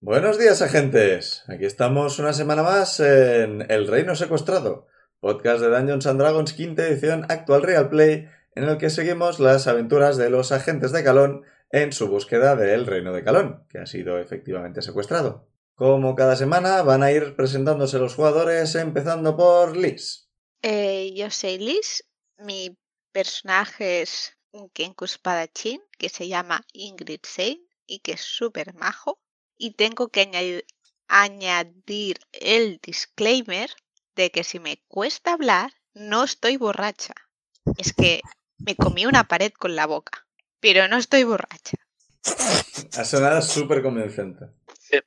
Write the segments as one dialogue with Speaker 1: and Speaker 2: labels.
Speaker 1: Buenos días, agentes. Aquí estamos una semana más en El Reino Secuestrado, podcast de Dungeons and Dragons quinta edición actual Real Play, en el que seguimos las aventuras de los agentes de Calón en su búsqueda del Reino de Calón, que ha sido efectivamente secuestrado. Como cada semana, van a ir presentándose los jugadores, empezando por Liz.
Speaker 2: Eh, yo soy Liz, mi personaje es un Kenku espadachín que se llama Ingrid Sein y que es súper majo y tengo que añadir, añadir, el disclaimer de que si me cuesta hablar, no estoy borracha. Es que me comí una pared con la boca, pero no estoy borracha.
Speaker 1: Ha sonado súper convincente. Sí.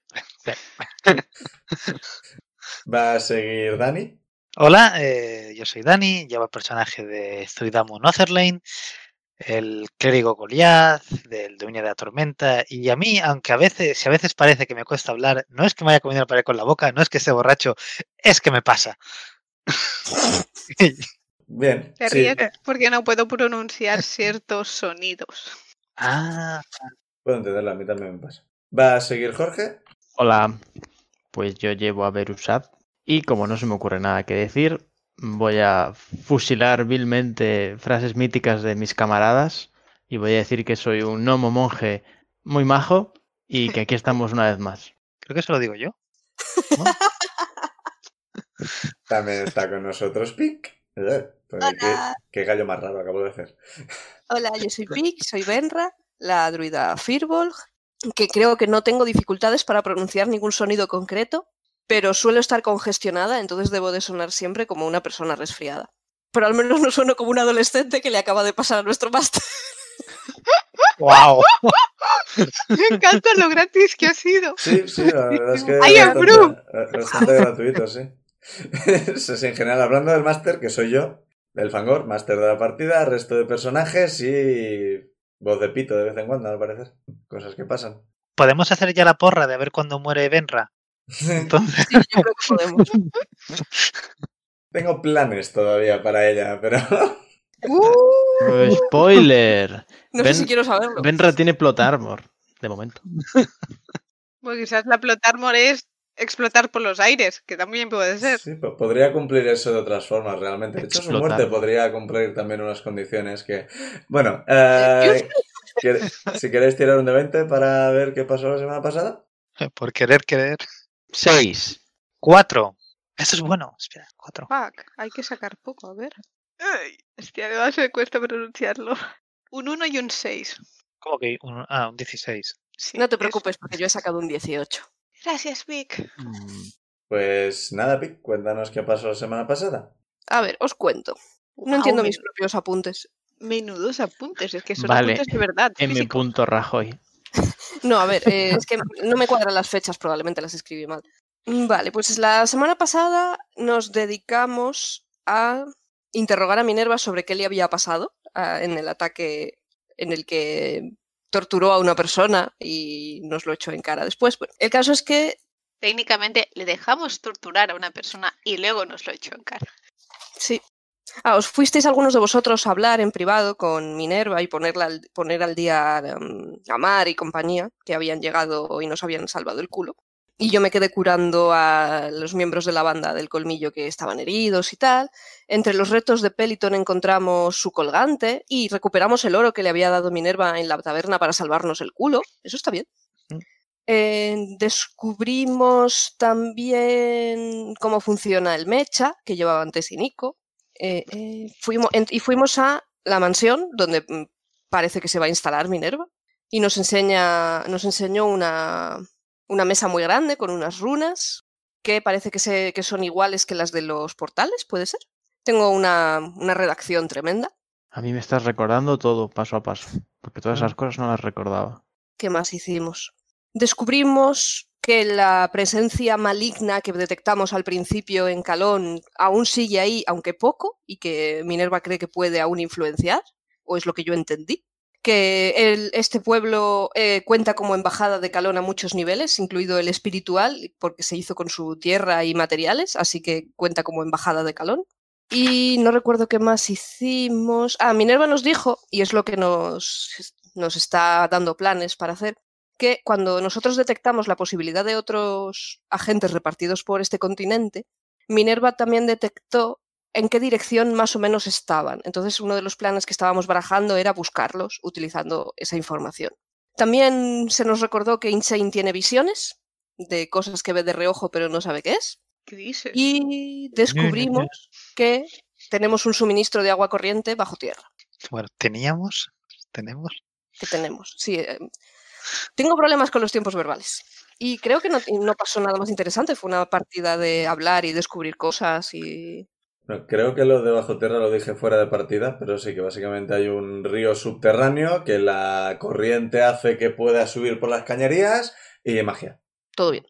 Speaker 1: ¿Va a seguir Dani?
Speaker 3: Hola, eh, yo soy Dani, llevo el personaje de Zuidamu Notherlane el clérigo Goliath, del dominio de la tormenta, y a mí, aunque a veces, si a veces parece que me cuesta hablar, no es que me haya comido la pared con la boca, no es que esté borracho, es que me pasa.
Speaker 1: Bien.
Speaker 2: Te sí. porque no puedo pronunciar ciertos sonidos.
Speaker 3: Ah.
Speaker 1: Puedo entenderlo, a mí también me pasa. ¿Va a seguir Jorge?
Speaker 4: Hola, pues yo llevo a Berusad y como no se me ocurre nada que decir, voy a fusilar vilmente frases míticas de mis camaradas y voy a decir que soy un gnomo monje muy majo y que aquí estamos una vez más.
Speaker 3: Creo que eso lo digo yo.
Speaker 1: ¿No? También está con nosotros Pic. ¿Qué, qué, gallo más raro acabo de hacer.
Speaker 5: Ah, Hola, yo soy Pic, soy Benra, la druida Firbolg, que creo que no tengo dificultades para pronunciar ningún sonido concreto pero suelo estar congestionada, entonces debo de sonar siempre como una persona resfriada. Pero al menos no sueno como un adolescente que le acaba de pasar a nuestro máster.
Speaker 3: ¡Wow!
Speaker 2: Me encanta lo gratis que ha sido.
Speaker 1: Sí, sí, la verdad es que.
Speaker 2: ¡Ay, bastante,
Speaker 1: bastante gratuito, sí. Es en general, hablando del máster, que soy yo, del Fangor, máster de la partida, resto de personajes y. voz de pito de vez en cuando, al parecer. Cosas que pasan.
Speaker 3: ¿Podemos hacer ya la porra de ver cuándo muere Benra? Entonces... Sí, yo creo que
Speaker 1: podemos. Tengo planes todavía para ella, pero.
Speaker 4: ¡Uh! ¡Spoiler!
Speaker 5: No ben... sé si quiero saberlo.
Speaker 4: Benra tiene plot armor, de momento.
Speaker 2: Pues quizás la plot armor es explotar por los aires, que también puede ser.
Speaker 1: Sí, pues podría cumplir eso de otras formas, realmente. De hecho, su muerte podría cumplir también unas condiciones que. Bueno, eh... si queréis tirar un de 20 para ver qué pasó la semana pasada.
Speaker 3: Por querer querer.
Speaker 4: 6.
Speaker 3: 4. Eso es bueno. Espera, 4.
Speaker 2: Fuck, hay que sacar poco, a ver. Ay, hostia, además me cuesta pronunciarlo. Un 1 y un 6.
Speaker 3: ¿Cómo que? Un, ah, un 16.
Speaker 5: Sí, no te preocupes, es... porque yo he sacado un 18.
Speaker 2: Gracias, Vic.
Speaker 1: Pues nada, Vic, cuéntanos qué pasó la semana pasada.
Speaker 5: A ver, os cuento. No wow, entiendo mis propios apuntes.
Speaker 2: Menudos apuntes, es que son vale. apuntes de verdad.
Speaker 4: En mi punto Rajoy.
Speaker 5: No, a ver, eh, es que no me cuadran las fechas, probablemente las escribí mal. Vale, pues la semana pasada nos dedicamos a interrogar a Minerva sobre qué le había pasado a, en el ataque en el que torturó a una persona y nos lo echó en cara después. Bueno, el caso es que...
Speaker 2: Técnicamente le dejamos torturar a una persona y luego nos lo echó en cara.
Speaker 5: Sí. Ah, os fuisteis algunos de vosotros a hablar en privado con Minerva y ponerla al, poner al día um, a Mar y compañía, que habían llegado y nos habían salvado el culo. Y yo me quedé curando a los miembros de la banda del colmillo que estaban heridos y tal. Entre los retos de Peliton encontramos su colgante y recuperamos el oro que le había dado Minerva en la taberna para salvarnos el culo. Eso está bien. Eh, descubrimos también cómo funciona el mecha que llevaba antes Inico. Eh, eh, fuimos, en, y fuimos a la mansión donde mm, parece que se va a instalar Minerva y nos, enseña, nos enseñó una, una mesa muy grande con unas runas que parece que, se, que son iguales que las de los portales, ¿puede ser? Tengo una, una redacción tremenda.
Speaker 4: A mí me estás recordando todo paso a paso, porque todas esas cosas no las recordaba.
Speaker 5: ¿Qué más hicimos? Descubrimos que la presencia maligna que detectamos al principio en Calón aún sigue ahí, aunque poco, y que Minerva cree que puede aún influenciar, o es lo que yo entendí. Que el- este pueblo eh, cuenta como embajada de Calón a muchos niveles, incluido el espiritual, porque se hizo con su tierra y materiales, así que cuenta como embajada de Calón. Y no recuerdo qué más hicimos. Ah, Minerva nos dijo, y es lo que nos, nos está dando planes para hacer, que cuando nosotros detectamos la posibilidad de otros agentes repartidos por este continente, Minerva también detectó en qué dirección más o menos estaban. Entonces, uno de los planes que estábamos barajando era buscarlos utilizando esa información. También se nos recordó que Insane tiene visiones de cosas que ve de reojo pero no sabe qué es.
Speaker 2: ¿Qué dices?
Speaker 5: Y descubrimos que tenemos un suministro de agua corriente bajo tierra.
Speaker 3: Bueno, teníamos, tenemos.
Speaker 5: que tenemos. Sí, eh, tengo problemas con los tiempos verbales. Y creo que no, no pasó nada más interesante. Fue una partida de hablar y descubrir cosas y...
Speaker 1: No, creo que lo de bajo tierra lo dije fuera de partida, pero sí que básicamente hay un río subterráneo que la corriente hace que pueda subir por las cañerías y magia.
Speaker 5: Todo bien.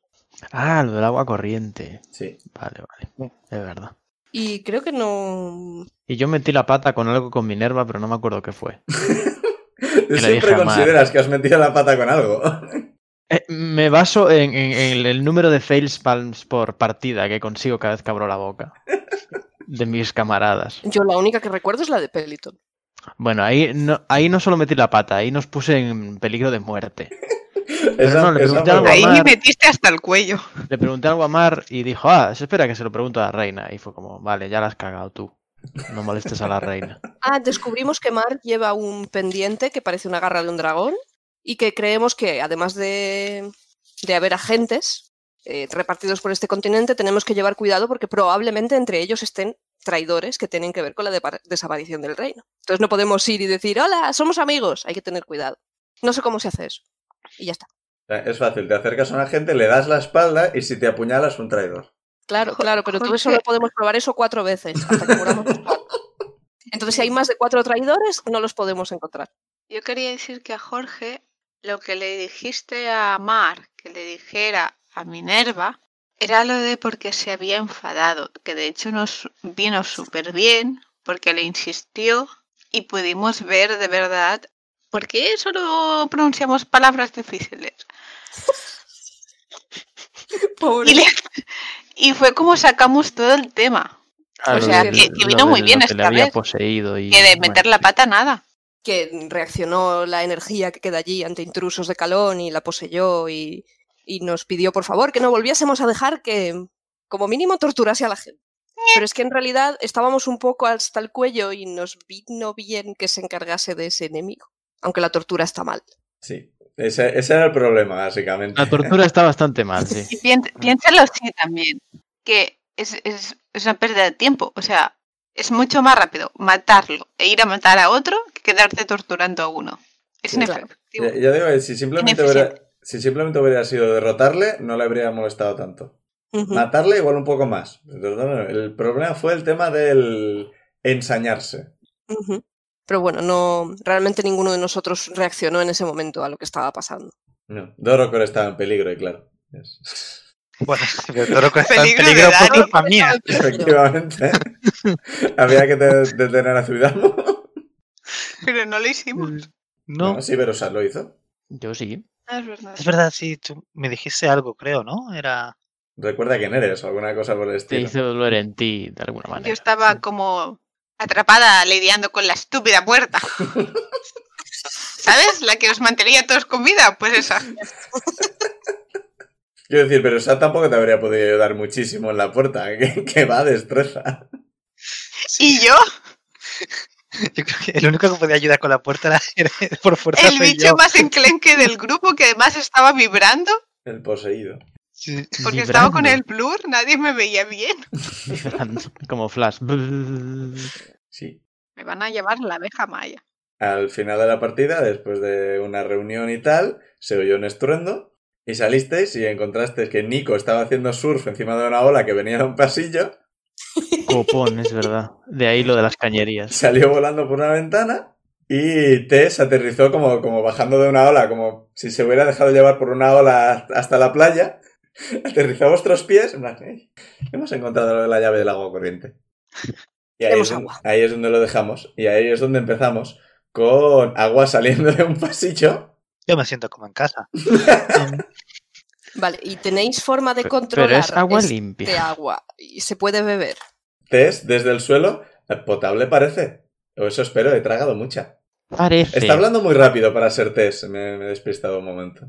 Speaker 4: Ah, lo del agua corriente.
Speaker 1: Sí.
Speaker 4: Vale, vale. Es verdad.
Speaker 5: Y creo que no...
Speaker 4: Y yo metí la pata con algo con Minerva, pero no me acuerdo qué fue.
Speaker 1: Tú
Speaker 4: le
Speaker 1: siempre
Speaker 4: dije a Mar.
Speaker 1: consideras que has metido la pata con algo.
Speaker 4: Eh, me baso en, en- en el- el número de fails palms por partida que consigo cada vez que abro la boca. De mis camaradas.
Speaker 5: Yo la única que recuerdo es la de Peliton.
Speaker 4: Bueno, ahí no, ahí no solo metí la pata, ahí nos puse en peligro de muerte.
Speaker 1: Esa-
Speaker 4: no, le
Speaker 1: esa
Speaker 4: pregunté
Speaker 1: fue
Speaker 4: algo a
Speaker 1: buena.
Speaker 2: Ahí
Speaker 4: Mar.
Speaker 2: metiste hasta el cuello.
Speaker 4: Le pregunté algo a Mar y dijo, ah, se espera que se lo pregunto a la reina. Y fue como, vale, ya la has cagado tú. No molestes a la reina.
Speaker 5: Ah, descubrimos que Mark lleva un pendiente que parece una garra de un dragón y que creemos que además de, de haber agentes eh, repartidos por este continente, tenemos que llevar cuidado porque probablemente entre ellos estén traidores que tienen que ver con la depar- desaparición del reino. Entonces no podemos ir y decir, hola, somos amigos, hay que tener cuidado. No sé cómo se hace eso. Y ya está.
Speaker 1: Es fácil, te acercas a una gente, le das la espalda y si te apuñalas, un traidor.
Speaker 5: Claro,
Speaker 2: Jo-
Speaker 5: claro, pero tú
Speaker 2: Jorge.
Speaker 5: solo podemos probar eso cuatro veces hasta que muramos los cuatro. Entonces, si hay más de cuatro traidores, no los podemos encontrar.
Speaker 2: Yo quería decir que a Jorge lo que le dijiste a Mar que le dijera a Minerva era lo de porque se había enfadado, que de hecho nos vino súper bien porque le insistió y pudimos ver de verdad por qué solo pronunciamos palabras difíciles. Y, le- y fue como sacamos todo el tema,
Speaker 4: Ah,
Speaker 2: O
Speaker 4: lo
Speaker 2: sea,
Speaker 4: del-
Speaker 2: que- que
Speaker 4: lo
Speaker 2: vino muy
Speaker 4: del-
Speaker 2: bien
Speaker 4: lo que le
Speaker 2: esta
Speaker 4: había
Speaker 2: vez.
Speaker 4: poseído y...
Speaker 2: que de
Speaker 4: bueno,
Speaker 2: meter la
Speaker 4: sí.
Speaker 2: pata nada.
Speaker 5: que reaccionó la energía que queda allí ante intrusos de Calón y la poseyó y, y nos pidió por favor que no volviésemos a dejar que como mínimo torturase a la gente. Pero es que en realidad estábamos un poco hasta el cuello y nos vino bien que se encargase de ese enemigo, aunque la tortura está mal.
Speaker 1: Sí. Ese, ese era el problema, básicamente.
Speaker 4: La tortura está bastante mal, sí.
Speaker 2: Y pien- piénsalo así también, que es, es- es una pérdida de tiempo. O sea, es mucho más rápido matarlo e ir a matar a otro que quedarte torturando a uno. Es
Speaker 1: Sí,
Speaker 5: claro.
Speaker 2: inefectivo.
Speaker 1: Ya, ya digo, eh, si simplemente, hubiera, si simplemente hubiera sido derrotarle, no le habría molestado tanto.
Speaker 5: Ujú.
Speaker 1: Matarle igual un poco más. Perdón, El problema fue el tema del ensañarse.
Speaker 5: Ujú. Pero bueno, no realmente ninguno de nosotros reaccionó en ese momento a lo que estaba pasando.
Speaker 1: No. Dorocor estaba en peligro, y claro. es-
Speaker 3: Bueno, si me toro está en
Speaker 2: Peligro de
Speaker 3: peligro por
Speaker 2: Dani.
Speaker 3: culpa mía.
Speaker 1: Efectivamente. Había que te- detener a Ciudadamo.
Speaker 2: Pero no lo
Speaker 3: Mm.
Speaker 2: hicimos.
Speaker 3: No,
Speaker 1: sí, Verosat lo hizo.
Speaker 4: Yo sí.
Speaker 2: Ah, Es verdad.
Speaker 3: es verdad, sí, tú me dijiste algo, creo, ¿no? Era.
Speaker 1: Recuerda quién eres o alguna cosa por el
Speaker 4: Te
Speaker 1: estilo.
Speaker 4: hizo dolor en ti, de alguna manera.
Speaker 2: Yo estaba como atrapada lidiando con la estúpida muerta. ¿Sabes? La que os mantenía todos con vida, pues esa.
Speaker 1: Quiero decir, Verosat tampoco te habría podido ayudar muchísimo en la puerta, que, que va a destreza.
Speaker 2: Y yo,
Speaker 3: Yo creo que el único que podía ayudar con la puerta era, era- por fuerza.
Speaker 2: el
Speaker 3: soy
Speaker 2: bicho
Speaker 3: yo.
Speaker 2: más enclenque del grupo que además estaba vibrando
Speaker 1: El poseído.
Speaker 3: Sí.
Speaker 2: porque estaba con el
Speaker 4: Vibrando,
Speaker 2: blur, nadie me veía bien.
Speaker 4: vibrando, Como flash.
Speaker 1: Sí.
Speaker 2: Me van a llamar la abeja maya.
Speaker 1: Al final de la partida, después de una reunión y tal, se oyó un estruendo y salisteis y encontrasteis que Nico estaba haciendo surf encima de una ola que venía de un pasillo
Speaker 4: Copón, es verdad. De ahí lo de las cañerías.
Speaker 1: Salió volando por una ventana y Tess aterrizó como, como bajando de una ola, como si se hubiera dejado llevar por una ola hasta la playa. Aterrizó a vuestros pies. en plan, "Ey, Hemos encontrado lo de la llave del agua corriente. Y ahí,
Speaker 5: Tenemos
Speaker 1: es donde,
Speaker 5: agua.
Speaker 1: ahí es donde lo dejamos. Y ahí es donde empezamos. Con agua saliendo de un pasillo.
Speaker 3: Yo me siento como en casa. Mm,
Speaker 5: Vale, y tenéis forma de
Speaker 4: Pe-
Speaker 5: controlar
Speaker 4: Pero es agua
Speaker 5: este
Speaker 4: limpia.
Speaker 5: agua y se puede beber.
Speaker 1: Tess, desde el suelo, potable parece. O eso espero, he tragado mucha.
Speaker 4: Parece.
Speaker 1: Está hablando muy rápido para ser Tess. Me, me he despistado un momento.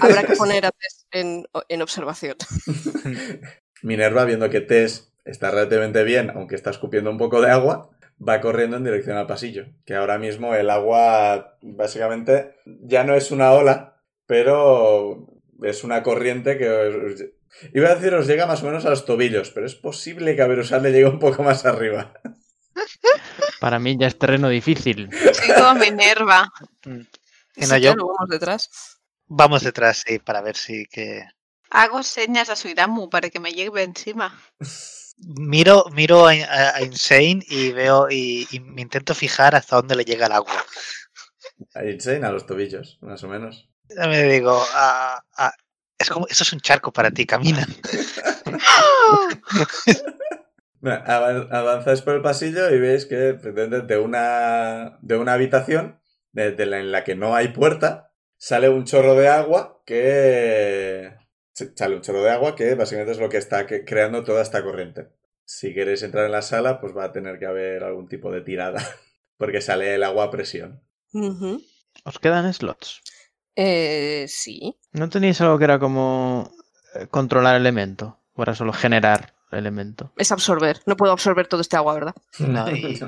Speaker 5: Habrá que poner a Tess en, en observación.
Speaker 1: Minerva, viendo que Tess está relativamente bien, aunque está escupiendo un poco de agua, va corriendo en dirección al pasillo. Que ahora mismo el agua, básicamente, ya no es una ola, pero es una corriente que... os- Iba a decir, os llega más o menos a los tobillos, pero es posible que a Berusal le llegue un poco más arriba.
Speaker 4: Para mí ya es terreno difícil.
Speaker 6: Soy como Minerva.
Speaker 3: Y
Speaker 5: Sí,
Speaker 3: no yo,
Speaker 5: claro, vamos detrás.
Speaker 3: vamos detrás sí, para ver si que.
Speaker 6: Hago señas a Suidamu para que me lleve encima.
Speaker 3: Miro, miro a, a- a Insane y veo y, y me intento fijar hasta dónde le llega el agua.
Speaker 1: A Insane, a los tobillos, más o menos.
Speaker 3: Ya Me digo, "Ah, ah, es como, eso es un charco para ti, camina.
Speaker 1: Bueno, avan- avanzáis por el pasillo y veis que pretende de una, de una habitación de- de la- en la que no hay puerta sale un chorro de agua que se- sale un chorro de agua que básicamente es lo que está que- creando toda esta corriente. Si queréis entrar en la sala, pues va a tener que haber algún tipo de tirada porque sale el agua a presión.
Speaker 5: Ujú.
Speaker 4: Os quedan slots.
Speaker 5: Eh, sí.
Speaker 4: ¿No tenéis algo que era como eh, controlar elemento? O era solo generar elemento.
Speaker 5: Es absorber. No puedo absorber todo este agua, ¿verdad?
Speaker 3: No, y-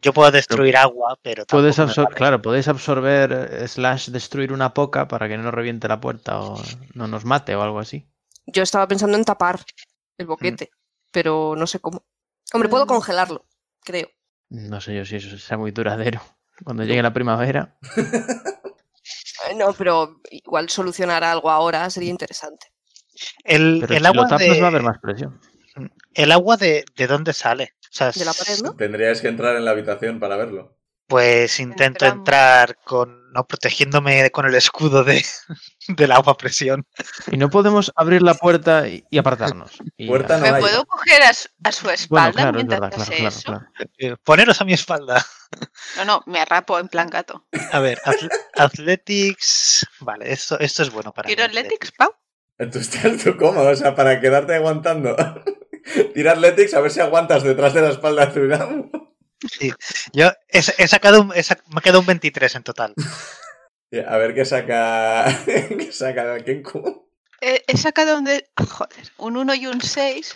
Speaker 3: Yo puedo destruir agua, pero
Speaker 4: Puedes
Speaker 3: tampoco me
Speaker 4: absor-
Speaker 3: vale.
Speaker 4: claro, podéis absorber, eh, slash, destruir una poca para que no nos reviente la puerta o no nos mate o algo así.
Speaker 5: Yo estaba pensando en tapar el boquete, pero no sé cómo. Hombre, puedo
Speaker 6: Mm.
Speaker 5: congelarlo, creo.
Speaker 4: No sé yo si eso sea muy duradero. Cuando llegue la primavera.
Speaker 5: Eh, No, pero igual solucionar algo ahora sería interesante.
Speaker 3: El,
Speaker 4: Pero
Speaker 3: el
Speaker 4: si
Speaker 3: agua,
Speaker 4: lo tapas
Speaker 3: de,
Speaker 4: va a haber más presión.
Speaker 3: el agua de, de dónde sale. O sea,
Speaker 5: De la pared, ¿no?
Speaker 1: Tendríais que entrar en la habitación para verlo.
Speaker 3: Pues intento
Speaker 6: Entramos.
Speaker 3: entrar con no protegiéndome con el escudo de, del agua a presión.
Speaker 4: Y no podemos abrir la puerta y, y apartarnos. Y ya.
Speaker 1: Puerta no
Speaker 6: ¿Me
Speaker 1: hay.
Speaker 6: puedo coger a su, a su
Speaker 4: Bueno,
Speaker 6: espalda
Speaker 4: claro, es
Speaker 6: mientras
Speaker 4: verdad, claro,
Speaker 6: hace
Speaker 4: claro,
Speaker 6: eso?
Speaker 4: claro.
Speaker 3: Eh, Poneros a mi espalda.
Speaker 6: No, no, me arrapo en plan gato.
Speaker 3: A ver, atl- Athletics. Vale, esto, esto es bueno para
Speaker 6: ¿Quiero
Speaker 3: mí.
Speaker 6: Athletics, Pau?
Speaker 1: Tú estás tú cómodo, o sea, para quedarte aguantando. Tira Athletics a ver si aguantas detrás de la espalda de Tsunami.
Speaker 3: Yo he, sa- he sacado un- he sa- me ha quedado un 23 en total.
Speaker 1: Y A ver qué saca. qué saca el Kenku.
Speaker 6: Eh, he sacado un, de- joder, un 1 y un 6,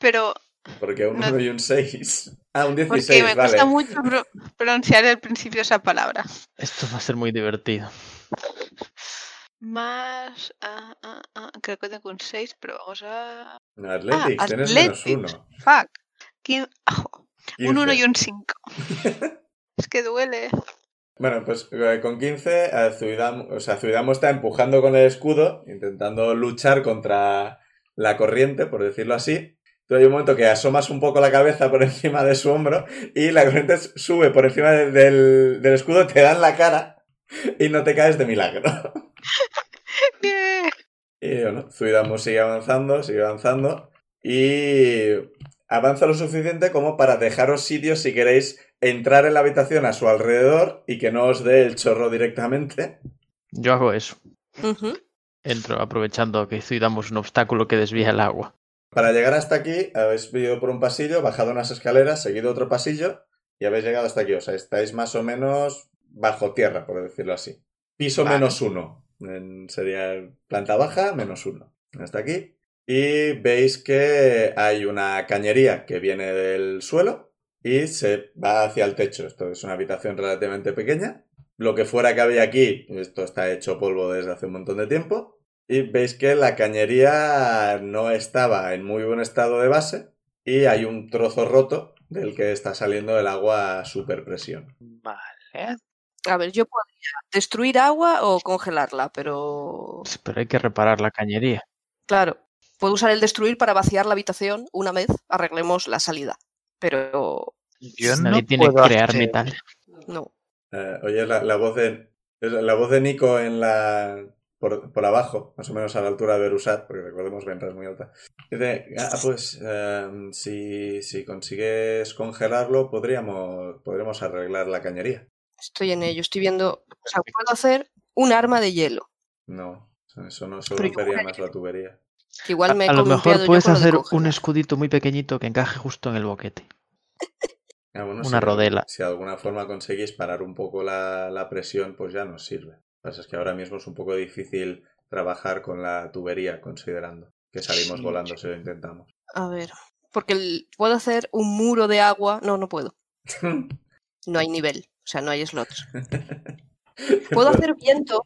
Speaker 6: pero
Speaker 1: Porque un
Speaker 6: No.
Speaker 1: 1 y un 6. Ah, un
Speaker 6: porque
Speaker 1: 16,
Speaker 6: me
Speaker 1: vale.
Speaker 6: cuesta mucho pro- pronunciar al principio esa palabra.
Speaker 4: Esto va a ser muy divertido.
Speaker 6: Más. ah, ah, ah, creo que tengo un 6, pero vamos a.
Speaker 1: No, Athletics,
Speaker 6: Ah,
Speaker 1: tienes menos
Speaker 6: Athletics.
Speaker 1: 1.
Speaker 6: Fuck. Quin- ajo, un 1 y un 5. es que duele.
Speaker 1: Bueno, pues eh, con 15, eh, Zuidamo, o sea, Zuidamo está empujando con el escudo, intentando luchar contra la corriente, por decirlo así. Entonces hay un momento que asomas un poco la cabeza por encima de su hombro y la corriente s- sube por encima de- del, del escudo, te dan la cara y no te caes de milagro.
Speaker 6: Bien.
Speaker 1: Y bueno, Zuidamo sigue avanzando, sigue avanzando y avanza lo suficiente como para dejaros sitio si queréis entrar en la habitación a su alrededor y que no os dé el chorro directamente.
Speaker 4: Yo hago eso.
Speaker 5: Ujú.
Speaker 4: Entro aprovechando que damos un obstáculo que desvía el agua.
Speaker 1: Para llegar hasta aquí, habéis ido por un pasillo, bajado unas escaleras, seguido otro pasillo y habéis llegado hasta aquí. O sea, estáis más o menos bajo tierra, por decirlo así. Piso
Speaker 3: Vale.
Speaker 1: menos uno. En- sería planta baja menos uno. Hasta aquí. Y veis que hay una cañería que viene del suelo y se va hacia el techo. Esto es una habitación relativamente pequeña. Lo que fuera que había aquí, esto está hecho polvo desde hace un montón de tiempo. Y veis que la cañería no estaba en muy buen estado de base y hay un trozo roto del que está saliendo el agua a superpresión.
Speaker 3: Vale.
Speaker 5: A ver, yo podría destruir agua o congelarla, pero
Speaker 4: Pero hay que reparar la cañería.
Speaker 5: claro, Puedo usar el destruir para vaciar la habitación una vez arreglemos la salida. Pero
Speaker 3: Yo
Speaker 4: Nadie
Speaker 3: no
Speaker 4: tiene que
Speaker 3: puedo
Speaker 4: crear
Speaker 3: hacer-
Speaker 4: metal.
Speaker 5: no.
Speaker 1: Eh, oye, la, la voz de, es la voz de Nico en la, por, por abajo, más o menos a la altura de Berusat, porque recordemos Benra es muy alta. Dice, ah, pues eh, si, si consigues congelarlo, podríamos, podremos arreglar la cañería.
Speaker 5: Estoy en ello. Estoy viendo. O sea, puedo hacer un arma de hielo.
Speaker 1: No, eso no solo
Speaker 5: Pero yo-
Speaker 1: rompería más la tubería.
Speaker 5: que igual me he
Speaker 4: a, a lo
Speaker 5: columpiado yo
Speaker 4: mejor puedes
Speaker 5: con lo de
Speaker 4: hacer un
Speaker 5: congelar.
Speaker 4: escudito muy pequeñito que encaje justo en el boquete.
Speaker 1: Ah, bueno,
Speaker 4: Una
Speaker 1: si-
Speaker 4: rodela.
Speaker 1: Si de alguna forma conseguís parar un poco la, la presión, pues ya nos sirve. Lo que pasa es que ahora mismo es un poco difícil trabajar con la tubería, considerando que salimos
Speaker 3: Sí,
Speaker 1: volando
Speaker 3: sí.
Speaker 1: si lo intentamos.
Speaker 5: A ver. Porque el- puedo hacer un muro de agua. No, no puedo. No hay nivel. O sea, no hay slots. Puedo hacer viento.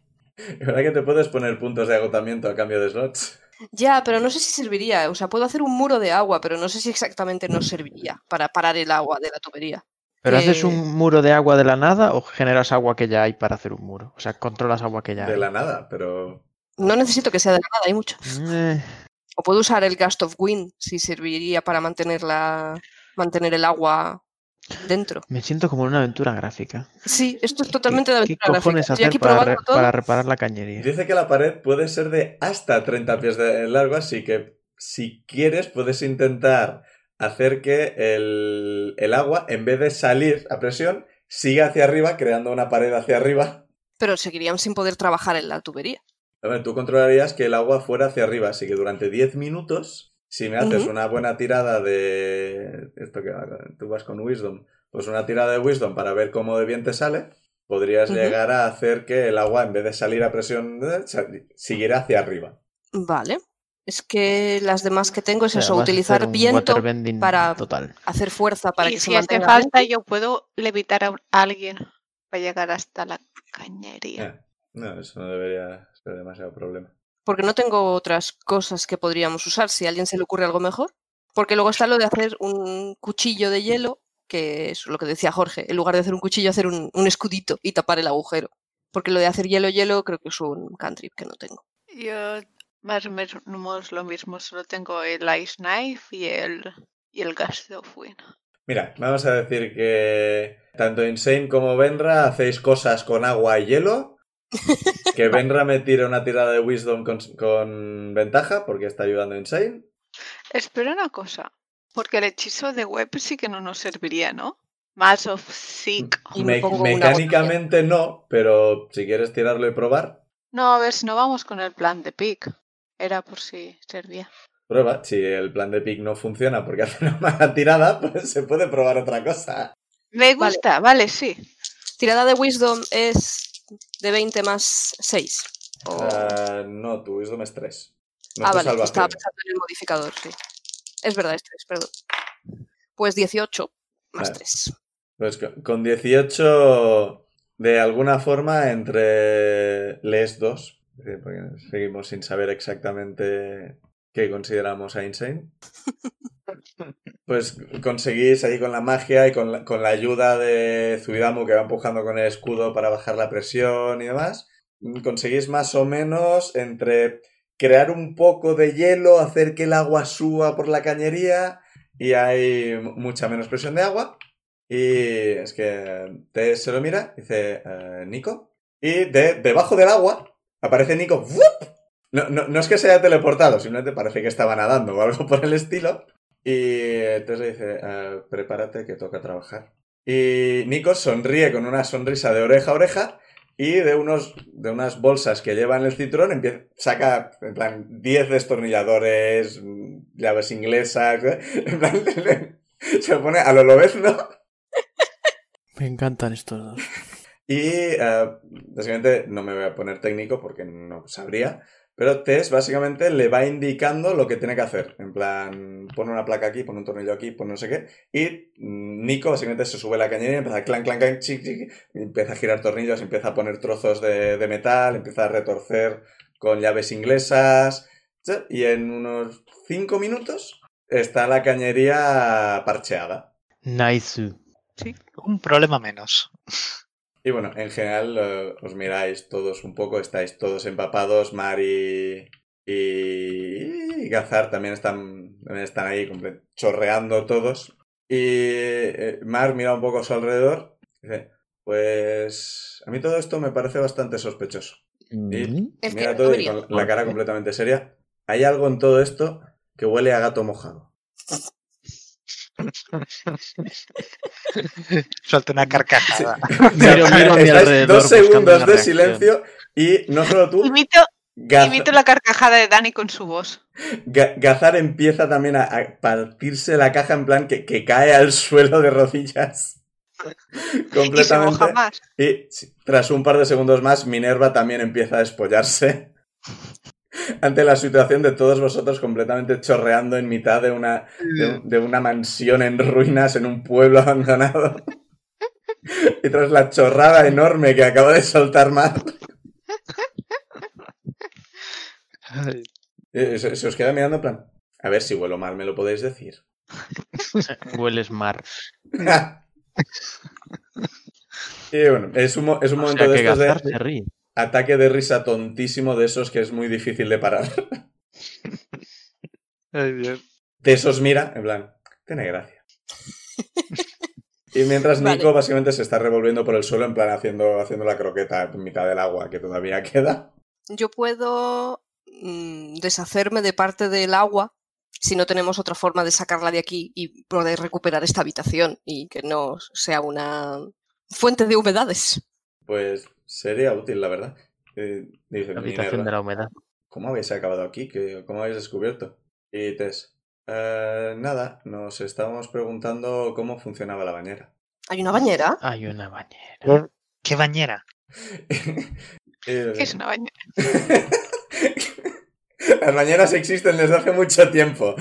Speaker 1: La verdad que te puedes poner puntos de agotamiento a cambio de slots.
Speaker 5: Ya, pero no sé si serviría. O sea, puedo hacer un muro de agua, pero no sé si exactamente nos serviría para parar el agua de la tubería.
Speaker 4: ¿Pero haces
Speaker 5: Eh,
Speaker 4: un muro de agua de la nada o generas agua que ya hay para hacer un muro? O sea, controlas agua que ya
Speaker 1: De
Speaker 4: hay.
Speaker 1: la nada, pero.
Speaker 5: No necesito que sea de la nada, hay mucho.
Speaker 4: Eh,
Speaker 5: O puedo usar el Gust of Wind, si serviría para mantener, la... mantener el agua dentro.
Speaker 4: me siento como en una aventura gráfica.
Speaker 5: Sí, esto es
Speaker 4: ¿Qué-
Speaker 5: totalmente de
Speaker 4: ¿Qué
Speaker 5: aventura gráfica.
Speaker 4: cojones
Speaker 5: Estoy
Speaker 4: hacer
Speaker 5: aquí
Speaker 4: para,
Speaker 5: probando
Speaker 4: re-
Speaker 5: todo.
Speaker 4: para reparar la cañería?
Speaker 1: Dice que la pared puede ser de hasta 30 pies de largo, así que si quieres, puedes intentar hacer que el, el agua, en vez de salir a presión, siga hacia arriba, creando una pared hacia arriba.
Speaker 5: Pero seguirían sin poder trabajar en la tubería.
Speaker 1: A ver, tú controlarías que el agua fuera hacia arriba, así que durante 10 minutos, si me haces
Speaker 5: Ujú.
Speaker 1: una buena tirada de... Esto que ah, tú vas con Wisdom, pues una tirada de Wisdom para ver cómo de bien te sale, podrías
Speaker 5: Ujú.
Speaker 1: llegar a hacer que el agua, en vez de salir a presión, eh, sa- siguiera hacia arriba.
Speaker 5: Vale. Es que las demás que tengo es
Speaker 4: O sea,
Speaker 5: Pues eso,
Speaker 4: vas a hacer
Speaker 5: utilizar
Speaker 4: un
Speaker 5: viento,
Speaker 4: waterbending
Speaker 5: para-
Speaker 4: Total.
Speaker 5: hacer fuerza para
Speaker 6: y
Speaker 5: que
Speaker 6: si
Speaker 5: se
Speaker 6: hace
Speaker 5: mantenga.
Speaker 6: falta, yo puedo levitar a un- a alguien para llegar hasta la cañería.
Speaker 1: Eh, No, eso no debería ser demasiado problema.
Speaker 5: Porque no tengo otras cosas que podríamos usar, si a alguien se le ocurre algo mejor. Porque luego está lo de hacer un cuchillo de hielo, que es lo que decía Jorge, en lugar de hacer un cuchillo, hacer un, un escudito y tapar el agujero. Porque lo de hacer hielo, hielo, creo que es un cantrip que no tengo.
Speaker 6: Yo más o menos lo mismo, solo tengo el ice knife y el, y el gas de ofwin.
Speaker 1: Mira, vamos a decir que tanto Insane como Benra hacéis cosas con agua y hielo. Que Benra me tire una tirada de Wisdom con, con ventaja porque está ayudando a Insane.
Speaker 6: Espera una cosa, porque el hechizo de web sí que no nos serviría, ¿no? Mass of Sick.
Speaker 5: Y me
Speaker 1: Me-
Speaker 5: pongo una
Speaker 1: mecánicamente no, pero si quieres tirarlo y probar,
Speaker 6: No, a ver, si no vamos con el plan de pick. Era por si servía.
Speaker 1: prueba. Si el plan de pick no funciona porque hace una mala tirada, pues se puede probar otra cosa.
Speaker 6: Me
Speaker 5: Vale.
Speaker 6: gusta, vale, sí.
Speaker 5: Tirada de Wisdom es de 20 más 6.
Speaker 6: O-
Speaker 1: Ah, no, tu Wisdom es 3. No
Speaker 5: Oh.
Speaker 1: es
Speaker 5: ah,
Speaker 1: tu
Speaker 5: vale, estaba
Speaker 1: salvación.
Speaker 5: pensando en el modificador, sí. Es verdad, es 3, perdón. Pues 18 más
Speaker 1: Vale.
Speaker 5: 3.
Speaker 1: Pues con con 18, de alguna forma, entre les dos, es decir, porque seguimos sin saber exactamente qué consideramos a Insane, pues conseguís ahí con la magia y con la, con la ayuda de Zuidamu que va empujando con el escudo para bajar la presión y demás, conseguís más o menos entre crear un poco de hielo, hacer que el agua suba por la cañería y hay mucha menos presión de agua. Y es que te se lo mira, dice eh, Nico. Y de, debajo del agua aparece Nico. ¡vup! No, no- no es que se haya teleportado, simplemente parece que estaba nadando o algo por el estilo. Y entonces le dice, eh, prepárate que toca trabajar. Y Nico sonríe con una sonrisa de oreja a oreja y de, unos, de unas bolsas que lleva en el cinturón empieza, saca en plan 10 destornilladores, mm, llaves inglesas, en plan, se pone a lo lobezno
Speaker 7: Me encantan estos dos.
Speaker 1: Y eh, básicamente no me voy a poner técnico porque no sabría, pero Tess básicamente le va indicando lo que tiene que hacer. En plan, pone una placa aquí, pone un tornillo aquí, pone no sé qué. Y mm, Nico básicamente se sube a la cañería y empieza a clan, clan, clan, chic, chic, y empieza a girar tornillos, empieza a poner trozos de, de metal, empieza a retorcer con llaves inglesas. ¿sí? Y en unos cinco minutos está la cañería parcheada.
Speaker 4: Nice.
Speaker 3: Sí, un problema menos.
Speaker 1: Y bueno, en general eh, os miráis todos un poco, estáis todos empapados, Mari Y Gazar también están, también están ahí comple- chorreando todos. Y eh, Mar mira un poco a su alrededor. y Dice, pues a mí todo esto me parece bastante sospechoso.
Speaker 4: Mm,
Speaker 5: Es que
Speaker 1: mira
Speaker 5: no
Speaker 1: todo y
Speaker 5: diría.
Speaker 1: con la cara completamente seria. Hay algo en todo esto que huele a gato mojado.
Speaker 3: Suelta una carcajada.
Speaker 4: Miro, miro a mi
Speaker 1: Estáis
Speaker 4: alrededor
Speaker 1: dos
Speaker 4: buscando
Speaker 1: segundos de
Speaker 4: una reacción.
Speaker 1: silencio y no solo tú,
Speaker 6: Imito,
Speaker 1: Gaza-
Speaker 6: imito la carcajada de Dani con su voz.
Speaker 1: Ga- Gazar empieza también a, a partirse la caja en plan que, que cae al suelo de rodillas.
Speaker 6: Y se moja
Speaker 1: Completamente.
Speaker 6: más.
Speaker 1: Y sí, tras un par de segundos más, Minerva también empieza a despollarse. Ante la situación de todos vosotros completamente chorreando en mitad de una, de, un- de una mansión en ruinas en un pueblo abandonado. Y tras la chorrada enorme que acaba de soltar Mar,
Speaker 3: Ay,
Speaker 1: eh, se, se os queda mirando en plan. A ver si vuelo mal, me lo podéis decir.
Speaker 4: Hueles mar.
Speaker 1: y bueno, es un, mo- es un
Speaker 4: O
Speaker 1: momento
Speaker 4: sea
Speaker 1: de
Speaker 4: que
Speaker 1: estos de-
Speaker 4: Gazar se ríe.
Speaker 1: ataque de risa tontísimo de esos que es muy difícil de parar.
Speaker 3: ay, Dios.
Speaker 1: De esos mira, en plan, tiene gracia. Y mientras Nico
Speaker 5: Vale.
Speaker 1: básicamente se está revolviendo por el suelo, en plan haciendo, haciendo la croqueta en mitad del agua que todavía queda.
Speaker 5: Yo puedo mm, deshacerme de parte del agua si no tenemos otra forma de sacarla de aquí y poder recuperar esta habitación y que no sea una fuente de humedades.
Speaker 1: Pues sería útil, la verdad. Eh, dice,
Speaker 4: La habitación
Speaker 1: Minerva,
Speaker 4: de la humedad.
Speaker 1: ¿cómo habéis acabado aquí? ¿Qué- ¿Cómo habéis descubierto? Y Tess, "Eh, nada, nos estábamos preguntando cómo funcionaba la bañera.
Speaker 5: ¿Hay una bañera?
Speaker 4: Hay una bañera.
Speaker 3: ¿Qué bañera?
Speaker 1: Eh,
Speaker 6: Es una bañera.
Speaker 1: Las bañeras existen desde hace mucho tiempo.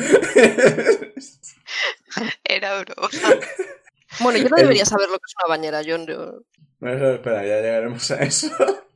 Speaker 6: Era broma.
Speaker 5: Bueno, yo no
Speaker 1: El-
Speaker 5: debería saber lo que es una bañera. Yo, yo-
Speaker 1: Bueno, espera, ya llegaremos a eso.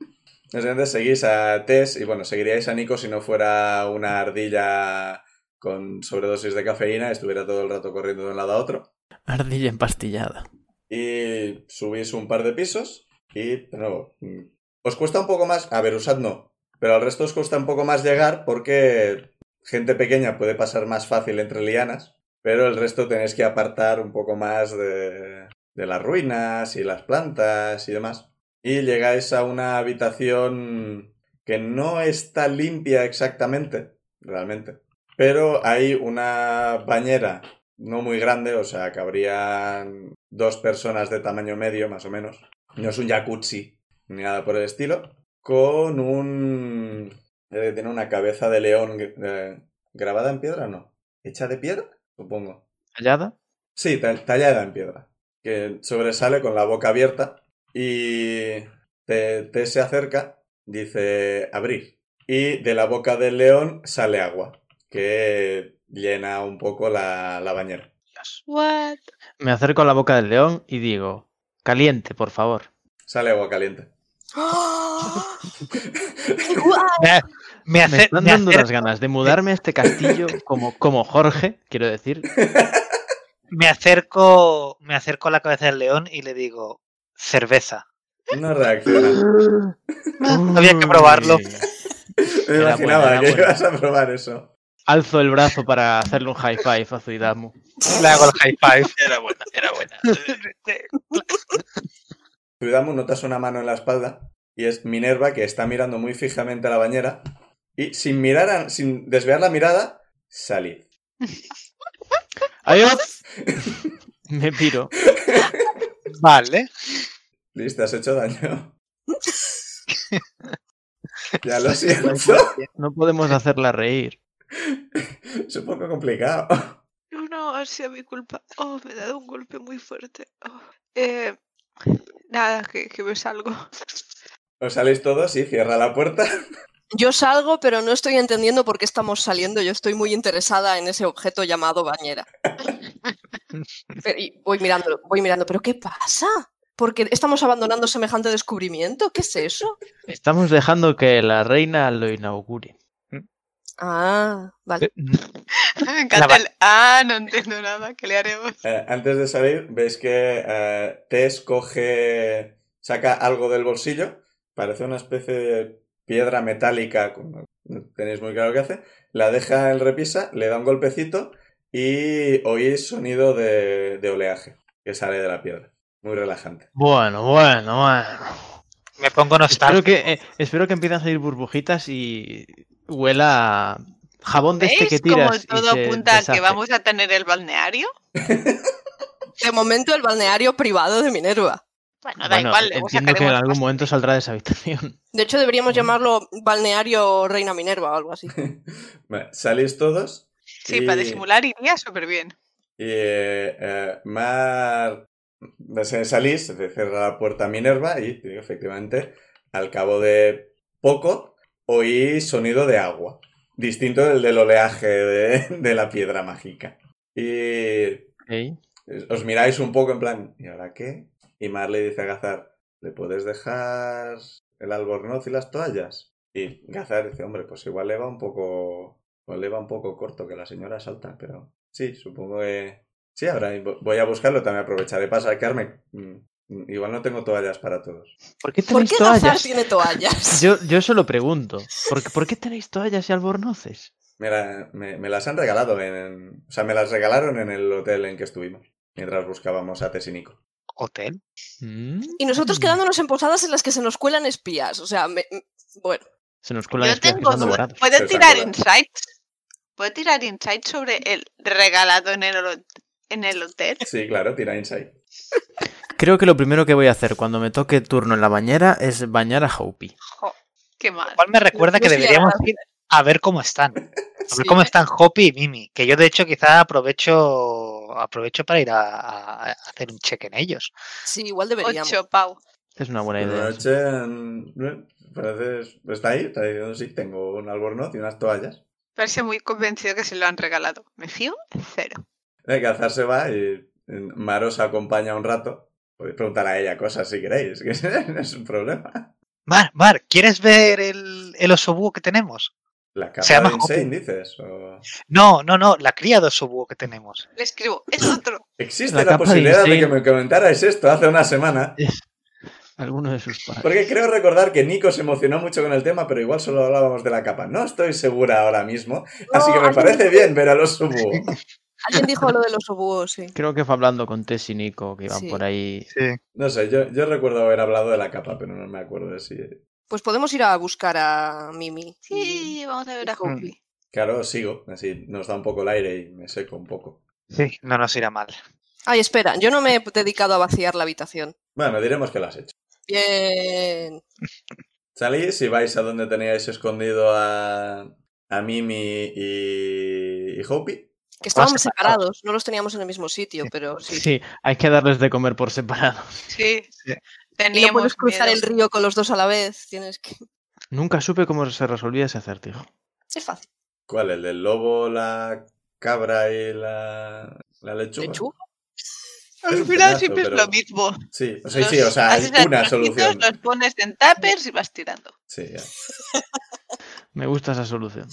Speaker 1: Básicamente seguís a Tess y bueno, seguiríais a Nico si no fuera una ardilla con sobredosis de cafeína, estuviera todo el rato corriendo de un lado a otro.
Speaker 4: Ardilla empastillada.
Speaker 1: Y subís un par de pisos y, de nuevo, mm, os cuesta un poco más, a ver, usad no, pero al resto os cuesta un poco más llegar porque gente pequeña puede pasar más fácil entre lianas, pero el resto tenéis que apartar un poco más de, de las ruinas y las plantas y demás. Y llegáis a una habitación que no está limpia exactamente, realmente, pero hay una bañera no muy grande, o sea, cabrían dos personas de tamaño medio, más o menos. No es un jacuzzi ni nada por el estilo. Con un. eh, tiene una cabeza de león eh, grabada en piedra, ¿no? ¿Hecha de piedra? Supongo.
Speaker 4: ¿Tallada?
Speaker 1: Sí, ta- tallada en piedra. Que sobresale con la boca abierta y te, te se acerca, dice abrir. Y de la boca del león sale agua, que llena un poco la, la bañera.
Speaker 3: Dios.
Speaker 6: What?
Speaker 4: Me acerco a la boca del león y digo, caliente, por favor.
Speaker 1: Sale agua caliente.
Speaker 5: ¡Ah! ¡Guau!
Speaker 3: Me, hace-
Speaker 4: Me están
Speaker 3: me
Speaker 4: dando
Speaker 3: acer-
Speaker 4: unas ganas de mudarme a este castillo como, como Jorge, quiero decir.
Speaker 3: me acerco me acerco a la cabeza del león y le digo cerveza
Speaker 1: No reacciona.
Speaker 3: había que probarlo.
Speaker 4: Uy.
Speaker 1: Me
Speaker 4: Era
Speaker 1: imaginaba
Speaker 4: buena, era
Speaker 1: que
Speaker 4: buena.
Speaker 1: ibas a probar eso.
Speaker 4: Alzo el brazo para hacerle un high five a Zuidamu.
Speaker 3: le hago el high five
Speaker 4: Era buena, era buena.
Speaker 1: Cuidamos, notas una mano en la espalda y es Minerva que está mirando muy fijamente a la bañera y sin mirar, a- sin desviar la mirada, salid.
Speaker 4: ¡Adiós! Me piro.
Speaker 3: vale
Speaker 1: Listo, has hecho daño. ya lo siento.
Speaker 4: No podemos hacerla reír.
Speaker 1: Es un poco complicado.
Speaker 6: No, no, ha sido mi culpa. Oh, me he dado un golpe muy fuerte. Oh. Eh, nada, que, que me salgo.
Speaker 1: Os salís todos y cierra la puerta.
Speaker 5: Yo salgo, pero no estoy entendiendo por qué estamos saliendo. Yo estoy muy interesada en ese objeto llamado bañera. Pero- y voy mirando, voy mirando, pero ¿qué pasa? Porque estamos abandonando semejante descubrimiento. ¿Qué es eso?
Speaker 4: Estamos dejando que la reina lo inaugure.
Speaker 5: Ah, vale.
Speaker 6: Me encanta
Speaker 3: ba-
Speaker 6: el- Ah, no entiendo nada. ¿Qué le haremos?
Speaker 1: Eh, antes de salir, veis que eh, Tess coge, saca algo del bolsillo, parece una especie de piedra metálica con no tenéis muy claro qué hace, la deja en repisa, le da un golpecito y oís sonido de, de oleaje que sale de la piedra. Muy relajante.
Speaker 4: Bueno, bueno, bueno.
Speaker 3: Me pongo
Speaker 4: Espero
Speaker 3: nostálgico.
Speaker 4: que, eh, espero que empiecen a salir burbujitas y huela a jabón de este que
Speaker 6: ¿Veis cómo
Speaker 4: tiras. y
Speaker 6: todo
Speaker 4: se
Speaker 6: apunta a
Speaker 4: deshace.
Speaker 6: que vamos a tener el balneario?
Speaker 5: De momento el balneario privado de Minerva.
Speaker 6: Bueno, da
Speaker 4: Bueno,
Speaker 6: igual. luego
Speaker 4: Entiendo que en
Speaker 6: sacaremos
Speaker 4: algún
Speaker 6: más.
Speaker 4: momento saldrá de esa habitación.
Speaker 5: De hecho, deberíamos llamarlo balneario Reina Minerva o algo así.
Speaker 1: Vale, salís todos
Speaker 6: Sí, para
Speaker 1: y-
Speaker 6: disimular iría súper bien.
Speaker 1: y eh, eh, Mar... no sé, Salís, se cierra la puerta a Minerva y efectivamente al cabo de poco oís sonido de agua, distinto del del oleaje de, de la piedra mágica. Y os miráis un poco en plan, ¿y ahora qué? Y Mar le dice a Gazar, ¿le puedes dejar el albornoz y las toallas? Y Gazar dice, hombre, pues igual le va un poco, o le va un poco corto que la señora salta, pero sí, supongo que... Sí, ahora vo- voy a buscarlo, también aprovecharé para sacarme. Mm, mm, Igual no tengo toallas para todos.
Speaker 4: ¿Por qué
Speaker 5: ¿Por
Speaker 4: tenéis
Speaker 5: qué Gazar
Speaker 4: toallas?
Speaker 5: tiene toallas?
Speaker 4: Yo, yo solo pregunto. ¿por, qué- por qué tenéis toallas y albornoces?
Speaker 1: Me, la- me- me las han regalado, en, o sea, me las regalaron en el hotel en que estuvimos, mientras buscábamos a Tesinico.
Speaker 3: Hotel.
Speaker 5: Y nosotros
Speaker 4: Mm.
Speaker 5: quedándonos en posadas en las que se nos cuelan espías. O sea, me- m- bueno,
Speaker 4: Se nos cuelan
Speaker 6: Yo
Speaker 4: espías que
Speaker 6: tengo
Speaker 4: son
Speaker 6: duda.
Speaker 4: dorados.
Speaker 1: Pero
Speaker 6: ¿Puedo tirar
Speaker 1: saco la-
Speaker 6: insights? ¿Puedo tirar insights sobre el regalado en el, hol- en el hotel?
Speaker 1: Sí, claro, tira insight.
Speaker 4: Creo que lo primero que voy a hacer cuando me toque turno en la bañera es bañar a Hopi.
Speaker 6: Jo, qué mal.
Speaker 3: Cual me recuerda que
Speaker 5: Lucía.
Speaker 3: deberíamos ir a ver cómo están. A ver
Speaker 5: Sí.
Speaker 3: cómo están Hopi y Mimi. Que yo de hecho quizá aprovecho aprovecho para ir a, a- a hacer un check en ellos.
Speaker 5: sí, igual deberíamos.
Speaker 6: Ocho, Pau.
Speaker 4: Es una buena
Speaker 1: Buenas
Speaker 4: idea.
Speaker 1: noches. mm, Parece, está ahí, está diciendo sí, tengo un albornoz y unas toallas.
Speaker 6: Parece muy convencido que se lo han regalado. Me fío cero.
Speaker 1: Eh, que Azar se va y mm, Mar os acompaña un rato. Podéis preguntar a ella cosas si queréis, que no es un problema.
Speaker 3: Mar, Mar, ¿quieres ver el, el oso búho que tenemos?
Speaker 1: La
Speaker 3: Se
Speaker 1: capa
Speaker 3: llama
Speaker 1: de Insane, dices. o-
Speaker 3: No, no, no, la cría de oso búho que tenemos.
Speaker 6: Le escribo, es otro.
Speaker 1: Existe
Speaker 4: La
Speaker 1: la,
Speaker 4: capa de
Speaker 1: posibilidad de, que
Speaker 4: Insane.
Speaker 1: me comentarais esto hace una semana.
Speaker 4: Alguno de sus padres.
Speaker 1: Porque creo recordar que Nico se emocionó mucho con el tema, pero igual solo hablábamos de la capa. No estoy segura ahora mismo, así
Speaker 5: No,
Speaker 1: que me
Speaker 5: alguien-
Speaker 1: parece bien ver a los subo.
Speaker 5: Alguien dijo lo de los obúos, sí.
Speaker 4: Creo que fue hablando con Tess y Nico, que iban
Speaker 5: Sí.
Speaker 4: por ahí.
Speaker 3: Sí.
Speaker 1: No sé, yo, yo recuerdo haber hablado de la capa, pero no me acuerdo de si
Speaker 5: Pues podemos ir a buscar a Mimi. y-
Speaker 6: Sí, vamos a ver a Hopi.
Speaker 1: Claro, sigo, así nos da un poco el aire y me seco un poco.
Speaker 3: Sí, no nos irá mal.
Speaker 5: Ay, espera, yo no me he dedicado a vaciar la habitación.
Speaker 1: Bueno, diremos que lo has hecho.
Speaker 5: Bien.
Speaker 1: Salís y vais a donde teníais escondido a, a Mimi y, y Hopi.
Speaker 5: Que estábamos
Speaker 3: separado.
Speaker 5: separados, no los teníamos en el mismo sitio, pero sí.
Speaker 4: Sí, hay que darles de comer por separado.
Speaker 6: Sí.
Speaker 5: Y
Speaker 3: Sí.
Speaker 5: no puedes
Speaker 6: Teníamos
Speaker 5: cruzar
Speaker 6: miedo.
Speaker 5: el río con los dos a la vez. Tienes que.
Speaker 4: Nunca supe cómo se resolvía ese acertijo.
Speaker 5: Es fácil.
Speaker 1: ¿Cuál? ¿El del lobo, la cabra y la, la lechuga?
Speaker 5: Lechuga.
Speaker 1: Es
Speaker 6: Al
Speaker 1: un
Speaker 6: final
Speaker 1: pedazo,
Speaker 6: siempre es
Speaker 1: pero-
Speaker 6: lo mismo.
Speaker 1: Sí, o sea,
Speaker 6: Los
Speaker 1: sí, o sea, hay
Speaker 6: haces a
Speaker 1: una
Speaker 6: trocitos,
Speaker 1: solución.
Speaker 6: Los pones en tuppers y vas tirando.
Speaker 1: Sí, ya.
Speaker 4: Me gusta esa solución.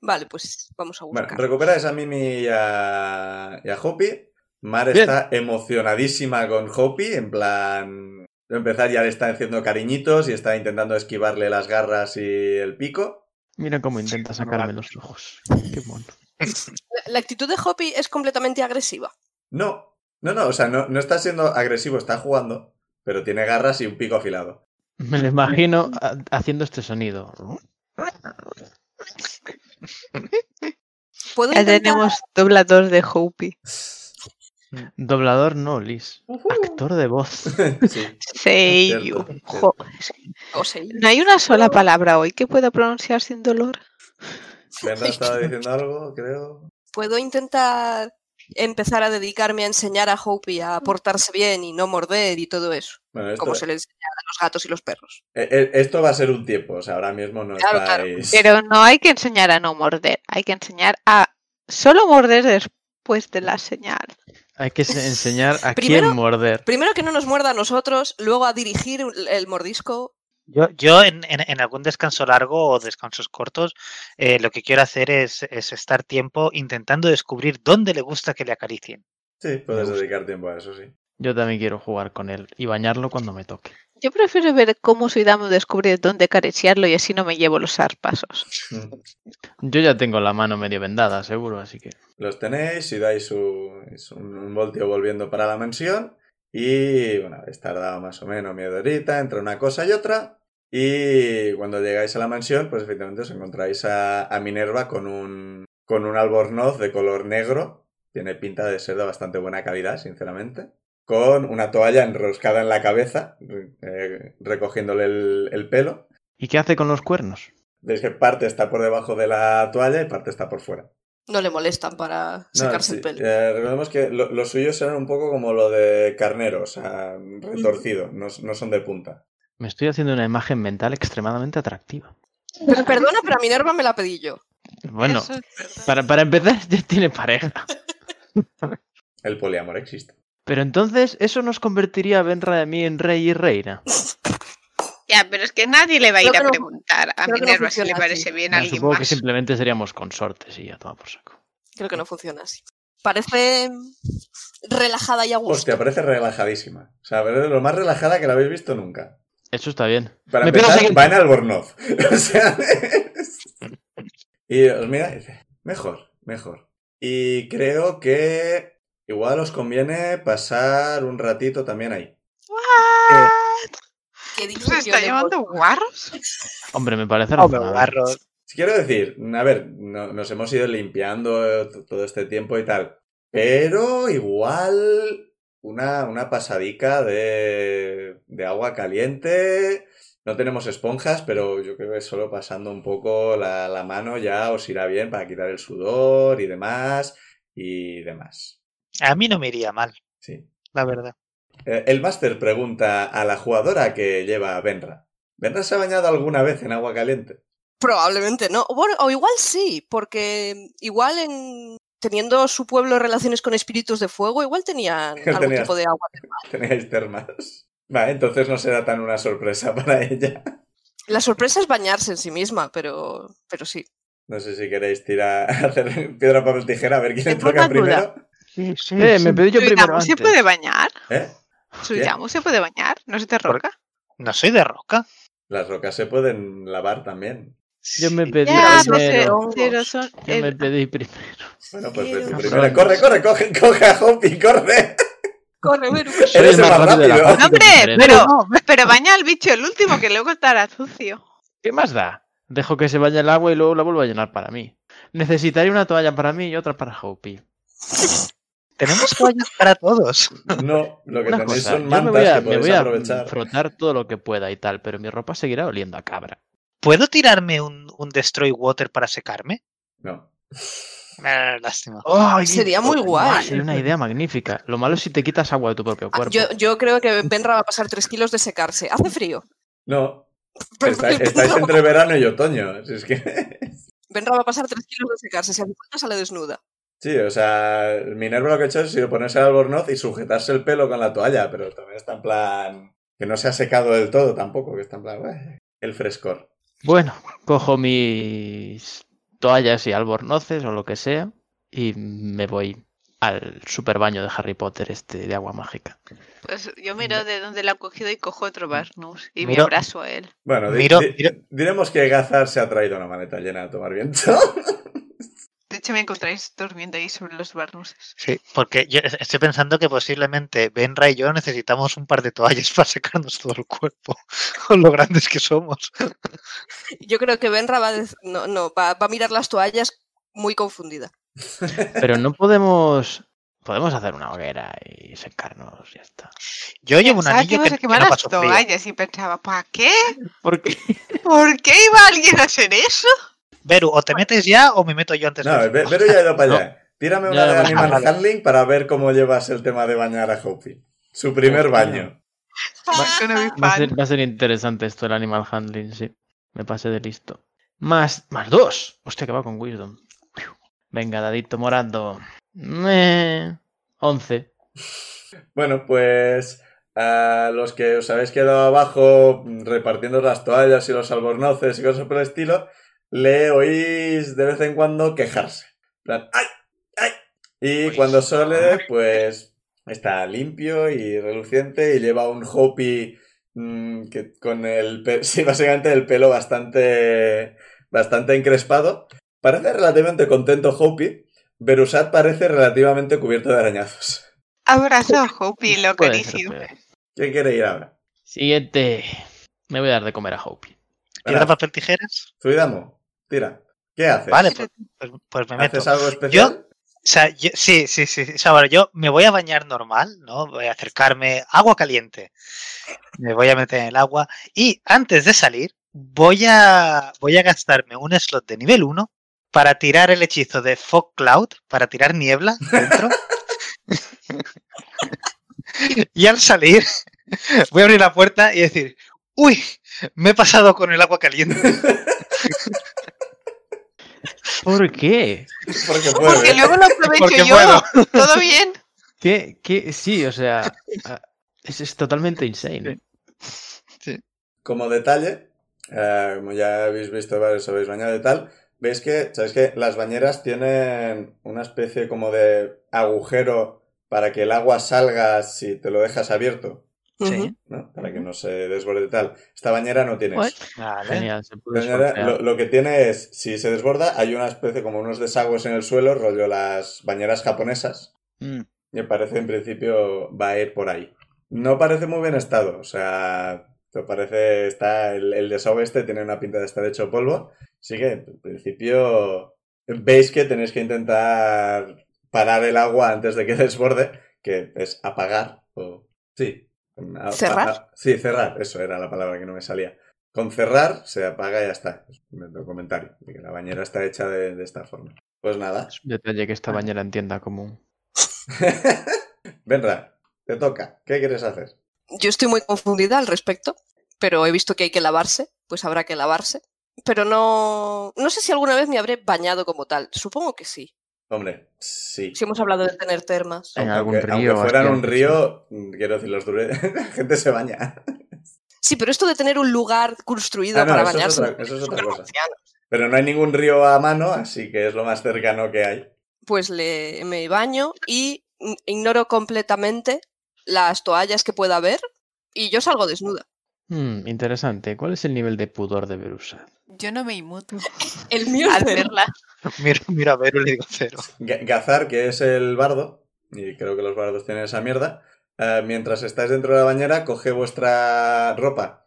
Speaker 5: Vale, pues vamos a
Speaker 1: Bueno,
Speaker 5: buscar.
Speaker 1: recuperáis a Mimi y a, y a Hopi. Mar
Speaker 4: Bien.
Speaker 1: está emocionadísima con Hopi, en plan... De empezar ya le está haciendo cariñitos y está intentando esquivarle las garras y el pico.
Speaker 4: Mira cómo intenta
Speaker 3: Sí,
Speaker 4: sacarme
Speaker 3: normal.
Speaker 4: los ojos. Qué mono.
Speaker 5: La- La actitud de Hoppy es completamente agresiva.
Speaker 1: No, no, no, o sea, no, no está siendo agresivo, está jugando, pero tiene garras y un pico afilado.
Speaker 4: Me lo imagino ha- haciendo este sonido.
Speaker 5: Puedo
Speaker 2: Ya
Speaker 5: intentar-
Speaker 2: tenemos doblador de Hopi.
Speaker 4: Doblador no, Liz. Actor de voz.
Speaker 1: Sí,
Speaker 2: Seiyu.
Speaker 1: cierto,
Speaker 2: Jo,
Speaker 5: o sea,
Speaker 2: No hay una sola palabra hoy que pueda pronunciar sin dolor.
Speaker 1: Benra estaba diciendo algo, creo.
Speaker 5: Puedo intentar empezar a dedicarme a enseñar a Hoppy a portarse bien y no morder y todo eso.
Speaker 1: Bueno, esto,
Speaker 5: Como se le enseña a los gatos y los perros.
Speaker 1: eh, eh, esto va a ser un tiempo, o sea, ahora mismo no
Speaker 5: Claro, claro,
Speaker 1: estáis...
Speaker 2: Pero no hay que enseñar a no morder. Hay que enseñar a solo morder después de la señal.
Speaker 4: Hay que se- enseñar a
Speaker 5: Primero-
Speaker 4: quién morder.
Speaker 5: Primero que no nos muerda a nosotros, luego a dirigir el mordisco.
Speaker 3: Yo, yo en, en- en algún descanso largo o descansos cortos, eh, lo que quiero hacer es, es estar tiempo intentando descubrir dónde le gusta que le acaricien.
Speaker 1: Sí,
Speaker 4: Me
Speaker 1: puedes
Speaker 4: gusta.
Speaker 1: dedicar tiempo a eso, sí.
Speaker 4: Yo también quiero jugar con él y bañarlo cuando me toque.
Speaker 2: Yo prefiero ver cómo Suidamo descubre dónde acariciarlo y así no me llevo los zarpazos.
Speaker 1: Mm.
Speaker 4: Yo ya tengo la mano medio vendada, seguro, así que.
Speaker 1: Los tenéis y dais un, es un- un voltio volviendo para la mansión. Y una vez tardado más o menos media horita entre una cosa y otra. Y cuando llegáis a la mansión, pues efectivamente os encontráis a, a Minerva con un, con un albornoz de color negro. Tiene pinta de ser de bastante buena calidad, sinceramente. Con una toalla enroscada en la cabeza, eh, recogiéndole el- el pelo.
Speaker 4: ¿Y qué hace con los cuernos?
Speaker 1: Veis que parte está por debajo de la toalla y parte está por fuera.
Speaker 5: No le molestan para
Speaker 1: No,
Speaker 5: sacarse
Speaker 1: sí,
Speaker 5: el pelo.
Speaker 1: eh, recordemos que lo- los suyos eran un poco como lo de carnero, o sea, retorcido, no, no son de punta.
Speaker 4: Me estoy haciendo una imagen mental extremadamente atractiva.
Speaker 5: Me Perdona, pero a Minerva me la pedí yo.
Speaker 4: Bueno,
Speaker 2: Eso es
Speaker 4: para, para empezar, ya tiene pareja.
Speaker 1: El poliamor existe.
Speaker 4: Pero entonces, ¿eso nos convertiría a Benra de mí en rey y reina?
Speaker 6: Ya, pero es que nadie le va a
Speaker 5: Creo
Speaker 6: ir a
Speaker 5: que no-
Speaker 6: preguntar a
Speaker 5: creo que no
Speaker 6: Minerva si le
Speaker 5: funciona
Speaker 6: parece
Speaker 5: así.
Speaker 6: bien a
Speaker 4: No,
Speaker 6: alguien
Speaker 4: supongo
Speaker 6: más.
Speaker 4: que simplemente seríamos consortes y ya toma por saco.
Speaker 5: Creo que no funciona así. Parece relajada y a gusto.
Speaker 1: Hostia, parece relajadísima. O sea, parece lo más relajada que la habéis visto nunca.
Speaker 4: Eso está bien.
Speaker 1: Para
Speaker 4: Me pegas
Speaker 1: empezar,
Speaker 4: aquí.
Speaker 1: va en albornoz. O sea, y os mira y dice, mejor, mejor. Y creo que igual os conviene pasar un ratito también ahí.
Speaker 5: ¿Qué dije
Speaker 2: ¿Se
Speaker 5: yo
Speaker 2: ¡Ah! está
Speaker 5: de
Speaker 2: llamando
Speaker 5: vos?
Speaker 2: guarros?
Speaker 4: Hombre, me parece
Speaker 3: Hombre,
Speaker 4: razonable.
Speaker 3: Barros,
Speaker 1: Sí, Quiero decir, a ver, no- nos hemos ido limpiando eh, t- todo este tiempo y tal. Pero igual una, una pasadica de, de agua caliente. No tenemos esponjas, pero yo creo que solo pasando un poco la, la mano ya os irá bien para quitar el sudor y demás. Y demás.
Speaker 3: A mí no me iría mal,
Speaker 1: Sí.
Speaker 3: la verdad.
Speaker 1: Eh, El máster pregunta a la jugadora que lleva a Benra. ¿Benra se ha bañado alguna vez en agua caliente?
Speaker 5: Probablemente no. O bueno, o igual sí, porque igual en teniendo su pueblo relaciones con espíritus de fuego, igual tenían algún
Speaker 1: Tenías.
Speaker 5: tipo de agua.
Speaker 1: Teníais termas. Vale, entonces no será tan una sorpresa para ella.
Speaker 5: La sorpresa es bañarse en sí misma, pero, pero sí.
Speaker 1: No sé si queréis tirar, hacer piedra, papel, tijera, a ver quién
Speaker 2: Te
Speaker 1: le
Speaker 2: pongo
Speaker 1: toca
Speaker 2: en duda.
Speaker 1: primero.
Speaker 4: Sí, Eh, me pedí yo primero
Speaker 2: ¿Suidamo se
Speaker 4: antes.
Speaker 2: puede bañar?
Speaker 1: ¿Eh?
Speaker 2: ¿Suidamo se puede bañar? ¿No se te
Speaker 3: ¿Por
Speaker 2: roca?
Speaker 3: No soy de roca.
Speaker 1: Las rocas se pueden lavar también.
Speaker 4: Yo me
Speaker 3: Sí.
Speaker 4: pedí
Speaker 2: Ya, no sé,
Speaker 4: primero.
Speaker 2: pero son...
Speaker 4: Yo me
Speaker 2: el-
Speaker 4: pedí primero.
Speaker 1: Bueno, pues
Speaker 5: Pero-
Speaker 1: vete primero. Corre, corre, coge, coge a Hopi, corre.
Speaker 5: Corre, Beru.
Speaker 4: Soy
Speaker 1: Eres
Speaker 4: el
Speaker 1: el más
Speaker 4: de la
Speaker 1: rápido.
Speaker 4: party
Speaker 2: No, hombre,
Speaker 4: con tres.
Speaker 2: pero, pero baña al bicho el último, que luego estará sucio.
Speaker 4: ¿Qué más da? Dejo que se bañe el agua y luego la vuelvo a llenar para mí. Necesitaré una toalla para mí y otra para Hopi.
Speaker 3: Tenemos toallas para todos.
Speaker 1: No, lo que
Speaker 4: Una
Speaker 1: tenéis
Speaker 4: cosa,
Speaker 1: son
Speaker 4: yo me
Speaker 1: mantas
Speaker 4: voy a,
Speaker 1: que
Speaker 4: me
Speaker 1: podéis
Speaker 4: voy a
Speaker 1: aprovechar.
Speaker 4: frotar todo lo que pueda y tal, pero mi ropa seguirá oliendo a cabra.
Speaker 3: ¿Puedo tirarme un, un Destroy Water para secarme?
Speaker 1: No.
Speaker 3: Ah, lástima.
Speaker 5: Sería muy guay.
Speaker 4: Sería una idea magnífica. Lo malo es si te quitas agua de tu propio
Speaker 5: Ah,
Speaker 4: cuerpo.
Speaker 5: Yo, yo creo que Benra va a pasar tres kilos de secarse. Hace frío.
Speaker 1: No. Está- estáis entre verano y otoño. Si es que...
Speaker 5: Benra va a pasar tres kilos de secarse. Si hace falta, sale desnuda.
Speaker 1: Sí, o sea, Minerva lo que ha hecho es sido ponerse el albornoz y sujetarse el pelo con la toalla, pero también está en plan. que no se ha secado del todo tampoco, que está en plan. "Bueh". el frescor.
Speaker 4: Bueno, cojo mis toallas y albornoces o lo que sea y me voy al super baño de Harry Potter este de agua mágica.
Speaker 2: Pues yo miro de dónde lo han cogido y cojo otro Barnus y me
Speaker 3: Miro-
Speaker 2: abrazo a él.
Speaker 1: Bueno, di-
Speaker 3: Miro-
Speaker 1: di-
Speaker 3: miro-
Speaker 1: diremos que Gazar se ha traído una maleta llena de tomar viento.
Speaker 2: De hecho, me encontráis durmiendo ahí sobre los barnuses.
Speaker 3: Sí, porque yo es- estoy pensando que posiblemente Benra y yo necesitamos un par de toallas para secarnos todo el cuerpo, con lo grandes que somos.
Speaker 5: Yo creo que Benra va a, dec- no, no, va, va a mirar las toallas muy confundida.
Speaker 4: Pero no podemos... Podemos hacer una hoguera y secarnos, ya está.
Speaker 3: Yo llevo un
Speaker 2: Pensaba
Speaker 3: anillo
Speaker 2: ibas
Speaker 3: que,
Speaker 2: a
Speaker 3: que
Speaker 2: quemar
Speaker 3: no
Speaker 2: las
Speaker 3: paso frío.
Speaker 2: toallas y pensaba, ¿para qué?
Speaker 4: ¿Por qué?
Speaker 2: ¿Por qué iba alguien a hacer eso?
Speaker 3: Veru, o te metes ya o me meto yo antes.
Speaker 1: no,
Speaker 3: de-
Speaker 1: ve- pero ya he ido para allá. Tírame
Speaker 4: Ya
Speaker 1: una de
Speaker 4: voy.
Speaker 1: Animal
Speaker 3: Ah, vale.
Speaker 1: Handling para ver cómo llevas el tema de bañar a Hopi. Su primer baño.
Speaker 2: Con
Speaker 4: Va a,
Speaker 2: Obi-Fan.
Speaker 4: ser, va a ser interesante esto el animal handling, sí. Me pasé de listo. Más, más dos. Hostia, que va con Wisdom. Venga, dadito morado. Eh, 11.
Speaker 1: Bueno, pues a los que os habéis quedado abajo mm, repartiendo las toallas y los albornoces y cosas por el estilo, le oís de vez en cuando quejarse. En plan, ¡ay! ¡ay! Y
Speaker 3: Pues,
Speaker 1: cuando sale,
Speaker 3: madre.
Speaker 1: pues está limpio y reluciente y lleva un hopi mm, que con el pe- sí, básicamente el pelo bastante, bastante encrespado. Parece relativamente contento Hopi. Berusat parece relativamente cubierto de arañazos.
Speaker 2: Abrazo a Hopi y lo
Speaker 4: Puede ser
Speaker 2: acaricio.
Speaker 4: peor.
Speaker 1: ¿Quién quiere ir ahora?
Speaker 4: Siguiente. Me voy a dar de comer a Hopi.
Speaker 3: ¿Piedra, papel, tijeras?
Speaker 1: Zuidamo, tira. ¿Qué haces?
Speaker 3: Vale, pues, pues- pues me meto.
Speaker 1: ¿Haces algo especial?
Speaker 3: O sea, yo- sí, sí, sí. sí. O sea, bueno, yo me voy a bañar normal, ¿no? Voy a acercarme agua caliente. Me voy a meter en el agua. Y antes de salir, voy a, voy a gastarme un slot de nivel 1 para tirar el hechizo de Fog Cloud, para tirar niebla dentro. y al salir, voy a abrir la puerta y decir, uy, me he pasado con el agua caliente.
Speaker 4: ¿Por qué?
Speaker 1: Porque puede.
Speaker 2: Porque luego lo aprovecho
Speaker 3: Porque
Speaker 2: yo.
Speaker 3: puedo.
Speaker 2: Todo bien.
Speaker 4: ¿Qué? ¿Qué? Sí, o sea, ah, es, es totalmente insane.
Speaker 1: Como detalle, eh, como ya habéis visto, varios habéis bañado y tal, veis que, ¿sabéis que Las bañeras tienen una especie como de agujero para que el agua salga si te lo dejas abierto,
Speaker 5: Ujú.
Speaker 1: ¿no? Para que no se desborde y tal. Esta bañera no tiene
Speaker 2: What?
Speaker 1: eso.
Speaker 3: Vale.
Speaker 4: Genial, se puede
Speaker 1: Esta bañera
Speaker 4: sortear.
Speaker 1: lo, lo que tiene es, si se desborda, hay una especie como unos desagües en el suelo, rollo las bañeras japonesas.
Speaker 4: Mm.
Speaker 1: Me parece en principio va a ir por ahí. No parece muy bien estado, o sea, te parece, está, el, el desagüe este tiene una pinta de estar hecho polvo, así que en principio veis que tenéis que intentar parar el agua antes de que desborde, que es apagar o... Sí. a-
Speaker 5: ¿Cerrar?
Speaker 1: a- sí, cerrar, eso era la palabra que no me salía. Con cerrar se apaga y ya está. Es un comentario, de que la bañera está hecha de, de esta forma. Pues nada.
Speaker 4: Es un detalle que esta bañera en tienda común.
Speaker 1: Benra, te toca. ¿Qué quieres hacer?
Speaker 5: Yo estoy muy confundida al respecto, pero he visto que hay que lavarse, pues habrá que lavarse. Pero no, no sé si alguna vez me habré bañado como tal. Supongo que sí.
Speaker 1: Hombre, sí.
Speaker 5: Si hemos hablado de tener termas.
Speaker 1: Eh.
Speaker 4: En algún
Speaker 1: aunque,
Speaker 4: río,
Speaker 1: aunque fueran
Speaker 4: Bastián,
Speaker 1: un
Speaker 4: sí.
Speaker 1: río, mm, quiero decir, los dure... la gente se baña.
Speaker 5: Sí, pero esto de tener un lugar construido
Speaker 1: Ah, no,
Speaker 5: para
Speaker 1: eso es
Speaker 5: bañarse.
Speaker 1: otra- eso es otra
Speaker 5: súper
Speaker 1: cosa.
Speaker 5: marciano.
Speaker 1: Pero no hay ningún río a mano, así que es lo más cercano que hay.
Speaker 5: Pues le, me baño y mm, ignoro completamente las toallas que pueda haber y yo salgo desnuda.
Speaker 4: Mm, interesante. ¿Cuál es el nivel de pudor de Berusa?
Speaker 2: Yo no me inmuto
Speaker 5: El mío
Speaker 2: al
Speaker 5: cero.
Speaker 2: verla.
Speaker 3: Miro, miro a Vero y le digo cero.
Speaker 1: Ga- Gazar, que es el bardo, y creo que los bardos tienen esa mierda, eh, mientras estáis dentro de la bañera, coge vuestra ropa.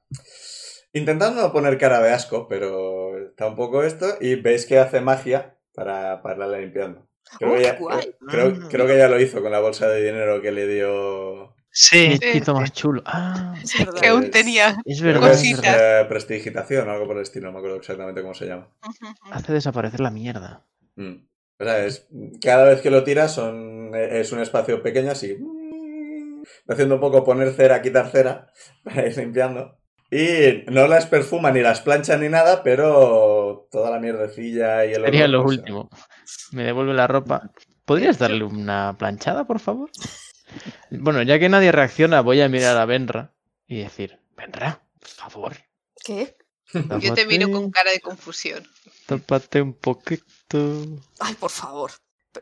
Speaker 1: Intentando no poner cara de asco, pero está un poco esto, y veis que hace magia para, para irla limpiando. Creo,
Speaker 5: Oh,
Speaker 1: que
Speaker 5: qué
Speaker 1: ya, eh,
Speaker 5: guay.
Speaker 1: creo- creo que ya lo hizo con la bolsa de dinero que le dio
Speaker 4: Un
Speaker 3: Sí,
Speaker 4: hechizo más chulo. Ah,
Speaker 5: Es verdad.
Speaker 2: Que aún
Speaker 1: Pues,
Speaker 2: tenía.
Speaker 4: es
Speaker 1: creo
Speaker 4: verdad.
Speaker 1: que
Speaker 4: es
Speaker 1: es,
Speaker 2: Cositas.
Speaker 4: verdad.
Speaker 1: eh, prestigitación o algo por el estilo, no me acuerdo exactamente cómo se llama.
Speaker 4: Hace desaparecer la mierda.
Speaker 1: Mm. O sea, es, cada vez que lo tiras son, e, es un espacio pequeño así. mm, Haciendo un poco poner cera, quitar cera, para ir limpiando. Y no las perfuma ni las plancha ni nada, pero toda la mierdecilla y el olor,
Speaker 4: Sería lo
Speaker 1: pues,
Speaker 4: último. Me devuelve la ropa. ¿Podrías darle una planchada, por favor? Bueno, ya que nadie reacciona, voy a mirar a Benra y decir, Benra, por favor.
Speaker 5: ¿Qué?
Speaker 2: Yo te miro con
Speaker 4: tápate,
Speaker 2: cara de confusión.
Speaker 4: Tápate un poquito.
Speaker 5: Ay, por favor.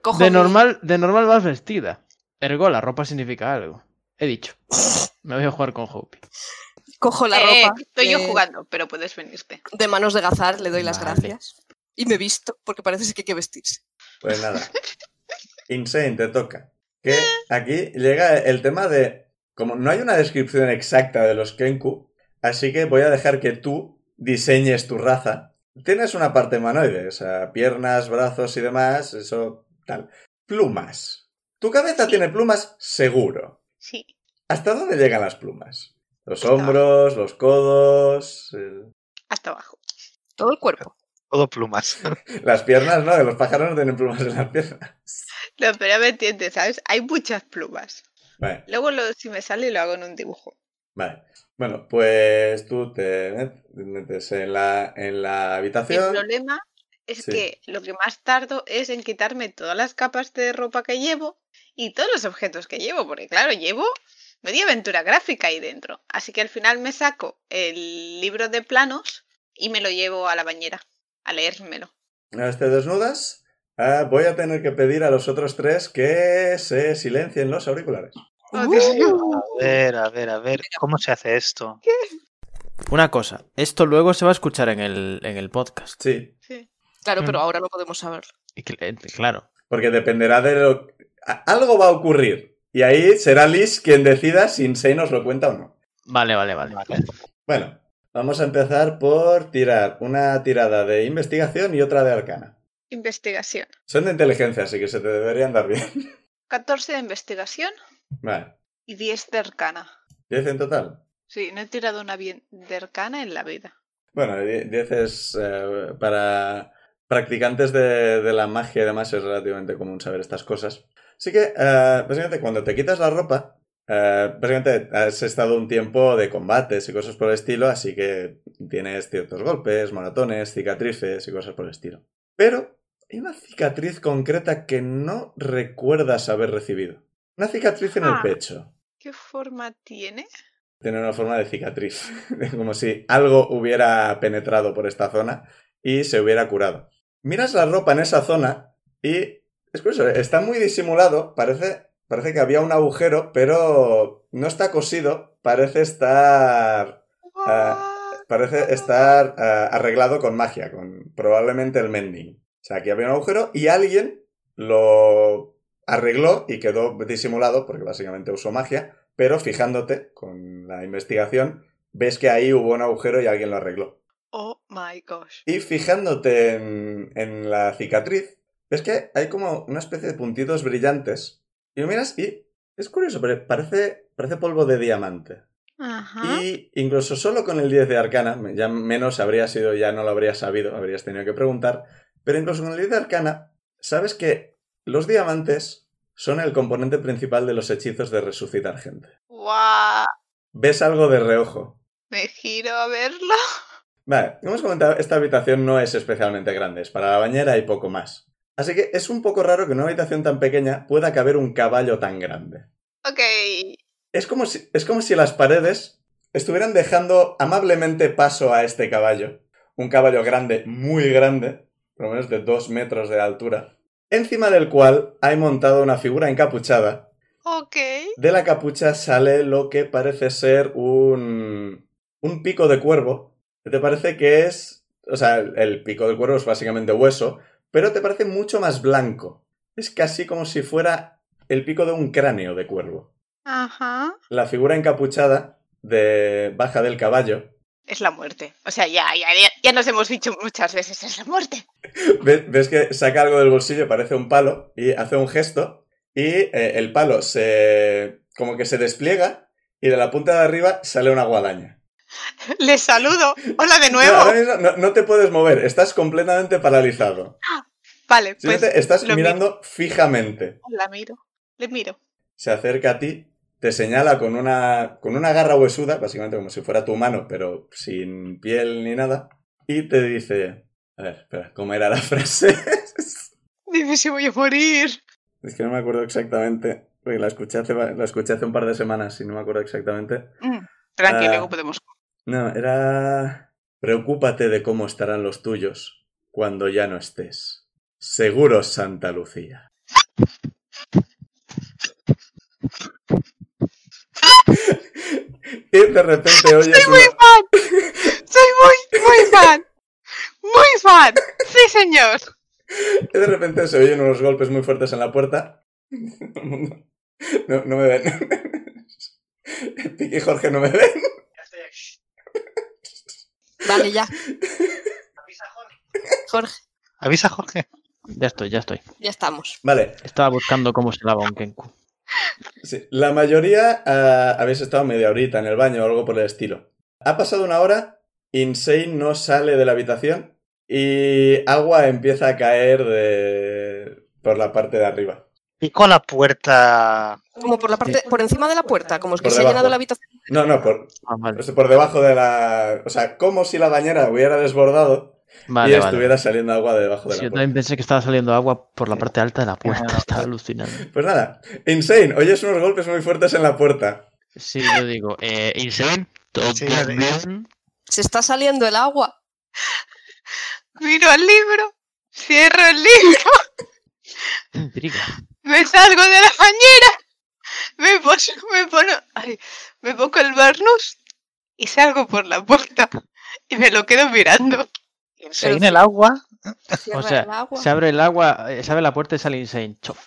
Speaker 5: Cojo
Speaker 4: De
Speaker 5: mi-
Speaker 4: normal, de normal vas vestida. Ergo, la ropa significa algo. He dicho. Me voy a jugar con Hope.
Speaker 5: cojo la
Speaker 2: Eh,
Speaker 5: ropa.
Speaker 2: Estoy yo
Speaker 5: eh,
Speaker 2: jugando, pero puedes venirte.
Speaker 5: De manos de Gazar le doy las
Speaker 4: Vale.
Speaker 5: gracias. Y me visto, porque parece que hay que vestirse.
Speaker 1: Pues nada. Insane, te toca. Que aquí llega el tema de. Como no hay una descripción exacta de los Kenku, así que voy a dejar que tú diseñes tu raza. Tienes una parte humanoide, o sea, piernas, brazos y demás, eso tal. Plumas. Tu cabeza tiene plumas, seguro.
Speaker 2: Sí.
Speaker 1: ¿Hasta dónde llegan las plumas? Los hombros, los codos. el-
Speaker 2: Hasta abajo.
Speaker 5: Todo el cuerpo.
Speaker 3: todo plumas.
Speaker 1: Las piernas, ¿no? Los pájaros no tienen plumas en las piernas.
Speaker 2: No, pero ya me entiendes, ¿sabes? Hay muchas plumas.
Speaker 1: Vale.
Speaker 2: Luego, lo- si me sale, lo hago en un dibujo.
Speaker 1: Vale. Bueno, pues tú te met- metes en la, en la
Speaker 2: El
Speaker 1: habitación.
Speaker 2: problema es
Speaker 1: Sí.
Speaker 2: que lo que más tardo es en quitarme todas las capas de ropa que llevo y todos los objetos que llevo, porque claro, llevo media aventura gráfica ahí dentro. Así que al final me saco el libro de planos y me lo llevo a la bañera a leérmelo.
Speaker 1: Una vez te desnudas, ah, voy a tener que pedir a los otros tres que se silencien los auriculares.
Speaker 2: Oh, Dios mío.
Speaker 5: Uh.
Speaker 3: A ver, a ver, a ver, ¿cómo se hace esto?
Speaker 7: Una cosa, esto luego se va a escuchar en el, en el podcast.
Speaker 1: Sí,
Speaker 2: Sí.
Speaker 5: Claro, pero
Speaker 4: Mm.
Speaker 5: ahora no podemos saberlo.
Speaker 4: Y cl- eh, Claro.
Speaker 1: porque dependerá de lo... a- Algo va a ocurrir. Y ahí será Liz quien decida si Insane nos lo cuenta o no.
Speaker 4: Vale, vale, vale.
Speaker 3: Vale.
Speaker 1: Bueno, vamos a empezar por tirar una tirada de investigación y otra de arcana.
Speaker 2: Investigación.
Speaker 1: Son de inteligencia, así que se te deberían dar bien.
Speaker 2: 14 de investigación
Speaker 1: Vale.
Speaker 2: y 10 de arcana.
Speaker 1: 10 en total.
Speaker 2: Sí, no he tirado una bien de arcana en la vida.
Speaker 1: Bueno, 10 es eh, para practicantes de, de la magia y demás es relativamente común saber estas cosas. Así que, eh, básicamente, cuando te quitas la ropa, eh, básicamente has estado un tiempo de combates y cosas por el estilo, así que tienes ciertos golpes, moratones, cicatrices y cosas por el estilo. Pero hay una cicatriz concreta que no recuerdas haber recibido. Una cicatriz en el
Speaker 2: Ah.
Speaker 1: pecho.
Speaker 2: ¿Qué forma tiene?
Speaker 1: Tiene una forma de cicatriz, como si algo hubiera penetrado por esta zona y se hubiera curado. Miras la ropa en esa zona y es curioso, está muy disimulado, parece, parece que había un agujero, pero no está cosido, parece estar Ah, parece estar ah, arreglado con magia, con probablemente el mending. O sea, aquí había un agujero y alguien lo arregló y quedó disimulado, porque básicamente usó magia, pero fijándote con la investigación, ves que ahí hubo un agujero y alguien lo arregló.
Speaker 2: Oh my gosh.
Speaker 1: Y fijándote en, en la cicatriz, ves que hay como una especie de puntitos brillantes. Y lo miras y es curioso, pero parece, parece polvo de diamante.
Speaker 2: Ajá.
Speaker 1: Y incluso solo con el 10 de arcana, ya menos habría sido, ya no lo habrías sabido, habrías tenido que preguntar, pero incluso con el 10 de arcana, sabes que los diamantes son el componente principal de los hechizos de resucitar gente.
Speaker 2: Guau.
Speaker 1: Ves algo de reojo.
Speaker 2: Me giro a verlo.
Speaker 1: Vale, como hemos comentado, esta habitación no es especialmente grande, es para la bañera y poco más. Así que es un poco raro que en una habitación tan pequeña pueda caber un caballo tan grande.
Speaker 2: Ok.
Speaker 1: Es como si, es como si las paredes estuvieran dejando amablemente paso a este caballo. Un caballo grande, muy grande, por lo menos de dos metros de altura, encima del cual hay montada una figura encapuchada.
Speaker 2: Ok.
Speaker 1: De la capucha sale lo que parece ser un, un pico de cuervo. que ¿Te parece que es... O sea, el, el pico del cuervo es básicamente hueso, pero te parece mucho más blanco. Es casi como si fuera el pico de un cráneo de cuervo
Speaker 2: Ajá.
Speaker 1: la figura encapuchada de baja del caballo.
Speaker 2: Es la muerte. O sea, ya, ya, ya, ya nos hemos dicho muchas veces, es la muerte.
Speaker 1: Ve- Ves que saca algo del bolsillo, parece un palo, y hace un gesto, y eh, el palo se. como que se despliega, y de la punta de arriba sale una guadaña.
Speaker 2: Les saludo. Hola de
Speaker 1: Pero ahora
Speaker 2: nuevo.
Speaker 1: mismo no, no te puedes mover, estás completamente paralizado.
Speaker 2: Vale, pues
Speaker 1: Simplemente estás
Speaker 2: lo
Speaker 1: mirando fijamente.
Speaker 2: la miro. Le miro.
Speaker 1: Se acerca a ti, te señala con una, con una garra huesuda, básicamente como si fuera tu mano, pero sin piel ni nada, y te dice. A ver, espera, ¿cómo era la frase?
Speaker 2: Dime si voy a morir.
Speaker 1: Es que no me acuerdo exactamente. Porque la escuché hace, va- la escuché hace un par de semanas y no me acuerdo exactamente.
Speaker 2: Mm, tranqui,
Speaker 1: Ah.
Speaker 2: luego podemos.
Speaker 1: No, era. Preocúpate de cómo estarán los tuyos cuando ya no estés. Seguros, Santa Lucía. Y de repente oyes una-
Speaker 2: Soy muy, muy fan. Muy fan. Sí, señor.
Speaker 1: y de repente se oyen unos golpes muy fuertes en la puerta. No, no me ven. Piqui y Jorge no me ven.
Speaker 5: Dale ya. Jorge,
Speaker 3: Avisa, Jorge.
Speaker 4: Ya estoy, ya estoy.
Speaker 5: ya estamos.
Speaker 1: Vale,
Speaker 4: Estaba buscando cómo se lava un Kenku.
Speaker 1: Sí, la mayoría ah, habéis estado media horita en el baño o algo por el estilo. Ha pasado una hora, Insane no sale de la habitación y agua empieza a caer de... por la parte de arriba.
Speaker 3: Pico a la puerta.
Speaker 5: Como por la parte, por encima de la puerta, como es que
Speaker 1: Por
Speaker 5: se ha
Speaker 1: debajo.
Speaker 5: llenado la habitación.
Speaker 1: No, no, por,
Speaker 4: Ah, vale.
Speaker 1: por debajo de la... O sea, como si la bañera hubiera desbordado y
Speaker 4: Vale, vale.
Speaker 1: estuviera saliendo agua de debajo de la
Speaker 4: Sí, yo
Speaker 1: puerta.
Speaker 3: pues.
Speaker 4: también pensé que estaba saliendo agua por la parte alta de
Speaker 3: Ah,
Speaker 4: la puerta. Estaba alucinando.
Speaker 1: Pues nada, Insane, oyes unos golpes muy fuertes en la puerta.
Speaker 4: Sí, yo digo, eh, Insane, todo
Speaker 3: Sí,
Speaker 4: bien.
Speaker 5: Se está saliendo el agua.
Speaker 2: Miro el libro. Cierro el libro.
Speaker 4: Intriga.
Speaker 2: Me salgo de la bañera. me, pos- me, pono- ay, me pongo el Barnus y salgo por la puerta y me lo quedo mirando.
Speaker 3: Se viene el agua.
Speaker 5: Cierra
Speaker 4: O sea,
Speaker 5: el agua.
Speaker 4: se abre el agua, eh, se abre la puerta y sale Insane. Chof.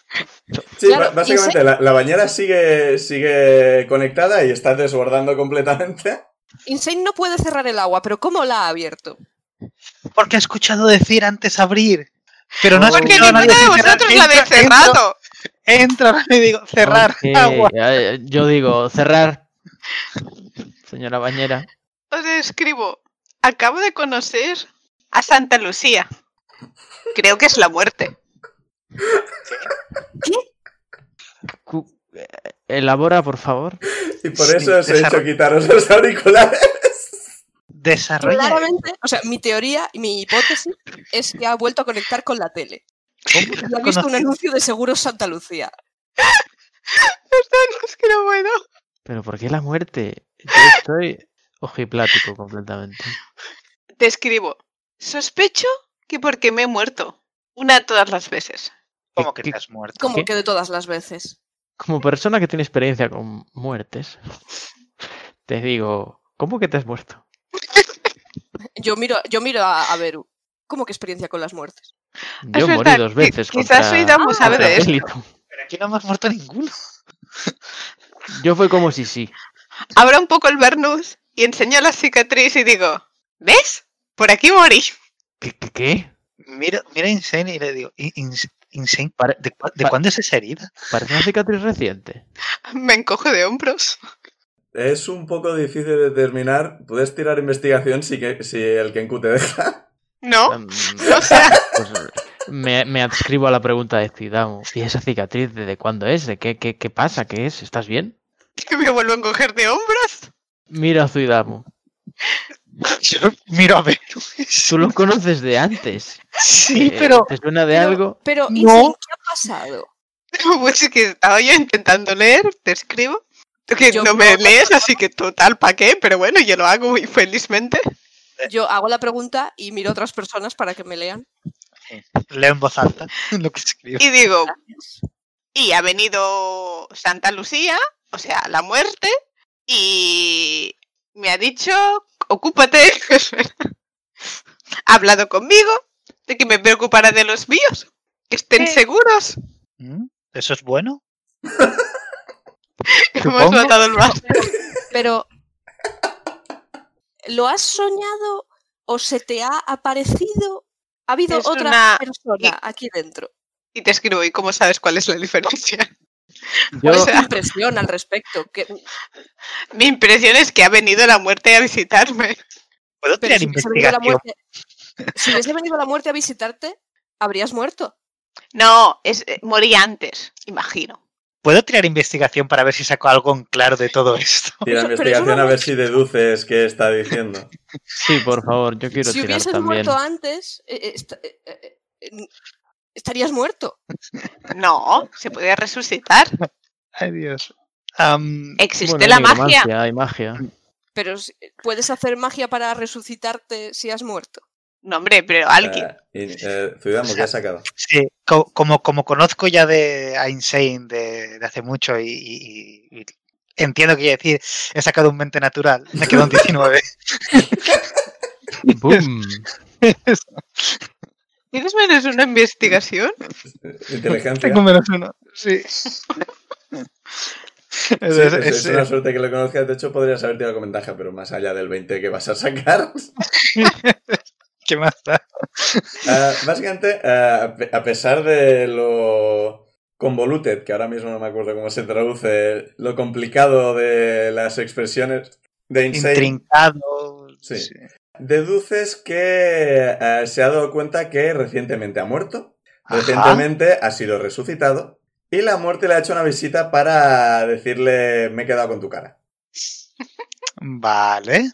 Speaker 1: Sí,
Speaker 5: Claro,
Speaker 1: ba- básicamente la, la bañera sigue, sigue conectada y está desbordando completamente.
Speaker 5: Insane no puede cerrar el agua, pero ¿cómo la ha abierto?
Speaker 3: Porque he escuchado decir antes abrir. Pero no he
Speaker 2: Porque
Speaker 3: escuchado a
Speaker 2: ninguno
Speaker 3: nadie
Speaker 2: de
Speaker 3: decir cerrar.
Speaker 2: vosotros la habéis
Speaker 3: Entro- entro-
Speaker 2: cerrado.
Speaker 3: Entro, y digo, cerrar
Speaker 4: Ok,
Speaker 3: agua.
Speaker 4: eh, Yo digo, cerrar. Señora bañera.
Speaker 2: Os escribo. Acabo de conocer a Santa Lucía. Creo que es la muerte.
Speaker 4: Cu- eh, Elabora, por favor.
Speaker 1: Y por
Speaker 3: Sí,
Speaker 1: eso os he
Speaker 3: desarro-
Speaker 1: hecho quitaros los auriculares.
Speaker 3: Desarrolla.
Speaker 5: Claramente, o sea, mi teoría y mi hipótesis es que ha vuelto a conectar con la tele.
Speaker 3: ¿Cómo
Speaker 5: Y
Speaker 3: te
Speaker 5: ha visto un
Speaker 3: conoces?
Speaker 5: anuncio de Seguros Santa Lucía.
Speaker 2: Perdón, es que no puedo.
Speaker 4: Pero ¿por qué la muerte? Yo estoy ojiplático completamente.
Speaker 2: Te escribo. Sospecho que porque me he muerto. Una de todas las veces.
Speaker 3: ¿Cómo que
Speaker 4: ¿Qué-
Speaker 3: te has muerto?
Speaker 5: Como
Speaker 4: ¿Qué?
Speaker 5: que de todas las veces.
Speaker 4: Como persona que tiene experiencia con muertes, te digo, ¿cómo que te has muerto?
Speaker 5: Yo miro, yo miro a, a Beru. ¿Cómo que experiencia con las muertes?
Speaker 4: Yo
Speaker 2: verdad,
Speaker 4: morí dos
Speaker 2: qui-
Speaker 4: veces.
Speaker 2: quizás
Speaker 4: contra-
Speaker 2: Suidamu
Speaker 5: sabe
Speaker 4: contra
Speaker 2: de esto.
Speaker 4: Bélito.
Speaker 3: Pero aquí no me has muerto ninguno.
Speaker 4: Yo fue como si sí.
Speaker 2: Abro un poco el Bernus y enseño la cicatriz y digo, ¿ves? Por aquí morí.
Speaker 4: ¿Qué? qué, qué?
Speaker 3: Mira, mira a Insane y le digo, "In- Ins- Insane,
Speaker 4: Pare-
Speaker 3: ¿de, cua- de
Speaker 4: pa-
Speaker 3: cuándo es esa herida?
Speaker 4: Parece una cicatriz reciente.
Speaker 2: Me encojo de hombros.
Speaker 1: Es un poco difícil determinar. Puedes tirar investigación si, que, si el Kenku te deja.
Speaker 2: No,
Speaker 4: Mm,
Speaker 2: o sea,
Speaker 4: pues, eh, me, me adscribo a la pregunta de Cidamu. ¿Y esa cicatriz desde cuándo es? ¿De qué, qué, qué pasa? ¿Qué es? ¿Estás bien?
Speaker 2: que me vuelvo a encoger de hombros.
Speaker 4: Mira a Zuidamu.
Speaker 3: Yo miro a ver.
Speaker 4: Tú lo conoces de antes.
Speaker 3: Sí,
Speaker 4: Eh,
Speaker 3: pero
Speaker 4: ¿Te suena de
Speaker 5: Pero-
Speaker 4: algo?
Speaker 5: Pero,
Speaker 3: No.
Speaker 5: Insane, ¿qué ha pasado?
Speaker 2: Pues es que estaba yo intentando leer, te escribo. Tú Que
Speaker 5: Yo
Speaker 2: no me
Speaker 5: no-
Speaker 2: lees, así que total, ¿pa' qué? Pero bueno, yo lo hago muy felizmente.
Speaker 5: Yo hago la pregunta y miro a otras personas para que me lean.
Speaker 3: leo en voz alta lo que escribo.
Speaker 2: Y digo, y ha venido Santa Lucía, o sea, la muerte, y me ha dicho, ocúpate, ha hablado conmigo, de que me preocupara de los míos, que estén
Speaker 3: Sí.
Speaker 2: seguros.
Speaker 3: ¿Mm? ¿Eso es bueno?
Speaker 2: Hemos
Speaker 4: Supongo.
Speaker 2: matado el mar.
Speaker 5: Pero, ¿lo has soñado o se te ha aparecido? ¿Ha habido
Speaker 2: Es
Speaker 5: otra
Speaker 2: una-
Speaker 5: persona aquí dentro?
Speaker 2: Y te escribo, ¿y cómo sabes cuál es la diferencia?
Speaker 4: Yo,
Speaker 5: ¿Cuál es
Speaker 2: sea-
Speaker 5: tu impresión al respecto? Que-
Speaker 2: Mi impresión es que ha venido la muerte a visitarme.
Speaker 3: ¿Puedo
Speaker 5: pero
Speaker 3: tirar
Speaker 5: si hubiese venido la
Speaker 3: investigación?
Speaker 5: muerte, si hubiese venido la muerte a visitarte, habrías muerto.
Speaker 2: No, es eh, morí antes, imagino.
Speaker 3: ¿Puedo tirar investigación para ver si saco algo en claro de todo esto?
Speaker 1: Tira
Speaker 5: Pero- pero
Speaker 1: investigación
Speaker 5: eso no
Speaker 1: a
Speaker 5: lo-
Speaker 1: ver si deduces qué está diciendo.
Speaker 4: sí, por favor, yo quiero
Speaker 5: si
Speaker 4: tirar
Speaker 5: hubieses
Speaker 4: también.
Speaker 5: muerto antes, eh, eh, esta- eh, eh, eh, estarías muerto.
Speaker 2: No, se podía resucitar.
Speaker 3: Ay, Dios. Eh. Am,
Speaker 2: Existe
Speaker 4: Bueno,
Speaker 2: la
Speaker 4: hay
Speaker 2: magia.
Speaker 4: nigromancia, Hay magia.
Speaker 5: Pero si- puedes hacer magia para resucitarte si has muerto.
Speaker 2: No, hombre, pero alguien.
Speaker 1: Eh, y, eh, Zuidamu, ¿qué has sacado?
Speaker 3: sí, co- como, como conozco ya de, a Insane de, de hace mucho y, y- y- y entiendo que quiere decir, he sacado un mente natural, me quedo en 19.
Speaker 4: ¡Bum!
Speaker 3: Este
Speaker 2: ¿Tienes menos una investigación?
Speaker 1: Inteligencia.
Speaker 3: Tengo menos uno, sí.
Speaker 1: Sí,
Speaker 3: Eso es-
Speaker 1: es, es
Speaker 3: es-
Speaker 1: una suerte que lo conozcas. De hecho, podrías haber tirado con ventaja, pero más allá del 20 que vas a sacar.
Speaker 3: ¿Qué más da?
Speaker 1: Ah, básicamente, ah, a pe- a pesar de lo convoluted, que ahora mismo no me acuerdo cómo se traduce, lo complicado de las expresiones de Insane,
Speaker 3: Intrincado.
Speaker 1: Sí.
Speaker 3: sí.
Speaker 1: deduces que ah, se ha dado cuenta que recientemente ha muerto,
Speaker 3: Ajá.
Speaker 1: recientemente ha sido resucitado, y la muerte le ha hecho una visita para decirle, me he quedado con tu cara.
Speaker 3: Vale.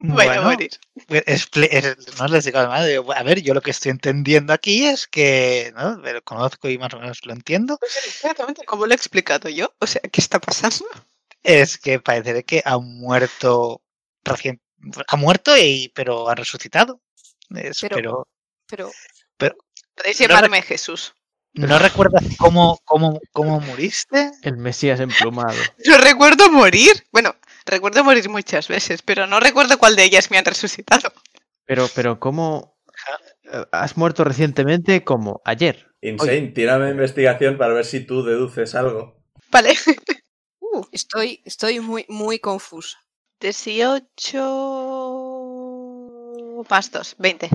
Speaker 2: Voy a
Speaker 3: Bueno,
Speaker 2: morir.
Speaker 3: pues, expli- es- no les digo nada. digo, A ver, yo lo que estoy entendiendo aquí es que, ¿no? Pero conozco y más o menos lo entiendo.
Speaker 2: Pues Exactamente, como lo he explicado yo? O sea, ¿qué está pasando?
Speaker 3: Es que parece que ha muerto recién, ha muerto y pero ha resucitado. Es-
Speaker 5: Pero-
Speaker 3: pero,
Speaker 5: Pero
Speaker 2: Podéis
Speaker 3: No, no.
Speaker 2: llamarme Jesús.
Speaker 3: ¿No recuerdas cómo, cómo, cómo muriste?
Speaker 4: El Mesías emplumado.
Speaker 2: No recuerdo morir. Bueno, recuerdo morir muchas veces, pero no recuerdo cuál de ellas me han resucitado.
Speaker 4: Pero, pero, ¿cómo? eh, ¿Has muerto recientemente? como Ayer.
Speaker 1: Insane, tírame investigación para ver si tú deduces algo.
Speaker 2: Vale.
Speaker 5: Estoy, estoy muy, muy confusa.
Speaker 2: 18 más 2, 20.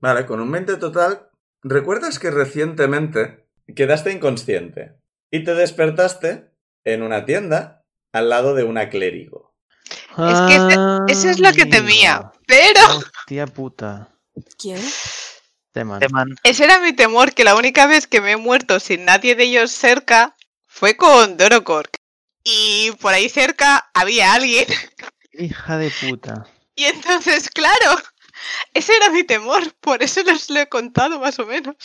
Speaker 1: Vale, con un 20 total, ¿recuerdas que recientemente quedaste inconsciente y te despertaste en una tienda al lado de una clérigo?
Speaker 2: Es que ese- Eso es lo que
Speaker 3: Ah,
Speaker 4: Amigo.
Speaker 2: temía, pero
Speaker 4: Hostia puta.
Speaker 5: ¿Quién?
Speaker 4: Te mando.
Speaker 3: Teman?
Speaker 2: ese era mi temor, que la única vez que me he muerto sin nadie de ellos cerca fue con Dorocork. Y por ahí cerca había alguien.
Speaker 4: Hija de puta.
Speaker 2: Y entonces, claro, ese era mi temor, por eso les lo he contado más o menos.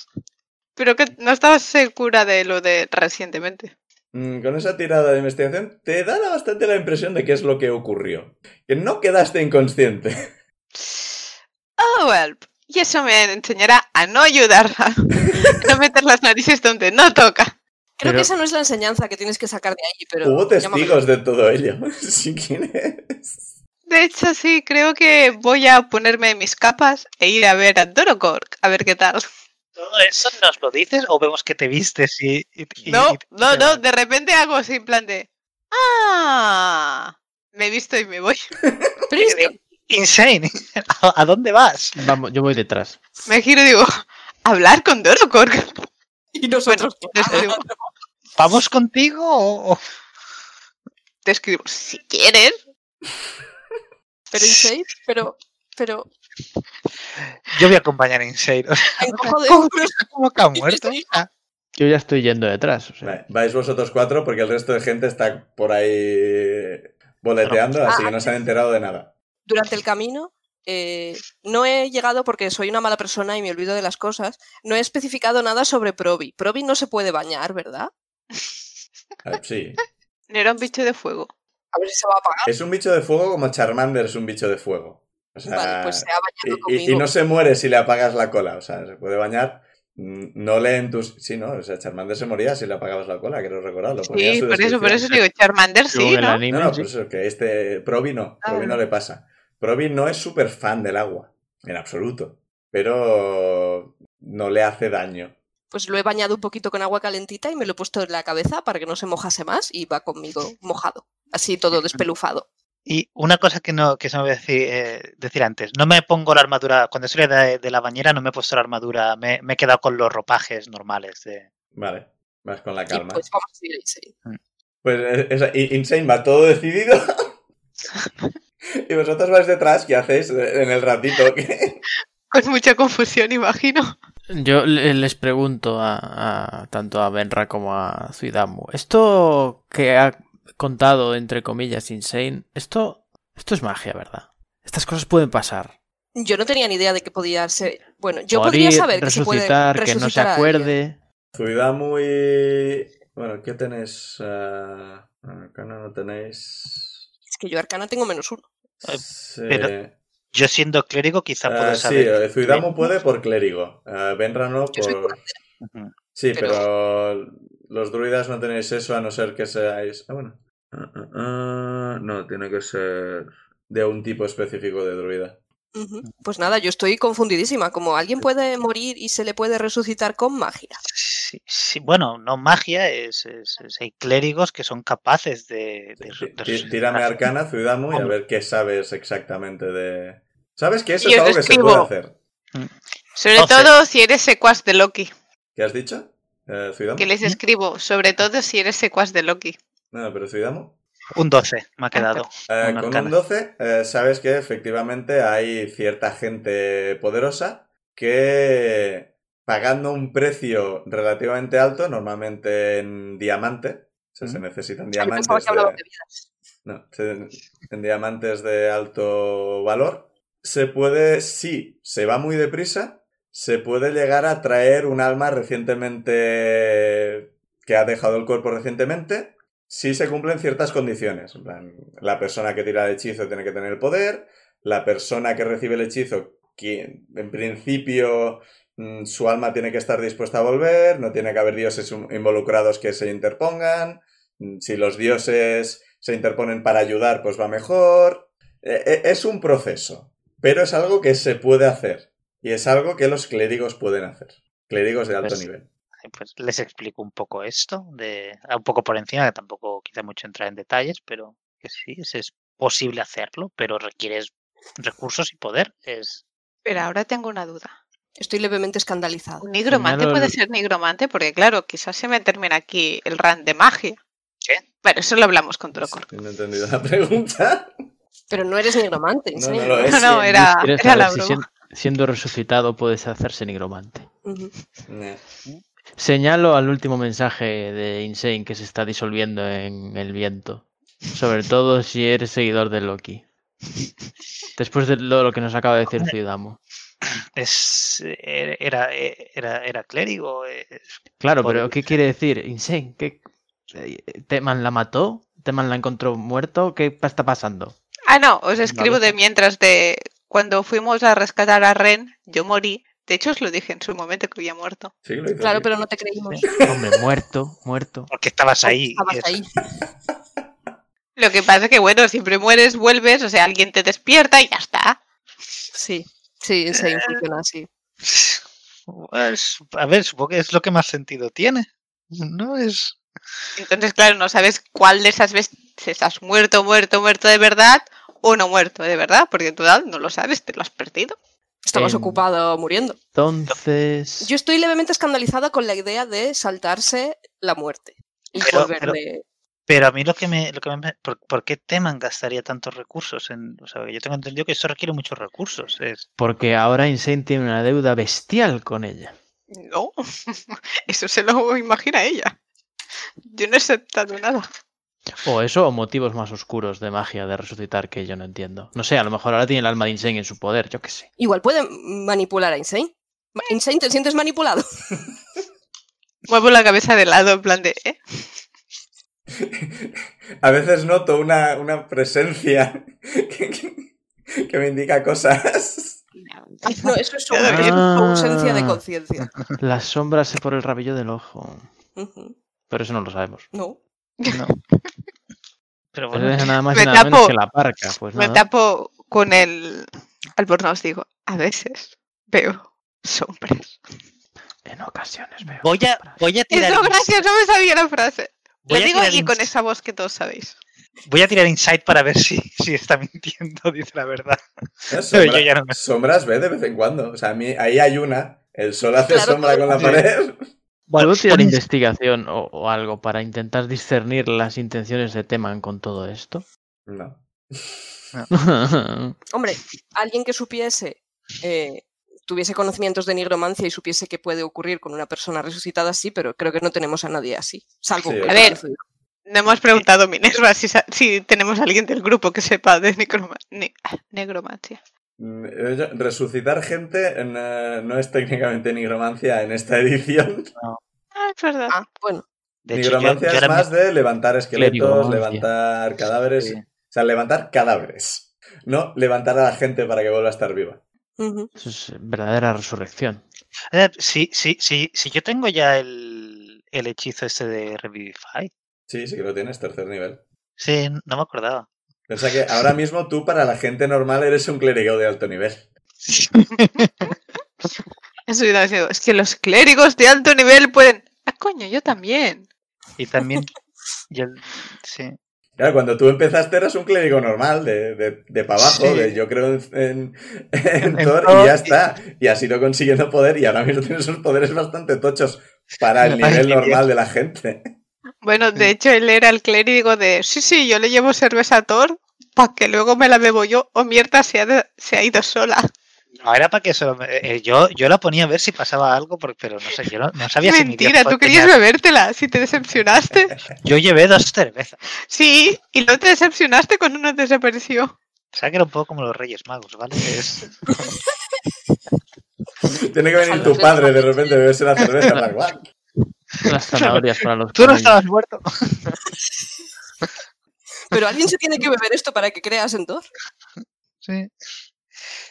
Speaker 2: Pero que no estaba segura de lo de recientemente.
Speaker 1: Mm, Con esa tirada de investigación te da la- bastante la impresión de qué es lo que ocurrió. Que no quedaste inconsciente.
Speaker 2: Oh, well. Y eso me enseñará a no ayudarla, a no meter las narices donde no toca.
Speaker 5: Creo
Speaker 4: Pero-
Speaker 5: que esa no es la enseñanza que tienes que sacar de ahí, pero.
Speaker 1: Hubo
Speaker 5: llámame.
Speaker 1: testigos de todo ello. Si quieres.
Speaker 2: De hecho, sí, creo que voy a ponerme mis capas e ir a ver a Dorogork, a ver qué tal.
Speaker 3: ¿Todo eso nos lo dices o vemos que te vistes y... y- y-
Speaker 2: No,
Speaker 3: y-
Speaker 2: no, no, de repente hago así en plan de... ¡Ah! Me he visto y me voy.
Speaker 5: Pero es que-
Speaker 3: Insane. ¿A, a dónde vas?
Speaker 4: Vamos, yo voy detrás.
Speaker 2: Me giro y digo, ¿hablar con Dorocork?
Speaker 5: Y nosotros.
Speaker 2: Le escribo,
Speaker 3: ¿Vamos contigo o...? o-
Speaker 2: te escribo, si quieres.
Speaker 5: Pero Insane, pero. Pero.
Speaker 3: Yo voy a acompañar a Insane. O sea,
Speaker 5: Encojo de
Speaker 3: ¿Cómo,
Speaker 5: hombros.
Speaker 3: cómo que ha muerto? Ah,
Speaker 4: Yo ya estoy yendo detrás. o sea,
Speaker 1: Vale, vais vosotros cuatro porque el resto de gente está por ahí eh, boleteando, así que no se han enterado de nada.
Speaker 5: Durante el camino. eh, no he llegado porque soy una mala persona y me olvido de las cosas. No he especificado nada sobre Provi. Provi no se puede bañar, ¿verdad?
Speaker 1: A ver, Ah, Sí.
Speaker 2: No era un bicho de fuego.
Speaker 5: A ver si se va a apagar.
Speaker 1: Es un bicho de fuego como Charmander es un bicho de fuego. O sea,
Speaker 5: Vale, pues se ha bañado
Speaker 1: Ah, y, y- y
Speaker 5: conmigo.
Speaker 1: no se muere si le apagas la cola. O sea, se puede bañar. Mm, No le entus... Sí, no, o sea, Charmander se moría si le apagabas la cola, quiero recordarlo. ponía en
Speaker 2: Sí,
Speaker 1: su
Speaker 2: por eso, por eso
Speaker 1: descripción.
Speaker 2: digo, Charmander
Speaker 4: según
Speaker 2: sí,
Speaker 4: el
Speaker 2: ¿no?
Speaker 4: anime,
Speaker 1: No, no,
Speaker 4: sí.
Speaker 1: por eso que este Provi no,
Speaker 2: Ah,
Speaker 1: Provi no
Speaker 2: vale.
Speaker 1: le pasa. Provi no es súper fan del agua, en absoluto, pero no le hace daño.
Speaker 5: Pues lo he bañado un poquito con agua calentita y me lo he puesto en la cabeza para que no se mojase más y va conmigo mojado. Así todo despeluzado.
Speaker 3: Y una cosa que no que se me voy a decir, eh, decir antes, no me pongo la armadura, cuando salí de, de la bañera no me he puesto la armadura, me, me he quedado con los ropajes normales. de-
Speaker 1: Vale, vas con la
Speaker 5: Y
Speaker 1: calma.
Speaker 5: pues vamos a seguir Insane.
Speaker 1: Pues eh, esa- i- Insane va todo decidido. y vosotros vais detrás, ¿qué hacéis en el ratito? que-
Speaker 2: Con mucha confusión, imagino.
Speaker 4: Yo le- les pregunto a, a- tanto a Benra como a Zuidamu. Esto que ha contado entre comillas Insane, esto esto es magia, ¿verdad? Estas cosas pueden pasar.
Speaker 5: Yo no tenía ni idea de que podía ser. Bueno, yo
Speaker 4: Morir,
Speaker 5: podría saber que se puede
Speaker 4: resucitar,
Speaker 5: resucitar
Speaker 4: que no se
Speaker 5: a alguien.
Speaker 4: acuerde.
Speaker 1: Zuidamu y... Bueno, ¿qué tenéis? Ah, Arcana no tenéis...
Speaker 5: Es que yo arcana tengo menos uno.
Speaker 3: Eh,
Speaker 1: Sí.
Speaker 3: pero- Yo siendo clérigo quizá puedo
Speaker 1: Ah, sí,
Speaker 3: saber.
Speaker 1: eh, Zuidamu puede por clérigo, ah, Benra no
Speaker 5: Yo soy
Speaker 1: por...
Speaker 3: Ujú.
Speaker 1: Sí, pero...
Speaker 5: Pero-
Speaker 1: los druidas no tenéis eso a no ser que seáis... Ah, bueno. Ah, ah, ah, no, tiene que ser de un tipo específico de druida.
Speaker 5: Ujú. Pues nada, yo estoy confundidísima. Como alguien puede morir y se le puede resucitar con magia.
Speaker 3: Sí, sí, bueno, no magia, es, es- es- hay clérigos que son capaces de, de re-
Speaker 1: Tí-
Speaker 3: de resucitar.
Speaker 1: Tírame arcana, Zuidamu, y a
Speaker 3: Hombre.
Speaker 1: ver qué sabes exactamente de... ¿Sabes que eso
Speaker 2: Y
Speaker 1: es
Speaker 2: os
Speaker 1: algo que se
Speaker 2: escribo.
Speaker 1: puede hacer?
Speaker 2: Sobre
Speaker 3: Doce.
Speaker 2: todo si eres secuaz de Loki.
Speaker 1: ¿Qué has dicho, eh, Zuidamu?
Speaker 2: Que les escribo, sobre todo si eres secuaz de Loki.
Speaker 1: No, pero Zuidamu...
Speaker 3: Un 12 me ha quedado.
Speaker 1: Eh,
Speaker 3: Una
Speaker 1: con
Speaker 3: arcana.
Speaker 1: un 12 eh, sabes que efectivamente hay cierta gente poderosa que pagando un precio relativamente alto, normalmente en diamante, o sea, se
Speaker 3: Ujú.
Speaker 1: necesitan
Speaker 5: Ah, yo pensaba
Speaker 1: diamantes
Speaker 5: que hablaba
Speaker 1: de,
Speaker 5: de vidas.
Speaker 1: no, se- en diamantes de alto valor, se puede, si se va muy deprisa, se puede llegar a traer un alma recientemente que ha dejado el cuerpo recientemente, si se cumplen ciertas condiciones. En plan, la persona que tira el hechizo tiene que tener el poder, la persona que recibe el hechizo que en principio mm, su alma tiene que estar dispuesta a volver, no tiene que haber dioses in- involucrados que se interpongan, mm, si los dioses se interponen para ayudar, pues va mejor. E- e- es un proceso, pero es algo que se puede hacer y es algo que los clérigos pueden hacer, clérigos de alto
Speaker 3: Pues-
Speaker 1: nivel.
Speaker 3: Eh, pues les explico un poco esto, de, ah, un poco por encima, que tampoco quizá mucho entrar en detalles, pero que sí, es, es posible hacerlo, pero requieres recursos y poder. Es,
Speaker 2: Pero ahora tengo una duda.
Speaker 5: Estoy levemente escandalizado.
Speaker 2: ¿Un nigromante
Speaker 4: Señalo
Speaker 2: puede
Speaker 4: el-
Speaker 2: ser nigromante? Porque claro, quizás se me termina aquí el run de magia.
Speaker 3: ¿Qué?
Speaker 2: Bueno, eso lo hablamos con Trocor.
Speaker 1: No he entendido la pregunta.
Speaker 5: Pero no eres nigromante, en
Speaker 1: No,
Speaker 5: serio.
Speaker 1: no lo es.
Speaker 2: No, no,
Speaker 1: que
Speaker 2: era,
Speaker 4: ¿Quieres
Speaker 2: era la
Speaker 4: saber Pues, si
Speaker 2: broma.
Speaker 4: sien- siendo resucitado puedes hacerse nigromante?
Speaker 5: Ujú.
Speaker 1: Nah.
Speaker 4: Señalo al último mensaje de Insane que se está disolviendo en el viento. Sobre todo si eres seguidor de Loki. Después de lo, lo que nos acaba de decir Zuidamo.
Speaker 3: es eh, era, eh, era, era clérigo. eh, es-
Speaker 4: Claro,
Speaker 3: Por
Speaker 4: pero
Speaker 3: el-
Speaker 4: ¿qué quiere decir? Insane, ¿qué? eh, ¿Teman la mató? ¿Teman la encontró muerto? ¿Qué pa- está pasando?
Speaker 2: Ah, no, os escribo
Speaker 4: Vale.
Speaker 2: de mientras de cuando fuimos a rescatar a Ren, yo morí. De hecho, os lo dije en su momento que había muerto.
Speaker 1: Sí, lo hizo
Speaker 5: Claro,
Speaker 1: bien.
Speaker 5: pero no te creímos.
Speaker 4: Hombre, muerto, muerto.
Speaker 3: Porque estabas ahí.
Speaker 5: Estabas
Speaker 3: es-
Speaker 5: ahí.
Speaker 2: Lo que pasa que, bueno, siempre mueres, vuelves, o sea, alguien te despierta y ya está.
Speaker 5: Sí, sí, sí, funciona así.
Speaker 3: es- a ver, supongo que es lo que más sentido tiene. No es.
Speaker 2: Entonces, claro, no sabes cuál de esas veces estás muerto, muerto, muerto de verdad o no muerto de verdad, porque tú Dal, no lo sabes, te lo has perdido.
Speaker 5: Estabas
Speaker 4: Em,
Speaker 5: ocupado muriendo.
Speaker 4: Entonces...
Speaker 5: Yo estoy levemente escandalizada con la idea de saltarse la muerte. Y
Speaker 3: Pero-
Speaker 5: volverle.
Speaker 3: Pero a mí lo que me. Lo que me ¿por, por qué Teman gastaría tantos recursos? En, o sea, yo tengo entendido que eso requiere muchos recursos. Es,
Speaker 4: Porque ahora Insane tiene una deuda bestial con ella.
Speaker 2: No, eso se lo imagina ella. Yo no he aceptado nada.
Speaker 4: O eso, o motivos más oscuros de magia de resucitar que yo no entiendo. No sé, a lo mejor ahora tiene el alma de Insane en su poder, yo qué sé.
Speaker 5: Igual puede manipular a Insane. Ma- Insane, ¿te sientes manipulado?
Speaker 2: Muevo la cabeza de lado en plan de, ¿eh?
Speaker 1: A veces noto una, una presencia que, que- que me indica cosas.
Speaker 5: No, eso es su,
Speaker 2: Cada
Speaker 5: eso es su
Speaker 4: vez.
Speaker 5: ausencia de
Speaker 4: Ah.
Speaker 5: conciencia.
Speaker 4: Las sombras por el rabillo del ojo.
Speaker 5: Ujú.
Speaker 4: Pero eso no lo sabemos.
Speaker 5: No.
Speaker 3: no. Pero
Speaker 4: Pues
Speaker 3: bueno,
Speaker 4: es nada más y
Speaker 2: Me
Speaker 4: nada menos
Speaker 2: tapo.
Speaker 4: que la parca. Pues
Speaker 2: Me
Speaker 4: nada.
Speaker 2: tapo con el albornoz, digo, a veces veo sombras.
Speaker 4: En ocasiones veo.
Speaker 3: Voy a,
Speaker 4: sombras.
Speaker 3: voy a tirar.
Speaker 2: Eso,
Speaker 3: ins-
Speaker 2: gracias, no me sabía la frase. Lo
Speaker 3: voy a
Speaker 2: digo
Speaker 3: tirar
Speaker 2: y
Speaker 3: ins-
Speaker 2: con esa voz que todos sabéis.
Speaker 3: Voy a tirar insight para ver si, si está mintiendo, dice la verdad.
Speaker 1: ¿no? Sombra-
Speaker 3: yo ya no me-
Speaker 1: Sombras ve de vez en cuando. O sea, a mí, ahí hay una. El sol hace
Speaker 5: Claro,
Speaker 1: sombra con la
Speaker 5: sí.
Speaker 1: pared.
Speaker 4: Vuelvo a tirar
Speaker 3: Pon ins-
Speaker 4: investigación o, o algo para intentar discernir las intenciones de Teman con todo esto.
Speaker 1: No.
Speaker 5: Hombre, alguien que supiese, eh, tuviese conocimientos de nigromancia y supiese que puede ocurrir con una persona resucitada, sí, pero creo que no tenemos a nadie así. Salvo.
Speaker 1: Sí,
Speaker 5: un
Speaker 1: a
Speaker 5: clérigo
Speaker 2: ver.
Speaker 5: resucitado.
Speaker 2: No
Speaker 3: Eh.
Speaker 2: hemos preguntado a Minerva si, sa- si tenemos a alguien del grupo que sepa de necroma- ne- ah, negromancia.
Speaker 1: Mm, eh, yo- Resucitar gente eh, no, no es técnicamente nigromancia en esta edición.
Speaker 2: Ah, es verdad.
Speaker 5: Ah, bueno,
Speaker 3: De hecho, yo-
Speaker 1: nigromancia
Speaker 3: yo
Speaker 1: es
Speaker 3: ahora
Speaker 1: más de levantar esqueletos,
Speaker 4: Clerigomancia.
Speaker 1: levantar cadáveres.
Speaker 3: Sí.
Speaker 1: O sea, levantar cadáveres. No levantar a la gente para que vuelva a estar viva.
Speaker 5: ujú.
Speaker 4: Eso es verdadera resurrección.
Speaker 3: Eh, Sí, sí, sí, sí, yo tengo ya el, el hechizo este de Revivify.
Speaker 1: Sí, sí que lo tienes, tercer nivel.
Speaker 3: Sí, no me acordaba.
Speaker 1: Piensa que ahora mismo tú para la gente normal eres un clérigo de alto nivel.
Speaker 2: Eso hubiera sido, Es que los clérigos de alto nivel pueden. Ah, coño, yo también.
Speaker 3: Y también, yo, sí,
Speaker 1: Claro, cuando tú empezaste eras un clérigo normal, de, de, para abajo,
Speaker 3: Sí.
Speaker 1: de yo creo en, en, en
Speaker 3: En- en
Speaker 1: Thor, y
Speaker 3: Thor,
Speaker 1: ya
Speaker 3: y-
Speaker 1: está. Y has ido consiguiendo poder y ahora mismo tienes unos poderes bastante tochos para el
Speaker 3: Ay,
Speaker 1: nivel
Speaker 3: qué
Speaker 1: normal de la gente.
Speaker 2: Bueno, de
Speaker 3: Sí.
Speaker 2: hecho, él era el clérigo de. Sí, sí, yo le llevo cerveza a Thor para que luego me la bebo yo o mierda se ha, de- se ha ido sola.
Speaker 3: no era para que eso, eh, eh, yo, yo la ponía a ver si pasaba algo, por- pero no sé, yo no, no sabía si mi
Speaker 2: Mentira,
Speaker 3: Dios
Speaker 2: tú querías
Speaker 3: tenía-
Speaker 2: bebértela si te decepcionaste.
Speaker 3: Yo llevé dos cervezas,
Speaker 2: Sí, y no te decepcionaste cuando una desapareció.
Speaker 3: o sea que era un poco como los Reyes Magos, ¿vale? Es-
Speaker 1: Tiene que venir tu padre de repente a beberse la cerveza. en plan, "Guau".
Speaker 4: Las zanahorias para los
Speaker 3: Tú no
Speaker 4: colmillos.
Speaker 3: estabas muerto.
Speaker 5: Pero alguien se tiene que beber esto para que creas en Thor.
Speaker 3: Sí.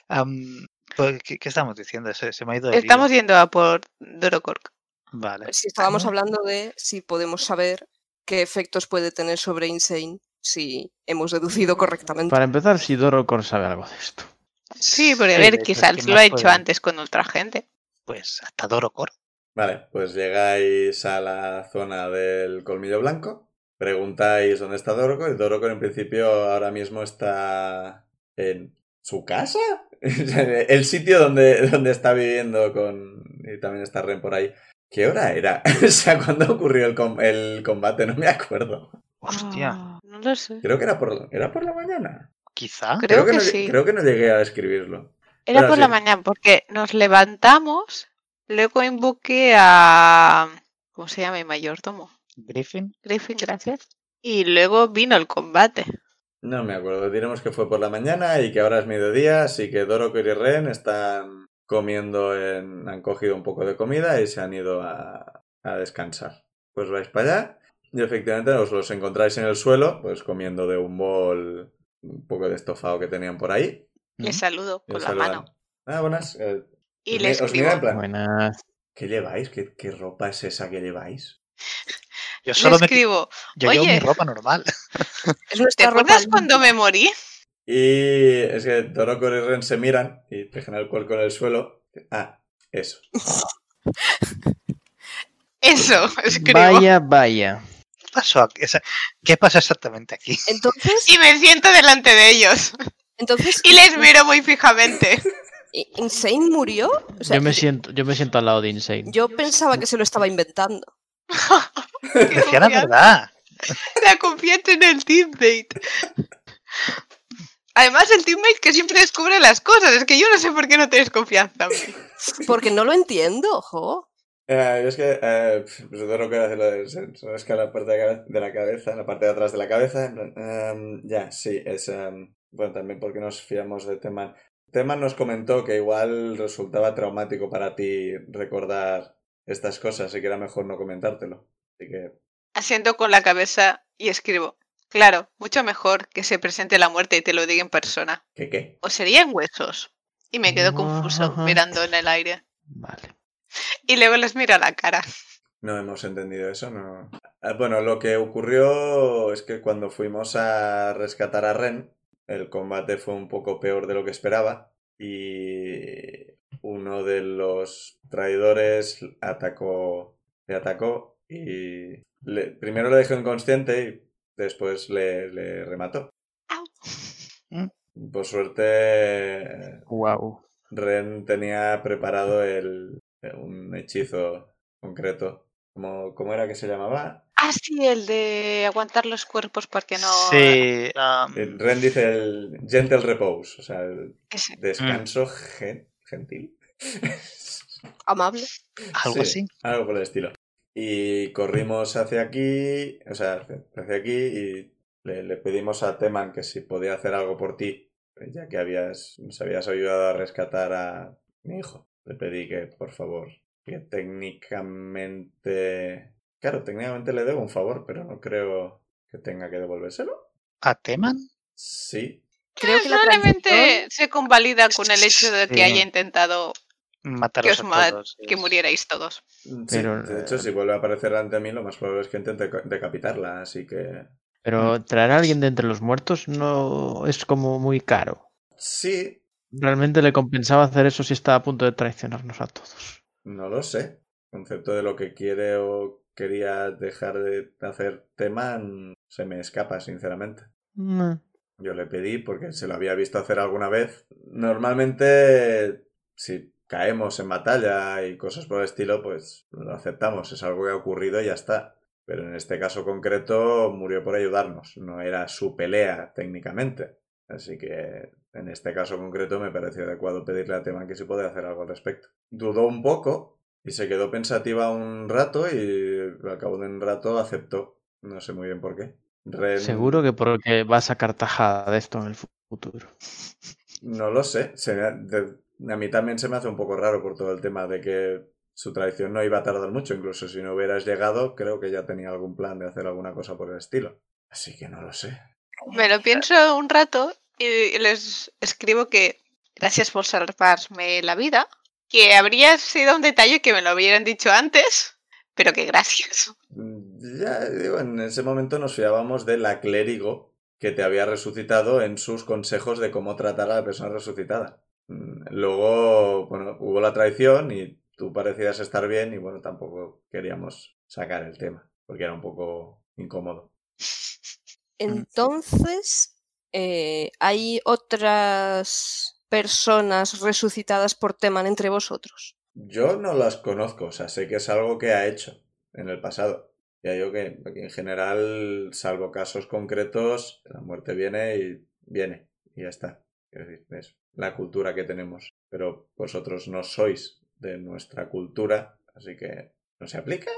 Speaker 3: Am, Pues, ¿Qué, qué estamos diciendo? Se, se me ha ido el hilo.
Speaker 2: Estamos pues yendo a por Dorocork.
Speaker 3: Vale.
Speaker 5: Si estábamos
Speaker 3: Ah,
Speaker 5: hablando de si podemos saber qué efectos puede tener sobre Insane si hemos deducido correctamente.
Speaker 4: Para empezar, si Dorocor sabe algo de esto.
Speaker 2: Sí, porque a
Speaker 3: sí,
Speaker 2: ver,
Speaker 3: de hecho,
Speaker 2: quizás
Speaker 3: ¿quién
Speaker 2: lo
Speaker 3: más
Speaker 2: ha hecho
Speaker 3: puede?
Speaker 2: antes con otra gente.
Speaker 3: Pues hasta Dorocor.
Speaker 1: Vale, pues llegáis a la zona del colmillo blanco, preguntáis dónde está Dorocor, y Dorocor en principio ahora mismo está en su casa, el sitio donde, donde está viviendo con... y también está Ren por ahí. ¿Qué hora era? o sea, ¿cuándo ocurrió el, com- el combate? No me acuerdo.
Speaker 3: Hostia,
Speaker 2: Ah, no lo sé.
Speaker 1: Creo que era por, era por la mañana.
Speaker 3: quizá.
Speaker 2: Creo que
Speaker 1: no,
Speaker 2: sí.
Speaker 1: Creo que no llegué a escribirlo.
Speaker 2: Era
Speaker 1: Pero
Speaker 2: por la
Speaker 1: sí.
Speaker 2: mañana, porque nos levantamos, luego invoqué a... ¿Cómo se llama el mayordomo?
Speaker 3: Griffin.
Speaker 2: Griffin, gracias. Y luego vino el combate.
Speaker 1: No me acuerdo, diremos que fue por la mañana y que ahora es mediodía, así que Doro y Ren están comiendo, en- han cogido un poco de comida y se han ido a, a descansar. Pues vais para allá y efectivamente os los encontráis en el suelo, pues comiendo de un bol, un poco de estofado que tenían por ahí.
Speaker 2: Le
Speaker 3: Ujú.
Speaker 2: saludo
Speaker 1: Y
Speaker 2: con
Speaker 1: os
Speaker 2: la
Speaker 1: saludan.
Speaker 2: mano.
Speaker 1: Ah, buenas. eh,
Speaker 2: Y
Speaker 1: os
Speaker 2: le
Speaker 1: mi- os mira en
Speaker 2: escribo.
Speaker 1: plan,
Speaker 4: Buenas.
Speaker 1: ¿qué lleváis? ¿Qué, qué ropa es esa que lleváis?
Speaker 3: Yo
Speaker 2: Le
Speaker 3: solo me qui-
Speaker 2: escribo.
Speaker 3: yo llevo mi
Speaker 2: "Oye".
Speaker 3: ropa normal.
Speaker 5: Es
Speaker 2: ¿Te
Speaker 5: nuestra ropa
Speaker 2: acuerdas
Speaker 5: limpia.
Speaker 2: cuando me morí?
Speaker 1: Y es que Doro y Ren se miran y dejan el cuerpo en el suelo. Ah, eso.
Speaker 2: Eso, escribo.
Speaker 4: Vaya, vaya.
Speaker 3: ¿Qué pasó, aquí? O sea, ¿Qué pasó exactamente aquí?
Speaker 5: Entonces,
Speaker 2: Y me siento delante de ellos.
Speaker 5: entonces
Speaker 2: Y les miro muy fijamente.
Speaker 5: ¿I- ¿Insane murió? O sea,
Speaker 4: yo, me siento, yo me siento al lado de Insane.
Speaker 5: yo pensaba que se lo estaba inventando.
Speaker 2: Qué
Speaker 3: Decía la
Speaker 2: confianza.
Speaker 3: verdad.
Speaker 2: La confianza en el teammate. Además, el teammate que siempre descubre las cosas. Es que yo no sé por qué no tenéis confianza. en mí.
Speaker 5: Porque no lo entiendo, jo.
Speaker 1: Eh, yo es que eh, pf, pues todo lo que hace lo de- se, se rasca la parte de, la cabe- de la cabeza, la parte de atrás de la cabeza. en plan, em, ya, sí, es. em, bueno, también porque nos fiamos de Teman. Teman nos comentó que igual resultaba traumático para ti recordar estas cosas y que era mejor no comentártelo. Así que.
Speaker 2: Asiento con la cabeza y escribo. Claro, mucho mejor que se presente la muerte y te lo diga en persona.
Speaker 1: ¿Qué qué?
Speaker 2: O serían huesos. Y me quedo confuso
Speaker 4: What?
Speaker 2: mirando en el aire.
Speaker 4: Vale.
Speaker 2: Y luego les miro a la cara.
Speaker 1: No hemos entendido eso, no. Ah, Bueno, lo que ocurrió es que cuando fuimos a rescatar a Ren, el combate fue un poco peor de lo que esperaba y uno de los traidores atacó, le atacó y le- primero le dejó inconsciente y después le, le remató.
Speaker 2: Au.
Speaker 1: Por suerte,
Speaker 4: Wow.
Speaker 1: Ren tenía preparado el, un hechizo concreto. ¿Cómo, cómo era que se llamaba?
Speaker 2: Ah, sí, el de aguantar los cuerpos porque no.
Speaker 3: Sí. um,
Speaker 1: El- Ren dice el gentle repose, o sea, el
Speaker 2: Ese.
Speaker 3: Mm.
Speaker 1: descanso gen- gentil.
Speaker 5: Amable.
Speaker 1: Mm.
Speaker 3: algo
Speaker 1: Sí,
Speaker 3: así.
Speaker 1: Algo por el estilo. Y corrimos hacia aquí, o sea, hacia- hacia aquí y le, le pedimos a Teman que si podía hacer algo por ti, ya que habías, nos habías ayudado a rescatar a mi hijo. Le pedí que, por favor, que técnicamente... Claro, técnicamente le debo un favor, pero no creo que tenga que devolvérselo.
Speaker 3: ¿A Teman?
Speaker 1: Sí,
Speaker 5: Creo que la
Speaker 2: Probablemente se convalida con el hecho de
Speaker 3: Sí.
Speaker 2: que haya intentado
Speaker 3: Mataros
Speaker 2: Que os
Speaker 3: a
Speaker 2: ma-
Speaker 3: todos.
Speaker 2: que
Speaker 3: es-
Speaker 2: murierais todos.
Speaker 1: Mm, Sí,
Speaker 4: Pero,
Speaker 1: de hecho,
Speaker 4: eh,
Speaker 1: si vuelve a aparecer ante mí, lo más probable es que intente ca- decapitarla, así que...
Speaker 4: Pero traer a alguien de entre los muertos no es como muy caro.
Speaker 1: Sí,
Speaker 4: Realmente le compensaba hacer eso si estaba a punto de traicionarnos a todos.
Speaker 1: No lo sé. Concepto de lo que quiere o quería dejar de hacer tema mm, se me escapa, sinceramente.
Speaker 4: Mm.
Speaker 1: Yo le pedí porque se lo había visto hacer alguna vez. Normalmente, si caemos en batalla y cosas por el estilo, pues lo aceptamos. Es algo que ha ocurrido y ya está. Pero en este caso concreto murió por ayudarnos. No era su pelea técnicamente. Así que en este caso concreto me pareció adecuado pedirle a Teman que si puede hacer algo al respecto. Dudó un poco y se quedó pensativa un rato y al cabo de un rato aceptó. No sé muy bien por qué. Ren-
Speaker 4: Seguro que porque va a sacar tajada de esto en el fu- futuro.
Speaker 1: No lo sé. se me ha- de- a mí también se me hace un poco raro por todo el tema de que su traición no iba a tardar mucho. Incluso si no hubieras llegado, creo que ya tenía algún plan de hacer alguna cosa por el estilo. Así que no lo sé.
Speaker 2: Me lo pienso un rato y les escribo que gracias por salvarme la vida, que habría sido un detalle que me lo hubieran dicho antes, pero que gracias.
Speaker 1: Mm, Ya, digo, en ese momento nos fiábamos de la clérigo que te había resucitado en sus consejos de cómo tratar a la persona resucitada. Mm, Luego, bueno, hubo la traición y tú parecías estar bien y bueno, tampoco queríamos sacar el tema, porque era un poco incómodo.
Speaker 5: Entonces, eh, ¿hay otras personas resucitadas por Teman entre vosotros?
Speaker 1: Yo no las conozco, o sea, sé que es algo que ha hecho en el pasado. Ya digo que que en general, salvo casos concretos, la muerte viene y viene, y ya está. Quiero decir, es la cultura que tenemos. Pero vosotros no sois de nuestra cultura, así que no se aplica.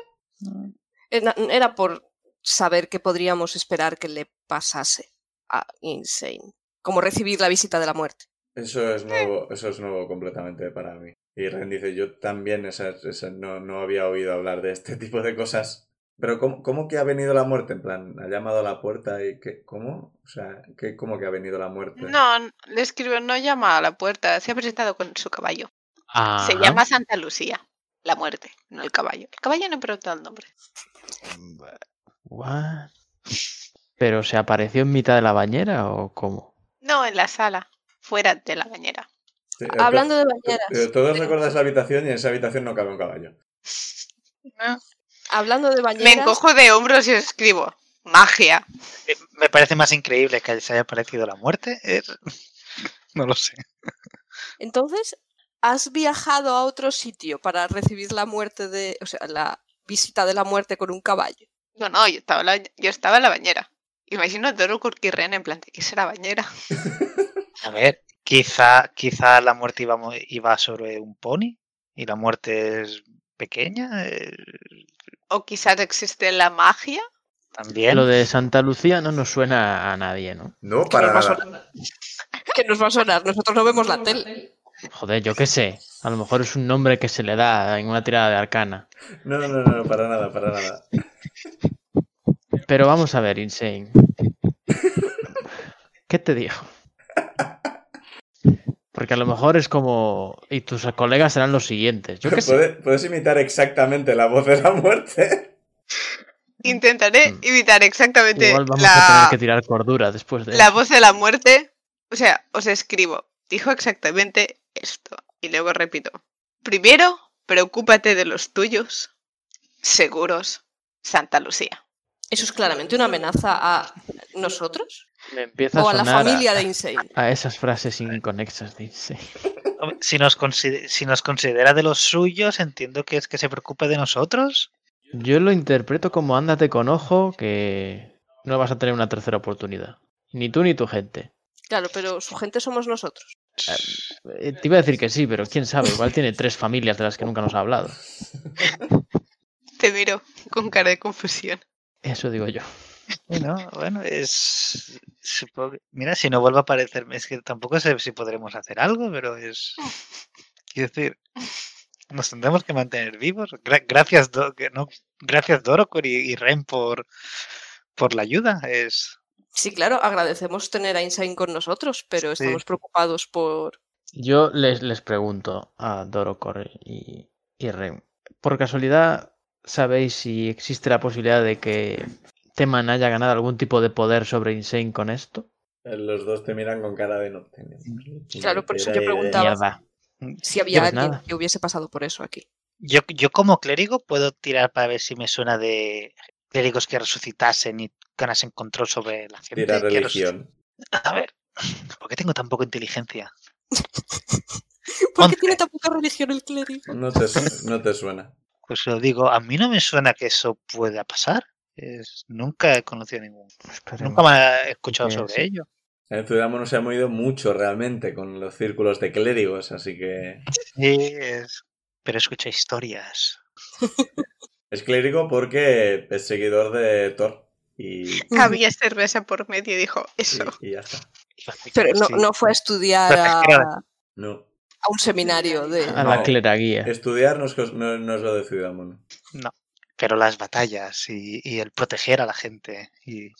Speaker 5: Era, era por saber que podríamos esperar que le pasase a Insane. Como recibir la visita de la muerte.
Speaker 1: Eso es nuevo, eso es nuevo completamente para mí. Y Ren dice, yo también esas- esas- no, no había oído hablar de este tipo de cosas. Pero ¿cómo, cómo que ha venido la muerte? En plan, ha llamado a la puerta y ¿qué? ¿Cómo? O sea, ¿qué, ¿cómo que ha venido la muerte?
Speaker 2: No, n- le escribo, no llama a la puerta, se ha presentado con su caballo. Se
Speaker 3: Ajá.
Speaker 2: llama Santa Lucía, la muerte, no el caballo. El caballo no pregunta el nombre.
Speaker 4: What? ¿Pero se apareció en mitad de la bañera o cómo?
Speaker 2: No, en la sala, fuera de la bañera.
Speaker 1: Sí, eh,
Speaker 5: Hablando de
Speaker 1: to- eh,
Speaker 5: bañeras,
Speaker 1: Todos recordáis la habitación y en esa habitación no cabe un caballo.
Speaker 5: hablando de
Speaker 2: Me
Speaker 5: bañeras,
Speaker 2: encojo de hombros y escribo, magia.
Speaker 3: Eh, Me parece más increíble que se haya parecido la muerte. eh, No lo sé.
Speaker 5: entonces, ¿has viajado a otro sitio para recibir la muerte de, o sea, la visita de la muerte con un caballo?
Speaker 2: No, no, yo estaba, en la- yo estaba en la bañera. Imagino a Toro Corquirren en plan, ¿de qué será bañera?
Speaker 3: A ver, quizá, quizá la muerte iba, mo- iba sobre un pony y la muerte es pequeña eh,
Speaker 2: O quizás existe la magia.
Speaker 3: también.
Speaker 4: Lo de Santa Lucía no nos suena a nadie, ¿no?
Speaker 1: No, para
Speaker 5: para nos va a nada.
Speaker 1: nada.
Speaker 5: Que nos va a sonar, nosotros no vemos la tele.
Speaker 4: Joder, yo qué sé. A lo mejor es un nombre que se le da en una tirada de arcana.
Speaker 1: No, no, no, no, para nada, para nada.
Speaker 4: Pero vamos a ver, Insane. ¿Qué te digo? Porque a lo mejor es como... Y tus colegas serán los siguientes. Yo qué sé.
Speaker 1: Puedes, puedes imitar exactamente la voz de la muerte.
Speaker 2: Intentaré
Speaker 4: Mm.
Speaker 2: imitar exactamente
Speaker 4: Igual vamos a
Speaker 2: la,
Speaker 4: tener que tirar cordura después de...
Speaker 2: la voz de la muerte. O sea, os escribo. Dijo exactamente esto. Y luego repito. Primero, preocúpate de los tuyos. Seguros. Santa Lucía.
Speaker 5: Eso es claramente una amenaza a nosotros
Speaker 4: Me empieza a
Speaker 5: o a la
Speaker 4: sonar a-
Speaker 5: familia de Insane.
Speaker 4: a esas frases inconexas de Insane.
Speaker 3: Hombre, Si nos, consi- si nos considera de los suyos, entiendo que es que se preocupe de nosotros.
Speaker 4: Yo lo interpreto como ándate con ojo que no vas a tener una tercera oportunidad. Ni tú ni tu gente.
Speaker 5: Claro, pero su gente somos nosotros.
Speaker 4: Eh, Te iba a decir que sí, pero quién sabe, igual tiene tres familias de las que nunca nos ha hablado.
Speaker 2: Te miro con cara de confusión.
Speaker 4: Eso digo yo.
Speaker 3: Bueno, bueno, es. supongo que- Mira, si no vuelve a aparecerme, es que tampoco sé si podremos hacer algo, pero es. Quiero decir, nos tendremos que mantener vivos. Gra- gracias, Do- que no, gracias Dorocor y, y Ren por, por la ayuda. Es.
Speaker 5: Sí, claro, agradecemos tener a Insane con nosotros, pero
Speaker 3: Sí.
Speaker 5: estamos preocupados por...
Speaker 4: Yo les, les pregunto a Dorocor y, y Ren. Por casualidad, ¿sabéis si existe la posibilidad de que Teman haya ganado algún tipo de poder sobre Insane con esto?
Speaker 1: Eh, Los dos te miran con cara de no tenemos ni
Speaker 5: Claro, por eso yo
Speaker 1: puñetera idea.
Speaker 5: preguntaba.
Speaker 4: Mierda.
Speaker 5: Si había
Speaker 4: Pues
Speaker 5: alguien
Speaker 4: nada.
Speaker 5: que hubiese pasado por eso aquí.
Speaker 3: Yo, yo como clérigo puedo tirar para ver si me suena de clérigos que resucitasen y ganasen control sobre la gente.
Speaker 1: Tira
Speaker 3: que resuc-
Speaker 1: religión.
Speaker 3: A ver, ¿por qué tengo tan poca inteligencia?
Speaker 5: ¿Por
Speaker 3: Once.
Speaker 5: qué tiene tan poca religión el clérigo?
Speaker 1: No te, su- no te suena.
Speaker 3: Pues lo digo, a mí no me suena que eso pueda pasar. Es- nunca he conocido ningún. Nunca
Speaker 4: Esperemos.
Speaker 3: me he escuchado
Speaker 4: Sí,
Speaker 3: sobre
Speaker 4: sí.
Speaker 3: ello.
Speaker 1: En Zuidamo no se ha movido mucho realmente con los círculos de clérigos, así que
Speaker 3: Sí, es- Pero escucho historias.
Speaker 1: es clérigo porque es seguidor de Thor y, y-
Speaker 2: Había cerveza por medio y dijo eso.
Speaker 1: y ya está.
Speaker 5: Pero no,
Speaker 3: Sí.
Speaker 5: no fue a
Speaker 4: Pues
Speaker 5: estudiar a,
Speaker 3: Protegerla.
Speaker 5: a
Speaker 1: No.
Speaker 5: un seminario de...
Speaker 4: A
Speaker 1: No.
Speaker 4: la cleraguía.
Speaker 1: Estudiar no es, cos- no- no es lo de Zuidamo.
Speaker 3: Pero las batallas y, y el proteger a la gente y,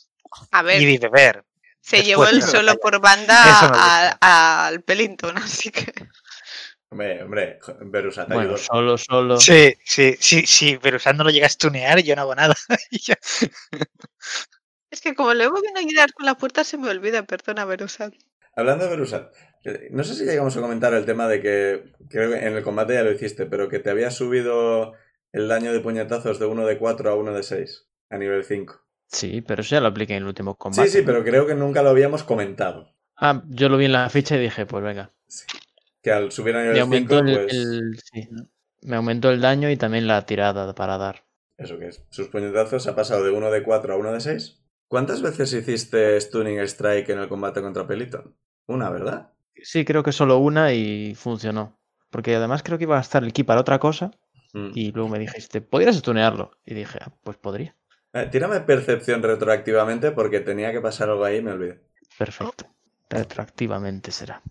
Speaker 2: A ver,
Speaker 3: y beber.
Speaker 2: Se
Speaker 3: Después,
Speaker 2: llevó el
Speaker 3: claro.
Speaker 2: solo por banda
Speaker 3: Eso me gusta.
Speaker 2: a- al Pellington, así que.
Speaker 1: Hombre, hombre, jo- Berusat
Speaker 4: Bueno,
Speaker 1: ayudó.
Speaker 4: solo, solo.
Speaker 3: Sí, sí, sí, sí, pero usándolo llegas a tunear, yo no hago nada. Y ya.
Speaker 2: Es que como luego viene a ayudar con la puerta, se me olvida, perdona, Verusat.
Speaker 1: Hablando de Berusat, eh, no sé si llegamos a comentar el tema de que creo que en el combate ya lo hiciste, pero que te había subido el daño de puñetazos de 1 de 4 a 1 de 6 a nivel 5.
Speaker 4: Sí, pero eso ya lo apliqué en el último combate.
Speaker 1: Sí, sí,
Speaker 4: ¿no?
Speaker 1: pero creo que nunca lo habíamos comentado.
Speaker 4: Ah, yo lo vi en la ficha y dije, pues venga.
Speaker 1: Que al subir a
Speaker 4: Me
Speaker 1: nivel 5,
Speaker 4: aumentó el,
Speaker 1: pues.
Speaker 4: el- sí, me aumentó el daño y también la tirada para dar.
Speaker 1: Eso que es. Sus puñetazos ha pasado de 1 de 4 a 1 de 6. ¿Cuántas veces hiciste Stunning Strike en el combate contra Peliton? Una, ¿verdad?
Speaker 4: Sí, creo que solo una y funcionó. Porque además creo que iba a estar el ki para otra cosa.
Speaker 1: Mm.
Speaker 4: Y luego me dijiste, ¿podrías estunearlo? Y dije, "Ah, pues podría.
Speaker 1: Eh, tírame percepción retroactivamente porque tenía que pasar algo ahí y me olvidé.
Speaker 4: Perfecto. Retroactivamente será.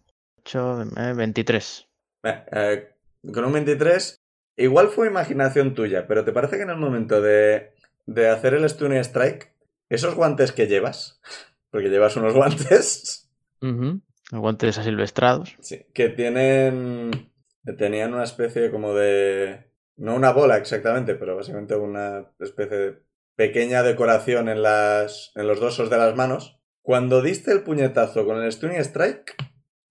Speaker 4: 8, 23.
Speaker 1: Eh, eh, con un 23, igual fue imaginación tuya, pero ¿te parece que en el momento de, de hacer el Stunning Strike, esos guantes que llevas, porque llevas unos guantes.
Speaker 4: Ujú. Guantes asilvestrados.
Speaker 1: Sí, que tienen. Tenían una especie como de. No una bola exactamente, pero básicamente una especie de pequeña decoración en, las, en los dosos de las manos. Cuando diste el puñetazo con el Stunning Strike,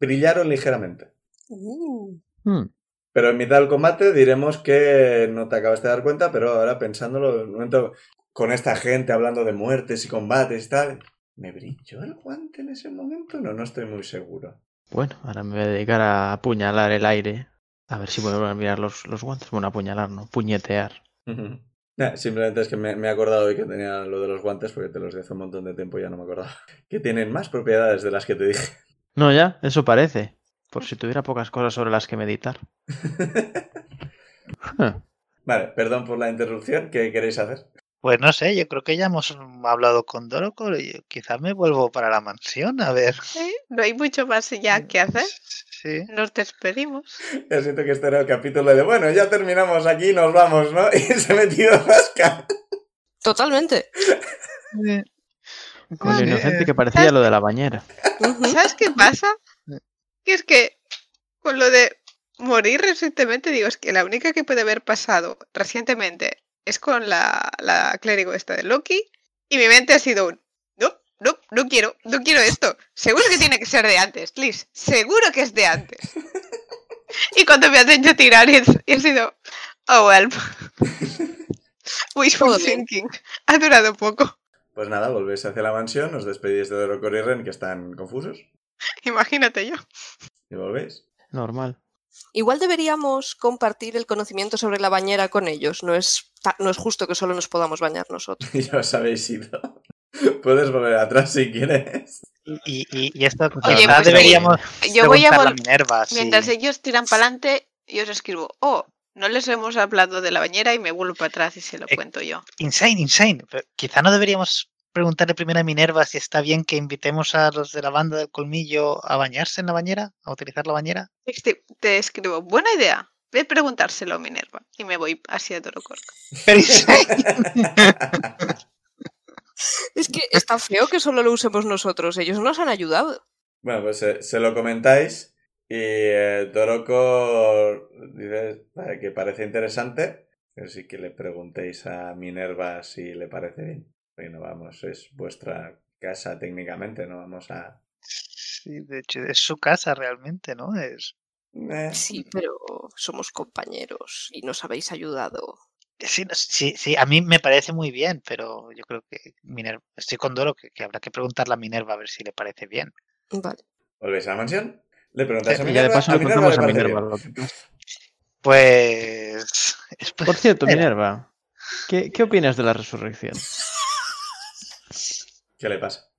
Speaker 1: brillaron ligeramente.
Speaker 5: Uh,
Speaker 4: Hmm.
Speaker 1: Pero en mitad del combate diremos que no te acabaste de dar cuenta, pero ahora pensándolo, en un momento con esta gente hablando de muertes y combates y tal. ¿Me brilló el guante en ese momento? No, no estoy muy seguro.
Speaker 4: Bueno, ahora me voy a dedicar a apuñalar el aire. A ver si vuelvo a mirar los, los guantes. Bueno, apuñalar, ¿no? Puñetear.
Speaker 1: Ujú. Nah, Ah, Simplemente es que me, me he acordado hoy que tenía lo de los guantes porque te los di hace un montón de tiempo y ya no me acordaba. Que tienen más propiedades de las que te dije.
Speaker 4: No, ya, eso parece. Por si tuviera pocas cosas sobre las que meditar. Huh.
Speaker 1: vale, perdón por la interrupción. ¿Qué queréis hacer?
Speaker 3: Pues no sé, yo creo que ya hemos hablado con Dorocor y quizás me vuelvo para la mansión a ver.
Speaker 2: ¿Eh? No hay mucho más ya que hacer.
Speaker 3: Sí.
Speaker 2: Nos despedimos.
Speaker 1: Ya siento que este era el capítulo de bueno, ya terminamos aquí, nos vamos, ¿no? Y se ha metido Vasca.
Speaker 5: Totalmente.
Speaker 4: Con lo
Speaker 3: Vale.
Speaker 4: inocente que parecía lo de la bañera.
Speaker 5: Ujú.
Speaker 2: Pues, ¿Sabes qué pasa? Que es que con lo de morir recientemente, digo, es que la única que puede haber pasado recientemente es con la, la clérigo esta de Loki. Y mi mente ha sido un no, no, no quiero, no quiero esto. Seguro que tiene que ser de antes, Liz. Seguro que es de antes. Y cuando me has hecho tirar, y he- y he sido oh well. Wishful
Speaker 5: Todo bien.
Speaker 2: thinking. Ha durado poco,
Speaker 1: Pues nada, volvéis hacia la mansión, os despedís de Dorocor y Ren, que están confusos,
Speaker 2: imagínate yo.
Speaker 1: y volvéis.
Speaker 4: Normal.
Speaker 5: Igual deberíamos compartir el conocimiento sobre la bañera con ellos. No es, ta- no es justo que solo nos podamos bañar nosotros.
Speaker 1: Y ya os habéis ido. Puedes volver atrás si quieres.
Speaker 3: Y, y- y- y esto
Speaker 2: Oye,
Speaker 3: quizá
Speaker 2: pues-
Speaker 3: deberíamos
Speaker 2: Yo voy a
Speaker 3: preguntarle
Speaker 2: vol-
Speaker 3: Minerva. si-
Speaker 2: Mientras ellos tiran para adelante, yo os escribo, oh, no les hemos hablado de la bañera y me vuelvo para atrás y se lo
Speaker 3: Eh,
Speaker 2: cuento yo.
Speaker 3: Insane, insane. Pero quizá no deberíamos preguntarle primero a Minerva si está bien que invitemos a los de la banda del colmillo a bañarse en la bañera, a utilizar la bañera.
Speaker 2: Este- Te escribo, buena idea, ve a preguntárselo a Minerva. Y me voy hacia Dorocor.
Speaker 3: Pero Insane,
Speaker 5: Es que está feo que solo lo usemos nosotros. Ellos nos han ayudado.
Speaker 1: Bueno, pues eh, se lo comentáis y eh, Toroko dice "Vale, que parece interesante, pero sí que le preguntéis a Minerva si le parece bien. Bueno, vamos, es vuestra casa técnicamente, no vamos a...
Speaker 3: Sí, de hecho, es su casa realmente, ¿no? Es,
Speaker 1: Eh,
Speaker 5: Sí, pero somos compañeros y nos habéis ayudado.
Speaker 3: sí, no, sí, sí, a mí me parece muy bien, pero yo creo que Minerva, estoy con Doro, que, que habrá que preguntarle a Minerva a ver si le parece bien.
Speaker 5: Vale.
Speaker 1: Volvéis a la mansión, le preguntáis a
Speaker 4: Y ya de
Speaker 1: Minerva,
Speaker 4: paso
Speaker 1: a
Speaker 4: le
Speaker 1: Minerva
Speaker 4: contamos
Speaker 1: le
Speaker 4: a
Speaker 1: parece
Speaker 4: Minerva.
Speaker 1: bien.
Speaker 4: lo que pasa.
Speaker 3: Pues... es-
Speaker 4: Por cierto,
Speaker 3: espera.
Speaker 4: Minerva, ¿qué, qué opinas de la resurrección?
Speaker 1: ¿Qué le pasa?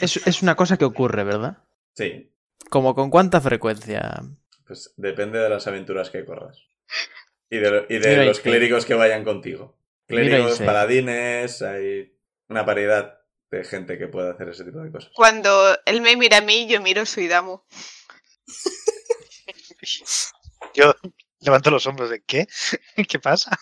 Speaker 4: Es, es una cosa que ocurre, ¿verdad?
Speaker 1: Sí,
Speaker 4: Como con cuánta frecuencia.
Speaker 1: pues depende de las aventuras que corras. Y de, lo- y de
Speaker 4: Mira,
Speaker 1: los
Speaker 4: Insane.
Speaker 1: clérigos que vayan contigo.
Speaker 4: Mira,
Speaker 1: Clérigos,
Speaker 4: Insane.
Speaker 1: paladines, hay una variedad de gente que puede hacer ese tipo de cosas.
Speaker 2: Cuando él me mira a mí, yo miro a Suidamu.
Speaker 3: Yo levanto los hombros de ¿qué? ¿Qué pasa?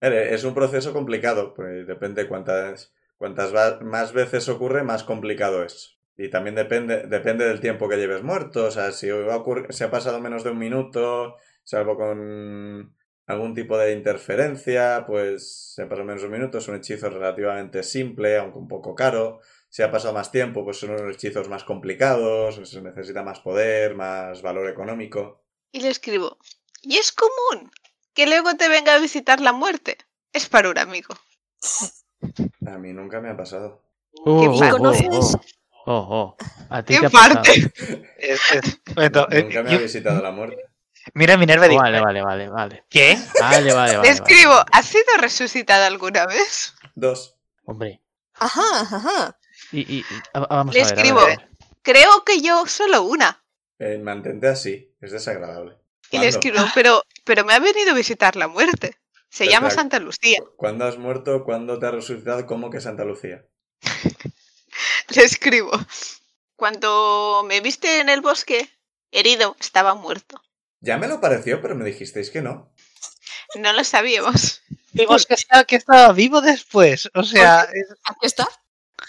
Speaker 1: Vale, Es un proceso complicado, pues depende cuántas, Cuantas va- más veces ocurre, más complicado es. Y también depende, depende del tiempo que lleves muerto. O sea, si va a ocurrir- se ha pasado menos de un minuto, salvo con algún tipo de interferencia, pues se ha pasado menos de un minuto. Es un hechizo relativamente simple, aunque un poco caro. Si ha pasado más tiempo, pues son unos hechizos más complicados, se necesita más poder, más valor económico.
Speaker 2: Y le escribo, y es común que luego te venga a visitar la muerte. Es parura, amigo.
Speaker 1: A mí nunca me ha pasado.
Speaker 4: Oh, oh,
Speaker 5: ¿Y
Speaker 4: oh,
Speaker 5: conoces?
Speaker 4: oh, oh, oh. A ti
Speaker 2: ¿Qué
Speaker 4: te ha pasado.
Speaker 2: parte?
Speaker 3: Es- es- bueno, eh,
Speaker 1: nunca me
Speaker 3: yo-
Speaker 1: ha visitado la muerte.
Speaker 3: mira, Minerva dice,
Speaker 4: Vale, vale, vale, vale.
Speaker 3: "Eh". ¿qué?
Speaker 4: Vale, vale, vale.
Speaker 2: le
Speaker 4: vale.
Speaker 2: escribo, ¿has sido resucitado alguna vez?
Speaker 1: Dos.
Speaker 4: Hombre.
Speaker 5: Ajá, ajá.
Speaker 4: Y, y- y- a- a- vamos
Speaker 2: Le
Speaker 4: a ver, a ver,
Speaker 2: escribo.
Speaker 4: a ver.
Speaker 2: Creo que yo solo una.
Speaker 1: Eh, mantente así, es desagradable.
Speaker 2: Y le
Speaker 1: ¿Cuándo?
Speaker 2: escribo, pero, pero me ha venido a visitar la muerte. Se llama
Speaker 1: Exacto.
Speaker 2: Santa Lucía.
Speaker 1: ¿Cuándo has muerto? ¿Cuándo te has resucitado? ¿Cómo que Santa Lucía?
Speaker 2: Le escribo. Cuando me viste en el bosque, herido, estaba muerto.
Speaker 1: Ya me lo pareció, pero me dijisteis que no.
Speaker 2: No lo sabíamos.
Speaker 3: Vimos que estaba, que estaba vivo después. O sea, es-
Speaker 5: Aquí está.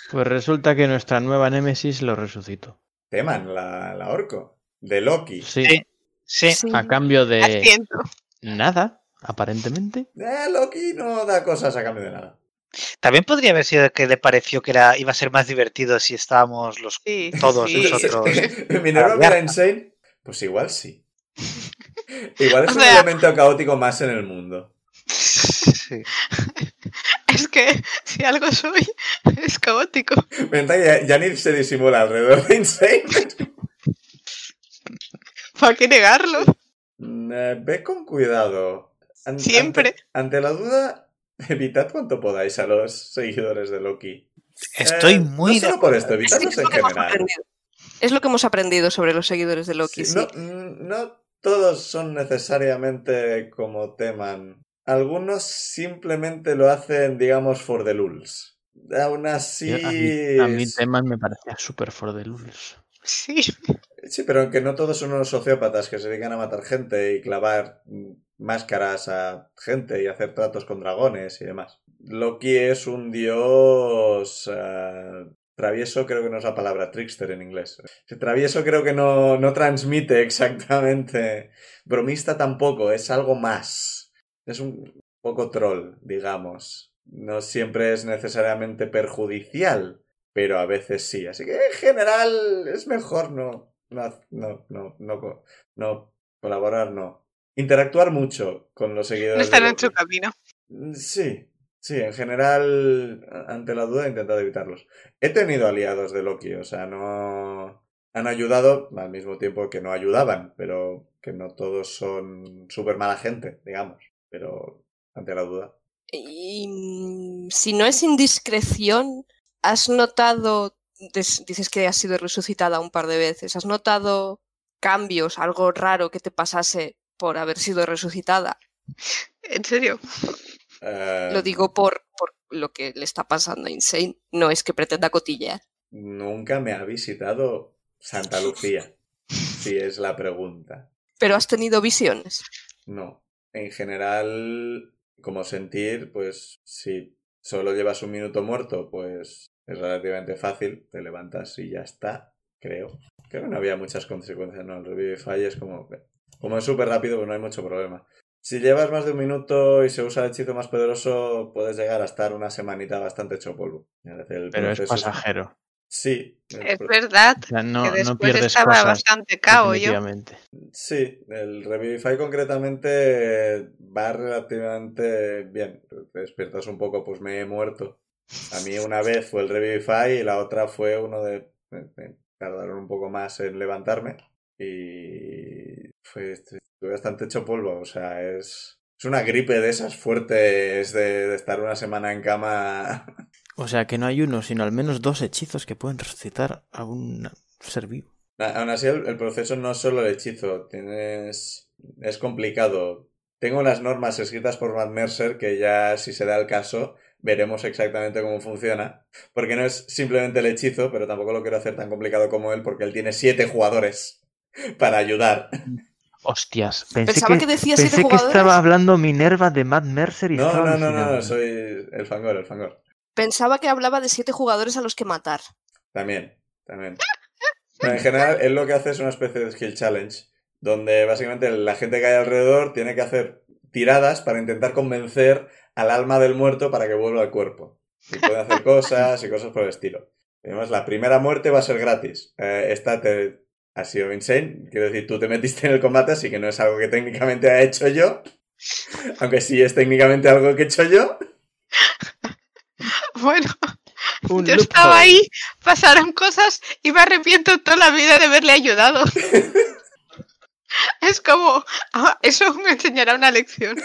Speaker 4: Pues resulta que nuestra nueva némesis lo resucitó.
Speaker 1: Teman, la, la orco. De Loki.
Speaker 4: Sí,
Speaker 3: Sí. sí.
Speaker 4: a cambio de
Speaker 2: Asiento.
Speaker 4: nada, aparentemente.
Speaker 1: Eh, Loki no da cosas a cambio de nada.
Speaker 3: También podría haber sido que le pareció que era, iba a ser más divertido si estábamos los
Speaker 2: Sí,
Speaker 3: Todos
Speaker 2: sí.
Speaker 3: nosotros.
Speaker 1: Minerva
Speaker 3: Ah,
Speaker 1: mira
Speaker 3: ya.
Speaker 1: insane. Pues igual sí. igual es
Speaker 2: O
Speaker 1: un
Speaker 2: sea-
Speaker 1: elemento caótico más en el mundo.
Speaker 3: Sí.
Speaker 2: Es que si algo soy, es caótico.
Speaker 1: Mientras que ya, ya ni se disimula alrededor de Insane.
Speaker 2: ¿Para qué negarlo?
Speaker 1: Mm, eh, ve con cuidado. An-
Speaker 2: Siempre.
Speaker 1: Ante, ante la duda, evitad cuanto podáis a los seguidores de Loki.
Speaker 3: Estoy
Speaker 1: Eh,
Speaker 3: muy
Speaker 1: No
Speaker 3: de
Speaker 1: solo por esto,
Speaker 5: Es,
Speaker 1: evitadlos en
Speaker 5: lo que hemos
Speaker 1: general.
Speaker 5: aprendido. Es lo que hemos aprendido sobre los seguidores de
Speaker 1: Sí,
Speaker 5: Loki. sí.
Speaker 1: no, mm, no todos son necesariamente como teman. Algunos simplemente lo hacen, digamos, for the lulz. Aún así.
Speaker 4: Yo- a, mí, a mí
Speaker 1: es-
Speaker 4: Teman me parecía súper for the lulz.
Speaker 2: Sí.
Speaker 1: Sí, pero que no todos son unos sociópatas que se dedican a matar gente y clavar mm, máscaras a gente y hacer tratos con dragones y demás. Loki es un dios eh, travieso, creo que no es la palabra trickster en inglés. Ese Travieso creo que no, no transmite exactamente. Bromista tampoco, es algo más. Es un poco troll, digamos. No siempre es necesariamente perjudicial, pero a veces sí. Así que en general es mejor no, no, no, no, no, co- no colaborar, no. Interactuar mucho con los seguidores.
Speaker 2: No están
Speaker 1: de
Speaker 2: en su
Speaker 1: Loki.
Speaker 2: camino.
Speaker 1: Mm, Sí, sí, en general, a- ante la duda, he intentado evitarlos. He tenido aliados de Loki, o sea, no... Han ayudado al mismo tiempo que no ayudaban, pero que no todos son súper mala gente, digamos. Pero ante la duda.
Speaker 5: Y, mm, si no es indiscreción, ¿has notado, des- dices que has sido resucitada un par de veces, ¿has notado cambios, algo raro que te pasase por haber sido resucitada?
Speaker 2: En serio.
Speaker 1: Eh,
Speaker 5: Lo digo por, por lo que le está pasando a Insane, no es que pretenda cotillear.
Speaker 1: Nunca me ha visitado Santa Lucía, si es la pregunta.
Speaker 5: Pero has tenido visiones.
Speaker 1: No. En general, como sentir, pues si solo llevas un minuto muerto, pues es relativamente fácil. Te levantas y ya está, creo. Creo que no había muchas consecuencias, ¿no? El Revivify es como... Como es súper rápido, pues no hay mucho problema. Si llevas más de un minuto y se usa el hechizo más poderoso, puedes llegar a estar una semanita bastante hecho polvo. El
Speaker 4: Pero es
Speaker 1: proceso
Speaker 4: pasajero.
Speaker 1: Sí. el
Speaker 2: Es
Speaker 1: pro-
Speaker 2: verdad
Speaker 4: O sea, no,
Speaker 2: que
Speaker 4: no
Speaker 2: después
Speaker 4: pierdes
Speaker 2: estaba
Speaker 4: cosas.
Speaker 2: bastante cao yo.
Speaker 4: definitivamente.
Speaker 1: Sí, el Revivify concretamente eh, va relativamente bien. Te despiertas un poco, pues me he muerto. A mí una vez fue el Revivify y la otra fue uno de... me- me tardaron un poco más en levantarme y fue, este, estuve bastante hecho polvo. O sea, es, es una gripe de esas fuertes de, de estar una semana en cama.
Speaker 7: O sea que no hay uno, sino al menos dos hechizos que pueden resucitar a un ser vivo.
Speaker 1: A- Aún así, el, el proceso no es solo el hechizo, tienes... es complicado. Tengo las normas escritas por Matt Mercer que ya, si se da el caso, veremos exactamente cómo funciona. Porque no es simplemente el hechizo, pero tampoco lo quiero hacer tan complicado como él, porque él tiene siete jugadores para ayudar.
Speaker 4: Hostias, pensé
Speaker 5: Pensaba
Speaker 4: que,
Speaker 5: que decía
Speaker 4: pensé
Speaker 5: siete
Speaker 4: que
Speaker 5: jugadores.
Speaker 4: estaba hablando Minerva de Matt Mercer y
Speaker 1: No,
Speaker 4: estaba
Speaker 1: no, no, no,
Speaker 4: alucinando.
Speaker 1: soy el fangor, el fangor.
Speaker 5: Pensaba que hablaba de siete jugadores a los que matar.
Speaker 1: También, también. No, en general, él lo que hace es una especie de skill challenge, donde básicamente la gente que hay alrededor tiene que hacer tiradas para intentar convencer al alma del muerto para que vuelva al cuerpo. Y puede hacer cosas y cosas por el estilo. Además, la primera muerte va a ser gratis. Eh, esta te ha sido insane. Quiero decir, tú te metiste en el combate, así que no es algo que técnicamente ha hecho yo. Aunque sí es técnicamente algo que he hecho yo.
Speaker 2: Bueno,
Speaker 4: Un
Speaker 2: yo estaba
Speaker 4: loophole.
Speaker 2: ahí, pasaron cosas y me arrepiento toda la vida de haberle ayudado. es como, ah, eso me enseñará una lección.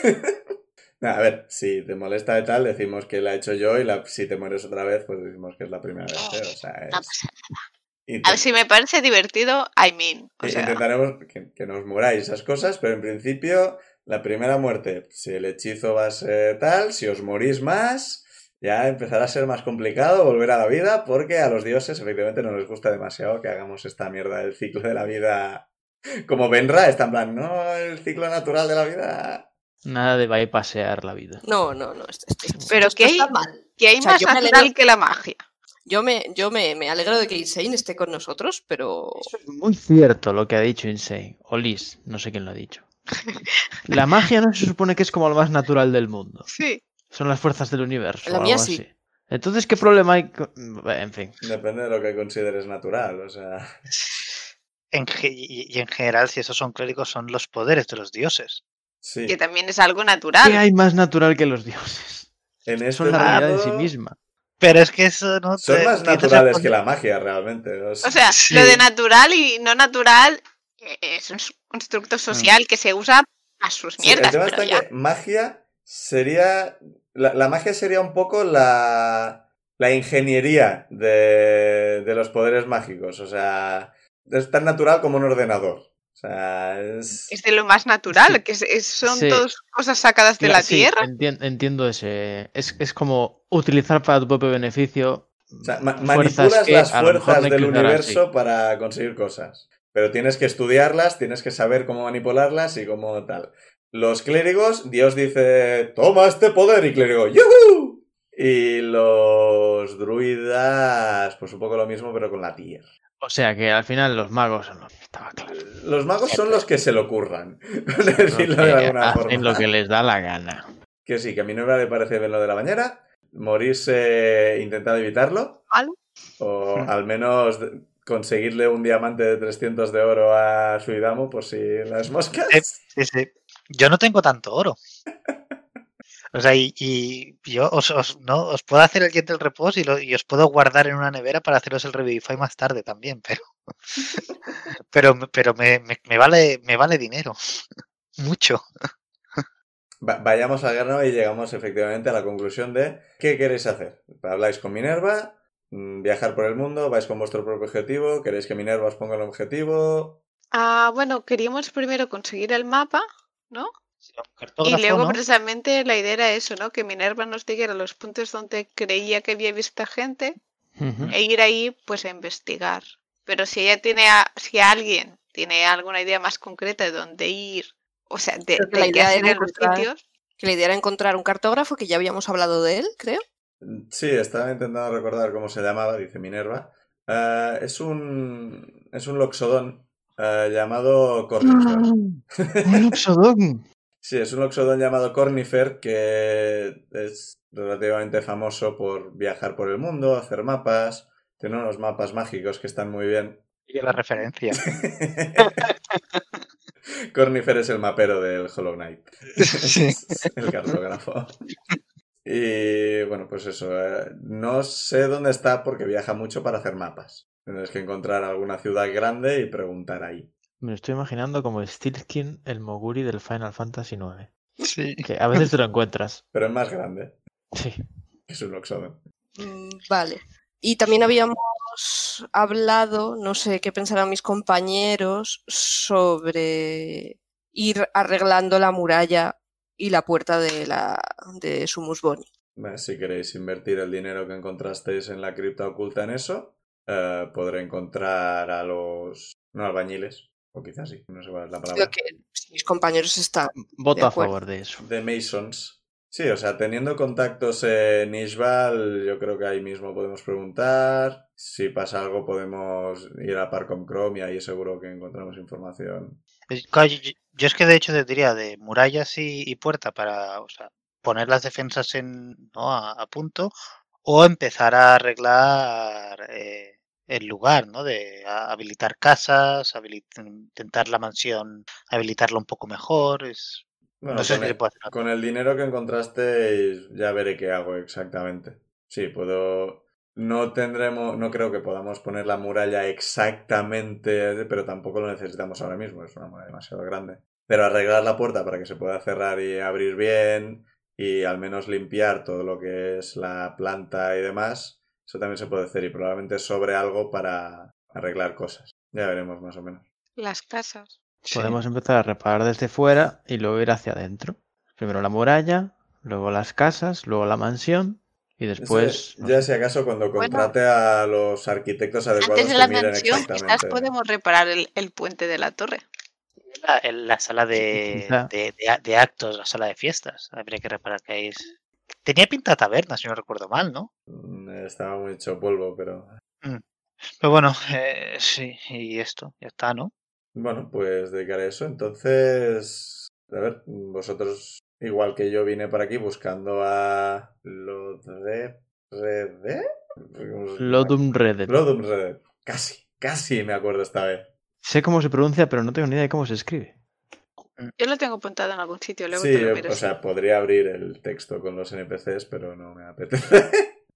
Speaker 1: Nah, a ver, si te molesta de tal, decimos que la he hecho yo y la- si te mueres otra vez, pues decimos que es la primera vez. ¿eh? O sea, es-
Speaker 6: No pasa
Speaker 2: Ah, pues, A
Speaker 1: Intent-
Speaker 2: ver, Ah, si me parece divertido, I mean. O
Speaker 1: Eh,
Speaker 2: sea,
Speaker 1: Intentaremos que, que no os muráis esas cosas, pero en principio, la primera muerte, si el hechizo va a ser tal, si os morís más, ya empezará a ser más complicado volver a la vida, porque a los dioses efectivamente no les gusta demasiado que hagamos esta mierda del ciclo de la vida. Como Benra, está en plan, no, el ciclo natural de la vida.
Speaker 4: Nada de bypassear la vida.
Speaker 5: No, no, no. esto- esto- esto-
Speaker 2: Pero
Speaker 5: esto
Speaker 2: que
Speaker 5: está
Speaker 2: hay-
Speaker 5: mal.
Speaker 2: que hay
Speaker 5: o sea,
Speaker 2: más
Speaker 5: yo me
Speaker 2: natural
Speaker 5: alegro-
Speaker 2: que la magia.
Speaker 5: Yo me, yo me, me alegro de que Insane esté con nosotros, pero.
Speaker 4: Eso es muy cierto lo que ha dicho Insane. O Liz, no sé quién lo ha dicho. La magia no se supone que es como lo más natural del mundo.
Speaker 2: Sí.
Speaker 4: Son las fuerzas del universo.
Speaker 5: La
Speaker 4: o
Speaker 5: mía
Speaker 4: algo
Speaker 5: sí.
Speaker 4: así. Entonces, ¿qué problema hay? con- En fin.
Speaker 1: Depende de lo que consideres natural, o sea.
Speaker 3: En ge- y, y en general, si esos son clérigos, son los poderes de los dioses.
Speaker 1: Sí.
Speaker 2: Que también es algo natural.
Speaker 4: ¿Qué hay más natural que los dioses?
Speaker 1: En este
Speaker 4: Son la realidad en sí
Speaker 1: mundo,
Speaker 4: misma.
Speaker 3: Pero es que eso no
Speaker 1: Son
Speaker 3: te-
Speaker 1: más
Speaker 3: te quitas el
Speaker 1: naturales que
Speaker 3: poder.
Speaker 1: la magia, realmente. o sea.
Speaker 2: O sea,
Speaker 3: Sí.
Speaker 2: lo de natural y no natural eh, es un s-
Speaker 4: Ah.
Speaker 2: constructo social que se usa a sus
Speaker 1: Sí, el
Speaker 2: mierdas.
Speaker 1: tema
Speaker 2: pero
Speaker 1: está
Speaker 2: ya.
Speaker 1: en que magia sería. La, la magia sería un poco la, la ingeniería de, de los poderes mágicos. O sea, es tan natural como un ordenador. O sea, es.
Speaker 2: Es de lo más natural, que es- es- son
Speaker 4: Sí.
Speaker 2: todas cosas sacadas de
Speaker 4: Ya,
Speaker 2: la
Speaker 4: sí,
Speaker 2: tierra.
Speaker 4: entien- entiendo ese. Es, es como utilizar para tu propio beneficio.
Speaker 1: o sea, ma-
Speaker 4: fuerzas
Speaker 1: manipulas
Speaker 4: que
Speaker 1: las
Speaker 4: a lo mejor
Speaker 1: fuerzas
Speaker 4: no
Speaker 1: del
Speaker 4: inclinarán,
Speaker 1: universo para conseguir cosas. Pero tienes que estudiarlas, tienes que saber cómo manipularlas y cómo tal. Los clérigos, Dios dice, toma este poder y clérigo, ¡yuhu! Y los druidas, pues un poco lo mismo, pero con la tierra.
Speaker 4: sí. O sea que al final los magos. no, estaba claro.
Speaker 1: Los magos son los que se lo curran, por decirlo de
Speaker 4: Eh,
Speaker 1: alguna
Speaker 4: hacen
Speaker 1: forma.
Speaker 4: lo que les da la gana.
Speaker 1: Que sí, que a mi novia le parece bien lo de la bañera. Morirse, intentar evitarlo.
Speaker 2: Malo.
Speaker 1: O
Speaker 4: Hmm.
Speaker 1: al menos de- conseguirle un diamante de 300 de oro a Suidamo por si las
Speaker 3: Eh,
Speaker 1: moscas.
Speaker 3: Sí, sí. Yo no tengo tanto oro. O sea, y, y yo os, os- no, os puedo hacer el jet del reposo y, lo- y os puedo guardar en una nevera para haceros el Revivify más tarde también, pero. Pero, me- pero me, me- me vale, me vale dinero. Mucho.
Speaker 1: Va- vayamos al grano y llegamos efectivamente a la conclusión de ¿qué queréis hacer? ¿Habláis con Minerva? Mm, ¿Viajar por el mundo? ¿Vais con vuestro propio objetivo? ¿Queréis que Minerva os ponga el objetivo?
Speaker 2: Ah, bueno, queríamos primero conseguir el mapa y
Speaker 3: Cartógrafo,
Speaker 2: luego
Speaker 3: ¿no?
Speaker 2: precisamente la idea era eso, ¿no? Que Minerva nos dijera los puntos donde creía que había visto a gente
Speaker 4: Ujú.
Speaker 2: e ir ahí pues a investigar. Pero si ella tiene, a- si alguien tiene alguna idea más concreta de dónde ir, o sea, de,
Speaker 5: Creo
Speaker 2: de
Speaker 5: que la
Speaker 2: qué
Speaker 5: idea
Speaker 2: hacer
Speaker 5: era
Speaker 2: en los
Speaker 5: encontrar-
Speaker 2: sitios,
Speaker 5: Que la idea era encontrar un cartógrafo, que ya habíamos hablado de él, creo.
Speaker 1: Mm, Sí, estaba intentando recordar cómo se llamaba, dice Minerva. Ah, es un. es un loxodón ah, llamado Cornifer.
Speaker 4: ¡Un Oxodon!
Speaker 1: Sí, es un oxodón llamado Cornifer que es relativamente famoso por viajar por el mundo, hacer mapas. Tiene unos mapas mágicos que están muy bien.
Speaker 3: Sigue la referencia.
Speaker 1: Cornifer es el mapero del Hollow Knight.
Speaker 3: Sí.
Speaker 1: Es el cartógrafo. Y bueno, pues eso. eh, no sé dónde está porque viaja mucho para hacer mapas. Tendrás que encontrar alguna ciudad grande y preguntar ahí.
Speaker 4: Me lo estoy imaginando como Stilkin, el Moguri del Final Fantasy IX.
Speaker 3: Sí.
Speaker 4: Que a veces te lo encuentras.
Speaker 1: Pero es más grande.
Speaker 4: Sí.
Speaker 1: Es un oxodón.
Speaker 5: Mm, Vale. Y también habíamos hablado, no sé qué pensarán mis compañeros, sobre ir arreglando la muralla y la puerta de la de Sumus Boni.
Speaker 1: Bueno, Si queréis invertir el dinero que encontrasteis en la cripta oculta en eso, eh, podré encontrar a los... no albañiles, o quizás sí, no sé cuál es la
Speaker 5: Creo
Speaker 1: palabra.
Speaker 5: que mis compañeros están
Speaker 4: Voto a
Speaker 5: acuerdo.
Speaker 4: favor de eso.
Speaker 1: De Masons. Sí, o sea, teniendo contactos en Ishbal, yo creo que ahí mismo podemos preguntar. Si pasa algo, podemos ir a par con Chrome y ahí seguro que encontramos información.
Speaker 3: Eh, claro, Yo, yo es que de hecho te diría de murallas y, y puerta para o sea, poner las defensas en, ¿no? a, a punto o empezar a arreglar eh, el lugar, ¿no? De a- habilitar casas, habili- intentar la mansión, habilitarla un poco mejor. Es,
Speaker 1: Bueno,
Speaker 3: no sé si
Speaker 1: con,
Speaker 3: se
Speaker 1: el,
Speaker 3: puede hacer.
Speaker 1: con el dinero que encontrasteis, ya veré qué hago exactamente. Sí, puedo. No tendremos. No creo que podamos poner la muralla exactamente, pero tampoco lo necesitamos ahora mismo. Es una muralla demasiado grande. Pero arreglar la puerta para que se pueda cerrar y abrir bien. Y al menos limpiar todo lo que es la planta y demás. Eso también se puede hacer. Y probablemente sobre algo para arreglar cosas. Ya veremos más o menos.
Speaker 2: Las casas.
Speaker 1: e
Speaker 3: Sí.
Speaker 4: Podemos empezar a reparar desde fuera y luego ir hacia adentro. Primero la muralla, luego las casas, luego la mansión y después...
Speaker 1: Ese-
Speaker 4: no
Speaker 1: ya
Speaker 4: sé.
Speaker 1: si acaso cuando
Speaker 2: Bueno.
Speaker 1: contrate a los arquitectos adecuados
Speaker 2: Antes de la
Speaker 1: que Pues miren
Speaker 2: mansión, quizás
Speaker 1: exactamente.
Speaker 2: podemos reparar el, el puente de la torre.
Speaker 3: La, el- la sala de,
Speaker 4: quizá.
Speaker 3: de- de a- de actos, la sala de fiestas. Habría que reparar que ahí es. Tenía pinta de taberna, si no recuerdo mal, ¿no?
Speaker 1: Mm, Estaba muy hecho polvo, pero
Speaker 3: Pero bueno, eh, sí, y esto, ya está, ¿no?
Speaker 1: bueno, pues dedicaré eso. Entonces, a ver, vosotros, igual que yo vine para aquí buscando a Lodre... Rede? ¿Cómo se llama?
Speaker 4: Lodum Reddit.
Speaker 1: Lodum Rede. Casi, casi me acuerdo esta vez.
Speaker 4: Sé cómo se pronuncia, pero no tengo ni idea de cómo se escribe.
Speaker 2: Yo lo tengo apuntado en algún sitio, luego
Speaker 1: Sí, eh,
Speaker 2: te lo miro.
Speaker 1: o
Speaker 2: sí.
Speaker 1: sea, podría abrir el texto con los NPCs, pero no me apetece.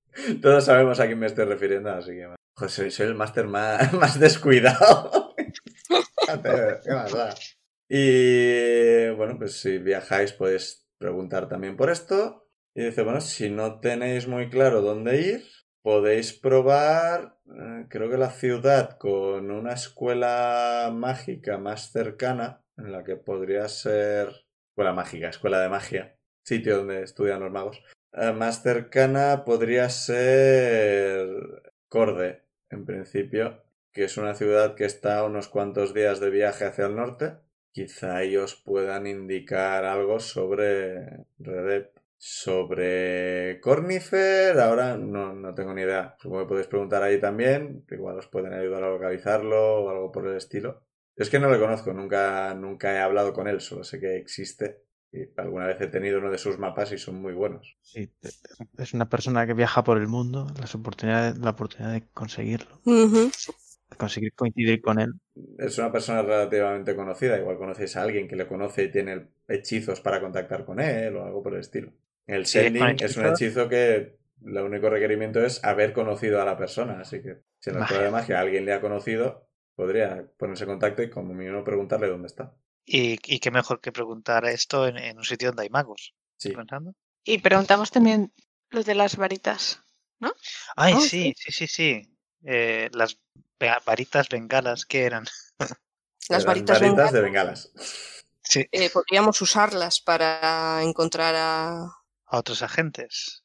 Speaker 1: Todos sabemos a quién me estoy refiriendo, así que... Joder, soy, soy el máster más, más descuidado. ¿Qué más da? Y bueno, pues si viajáis podéis preguntar también por esto. Y dice, bueno, si no tenéis muy claro dónde ir, podéis probar, eh, creo que la ciudad con una escuela mágica más cercana, en la que podría ser escuela mágica, escuela de magia, sitio donde estudian los magos. Eh, más cercana podría ser Corde, en principio, que es una ciudad que está a unos cuantos días de viaje hacia el norte. Quizá ellos puedan indicar algo sobre Redep. Sobre Cornifer, ahora no, no tengo ni idea. Supongo que podéis preguntar ahí también. Igual os pueden ayudar a localizarlo o algo por el estilo. Yo es que no le conozco, nunca, nunca he hablado con él, solo sé que existe. Y alguna vez he tenido uno de sus mapas y son muy buenos.
Speaker 4: Sí, es una persona que viaja por el mundo, las oportunidades, la oportunidad de conseguirlo,
Speaker 5: Ujú.
Speaker 4: de conseguir coincidir con él.
Speaker 1: Es una persona relativamente conocida, igual conocéis a alguien que le conoce y tiene hechizos para contactar con él o algo por el estilo. El
Speaker 3: Sí, con
Speaker 1: sending es un
Speaker 3: hechizos.
Speaker 1: hechizo que el único requerimiento es haber conocido a la persona, así que si en la escuela de magia alguien le ha conocido, podría ponerse en contacto y como mínimo preguntarle dónde está.
Speaker 3: Y, y qué mejor que preguntar esto en, en un sitio donde hay magos.
Speaker 1: Sí.
Speaker 3: pensando?
Speaker 2: Y preguntamos también lo de las varitas.
Speaker 3: Ay,
Speaker 5: Ah,
Speaker 3: sí, sí, sí, sí. Eh, las ve- varitas bengalas que eran.
Speaker 1: Eran
Speaker 5: Las varitas,
Speaker 1: varitas
Speaker 5: bengalas,
Speaker 1: de bengalas.
Speaker 3: Sí.
Speaker 5: eh, podríamos usarlas para encontrar a...
Speaker 3: A otros agentes.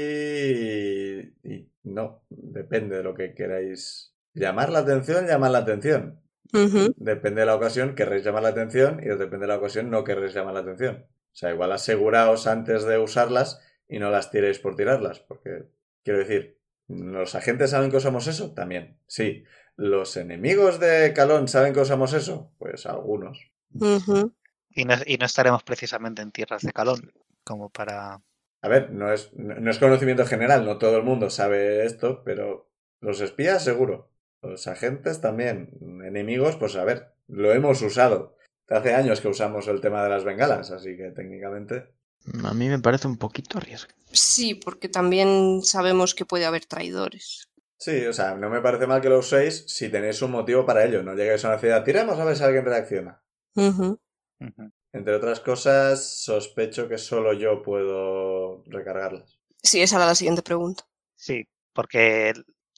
Speaker 1: Sí y no, depende de lo que queráis. Llamar la atención, llamar la atención.
Speaker 5: Ujú.
Speaker 1: Depende de la ocasión, querréis llamar la atención y depende de la ocasión, no querréis llamar la atención. O sea, igual aseguraos antes de usarlas y no las tiréis por tirarlas, porque quiero decir, los agentes saben que usamos eso también, sí. Los enemigos de Calón saben que usamos eso, pues algunos.
Speaker 5: Ujú.
Speaker 3: Y no, y no estaremos precisamente en tierras de calón. Como para.
Speaker 1: A ver, no es, no no es conocimiento general, no todo el mundo sabe esto, pero los espías seguro. Los agentes también. Enemigos, pues a ver, lo hemos usado. Hace años que usamos el tema de las bengalas, así que técnicamente.
Speaker 4: A mí me parece un poquito arriesgado.
Speaker 5: Sí, porque también sabemos que puede haber traidores.
Speaker 1: Sí, o sea, no me parece mal que lo uséis si tenéis un motivo para ello. No llegáis a una ciudad, tiramos a ver si alguien reacciona.
Speaker 5: Ujú.
Speaker 3: Ujú.
Speaker 1: Entre otras cosas, sospecho que solo yo puedo recargarlas.
Speaker 5: Sí, esa era la siguiente pregunta.
Speaker 3: Sí, porque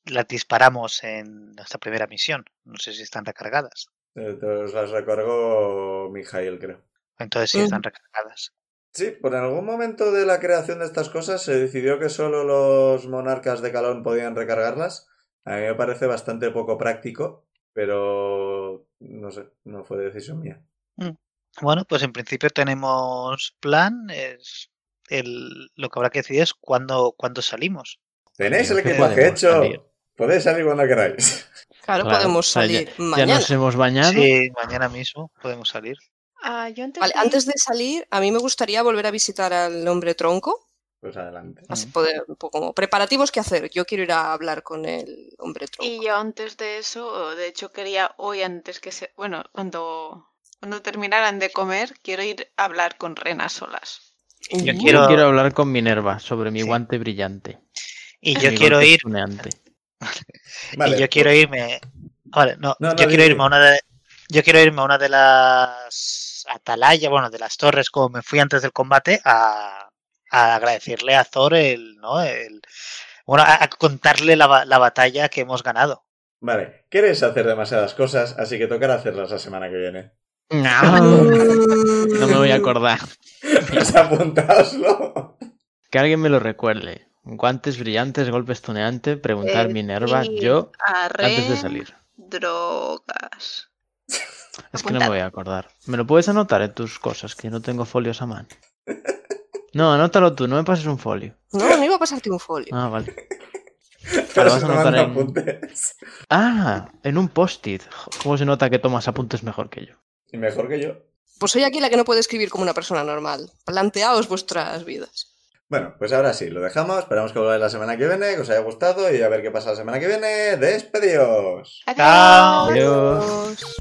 Speaker 3: las disparamos en nuestra primera misión. No sé si están recargadas.
Speaker 1: Entonces Eh, las recargo Mijail, creo.
Speaker 3: Entonces sí
Speaker 5: Ujú.
Speaker 3: están recargadas.
Speaker 1: Sí, por algún momento de la creación de estas cosas se decidió que solo los monarcas de Calón podían recargarlas. A mí me parece bastante poco práctico, pero no sé, no fue decisión mía.
Speaker 3: Bueno, pues en principio tenemos plan. Es el, lo que habrá que decidir es cuándo, cuándo salimos.
Speaker 1: Tenéis el equipaje
Speaker 7: podemos
Speaker 1: hecho.
Speaker 7: salir.
Speaker 1: Podéis salir cuando queráis.
Speaker 5: Claro,
Speaker 7: Claro,
Speaker 5: podemos
Speaker 7: o sea,
Speaker 5: salir
Speaker 7: ya- ya,
Speaker 5: mañana.
Speaker 7: nos hemos bañado.
Speaker 3: Sí, mañana mismo podemos salir.
Speaker 2: Ah, yo entendí.
Speaker 5: Vale, antes de salir, a mí me gustaría volver a visitar al hombre tronco.
Speaker 1: Pues adelante.
Speaker 5: así poder- un poco como preparativos que hacer. Yo quiero ir a hablar con el hombre tronco.
Speaker 2: Y yo antes de eso, de hecho quería hoy antes que se... Bueno, cuando, cuando terminaran de comer, quiero ir a hablar con Rena solas.
Speaker 3: Yo
Speaker 5: Uh,
Speaker 7: Yo
Speaker 3: quiero-
Speaker 7: quiero hablar con Minerva sobre mi
Speaker 3: Sí.
Speaker 7: guante brillante.
Speaker 3: Y
Speaker 7: mi
Speaker 3: yo
Speaker 7: golpe
Speaker 3: quiero ir.
Speaker 7: tuneante.
Speaker 1: Vale.
Speaker 3: Y yo quiero irme. Vale, no,
Speaker 1: No, no,
Speaker 3: yo quiero
Speaker 1: di, di.
Speaker 3: irme a una de. Yo quiero irme a una de las atalayas, bueno, de las torres, como me fui antes del combate, a, a agradecerle a Thor el, ¿no? El, bueno, a, a contarle la, ba- la batalla que hemos ganado.
Speaker 1: Vale. Queréis hacer demasiadas cosas, así que tocará hacerlas la semana que viene.
Speaker 7: Ah, No
Speaker 5: Mm.
Speaker 7: me voy a acordar.
Speaker 1: Pues apuntaoslo.
Speaker 7: Que alguien me lo recuerde. Guantes brillantes, golpes tuneante, preguntar
Speaker 2: Eh,
Speaker 7: Minerva,
Speaker 2: sí,
Speaker 7: yo,
Speaker 2: A
Speaker 7: antes de
Speaker 2: Ren,
Speaker 7: salir.
Speaker 2: Drogas.
Speaker 7: Es que no me voy a acordar. ¿Me lo puedes anotar en tus cosas? Que no tengo folios a mano. No, anótalo tú, no me pases un folio.
Speaker 5: No, no iba a pasarte un folio.
Speaker 7: Ah, vale.
Speaker 1: Pero
Speaker 7: vas a
Speaker 1: Pues no
Speaker 7: anotar
Speaker 1: mando
Speaker 7: en-
Speaker 1: apuntes.
Speaker 7: Ah, en un post-it. Jo, ¿Cómo se nota que tomas apuntes mejor que yo?
Speaker 1: Y mejor que yo.
Speaker 5: Pues soy aquí la que no puede escribir como una persona normal. Planteaos vuestras vidas.
Speaker 1: Bueno, pues ahora sí, lo dejamos. Esperamos que volváis la semana que viene, que os haya gustado y a ver qué pasa la semana que viene. ¡Despedidos!
Speaker 3: Chao.
Speaker 7: Adiós.
Speaker 5: Adiós.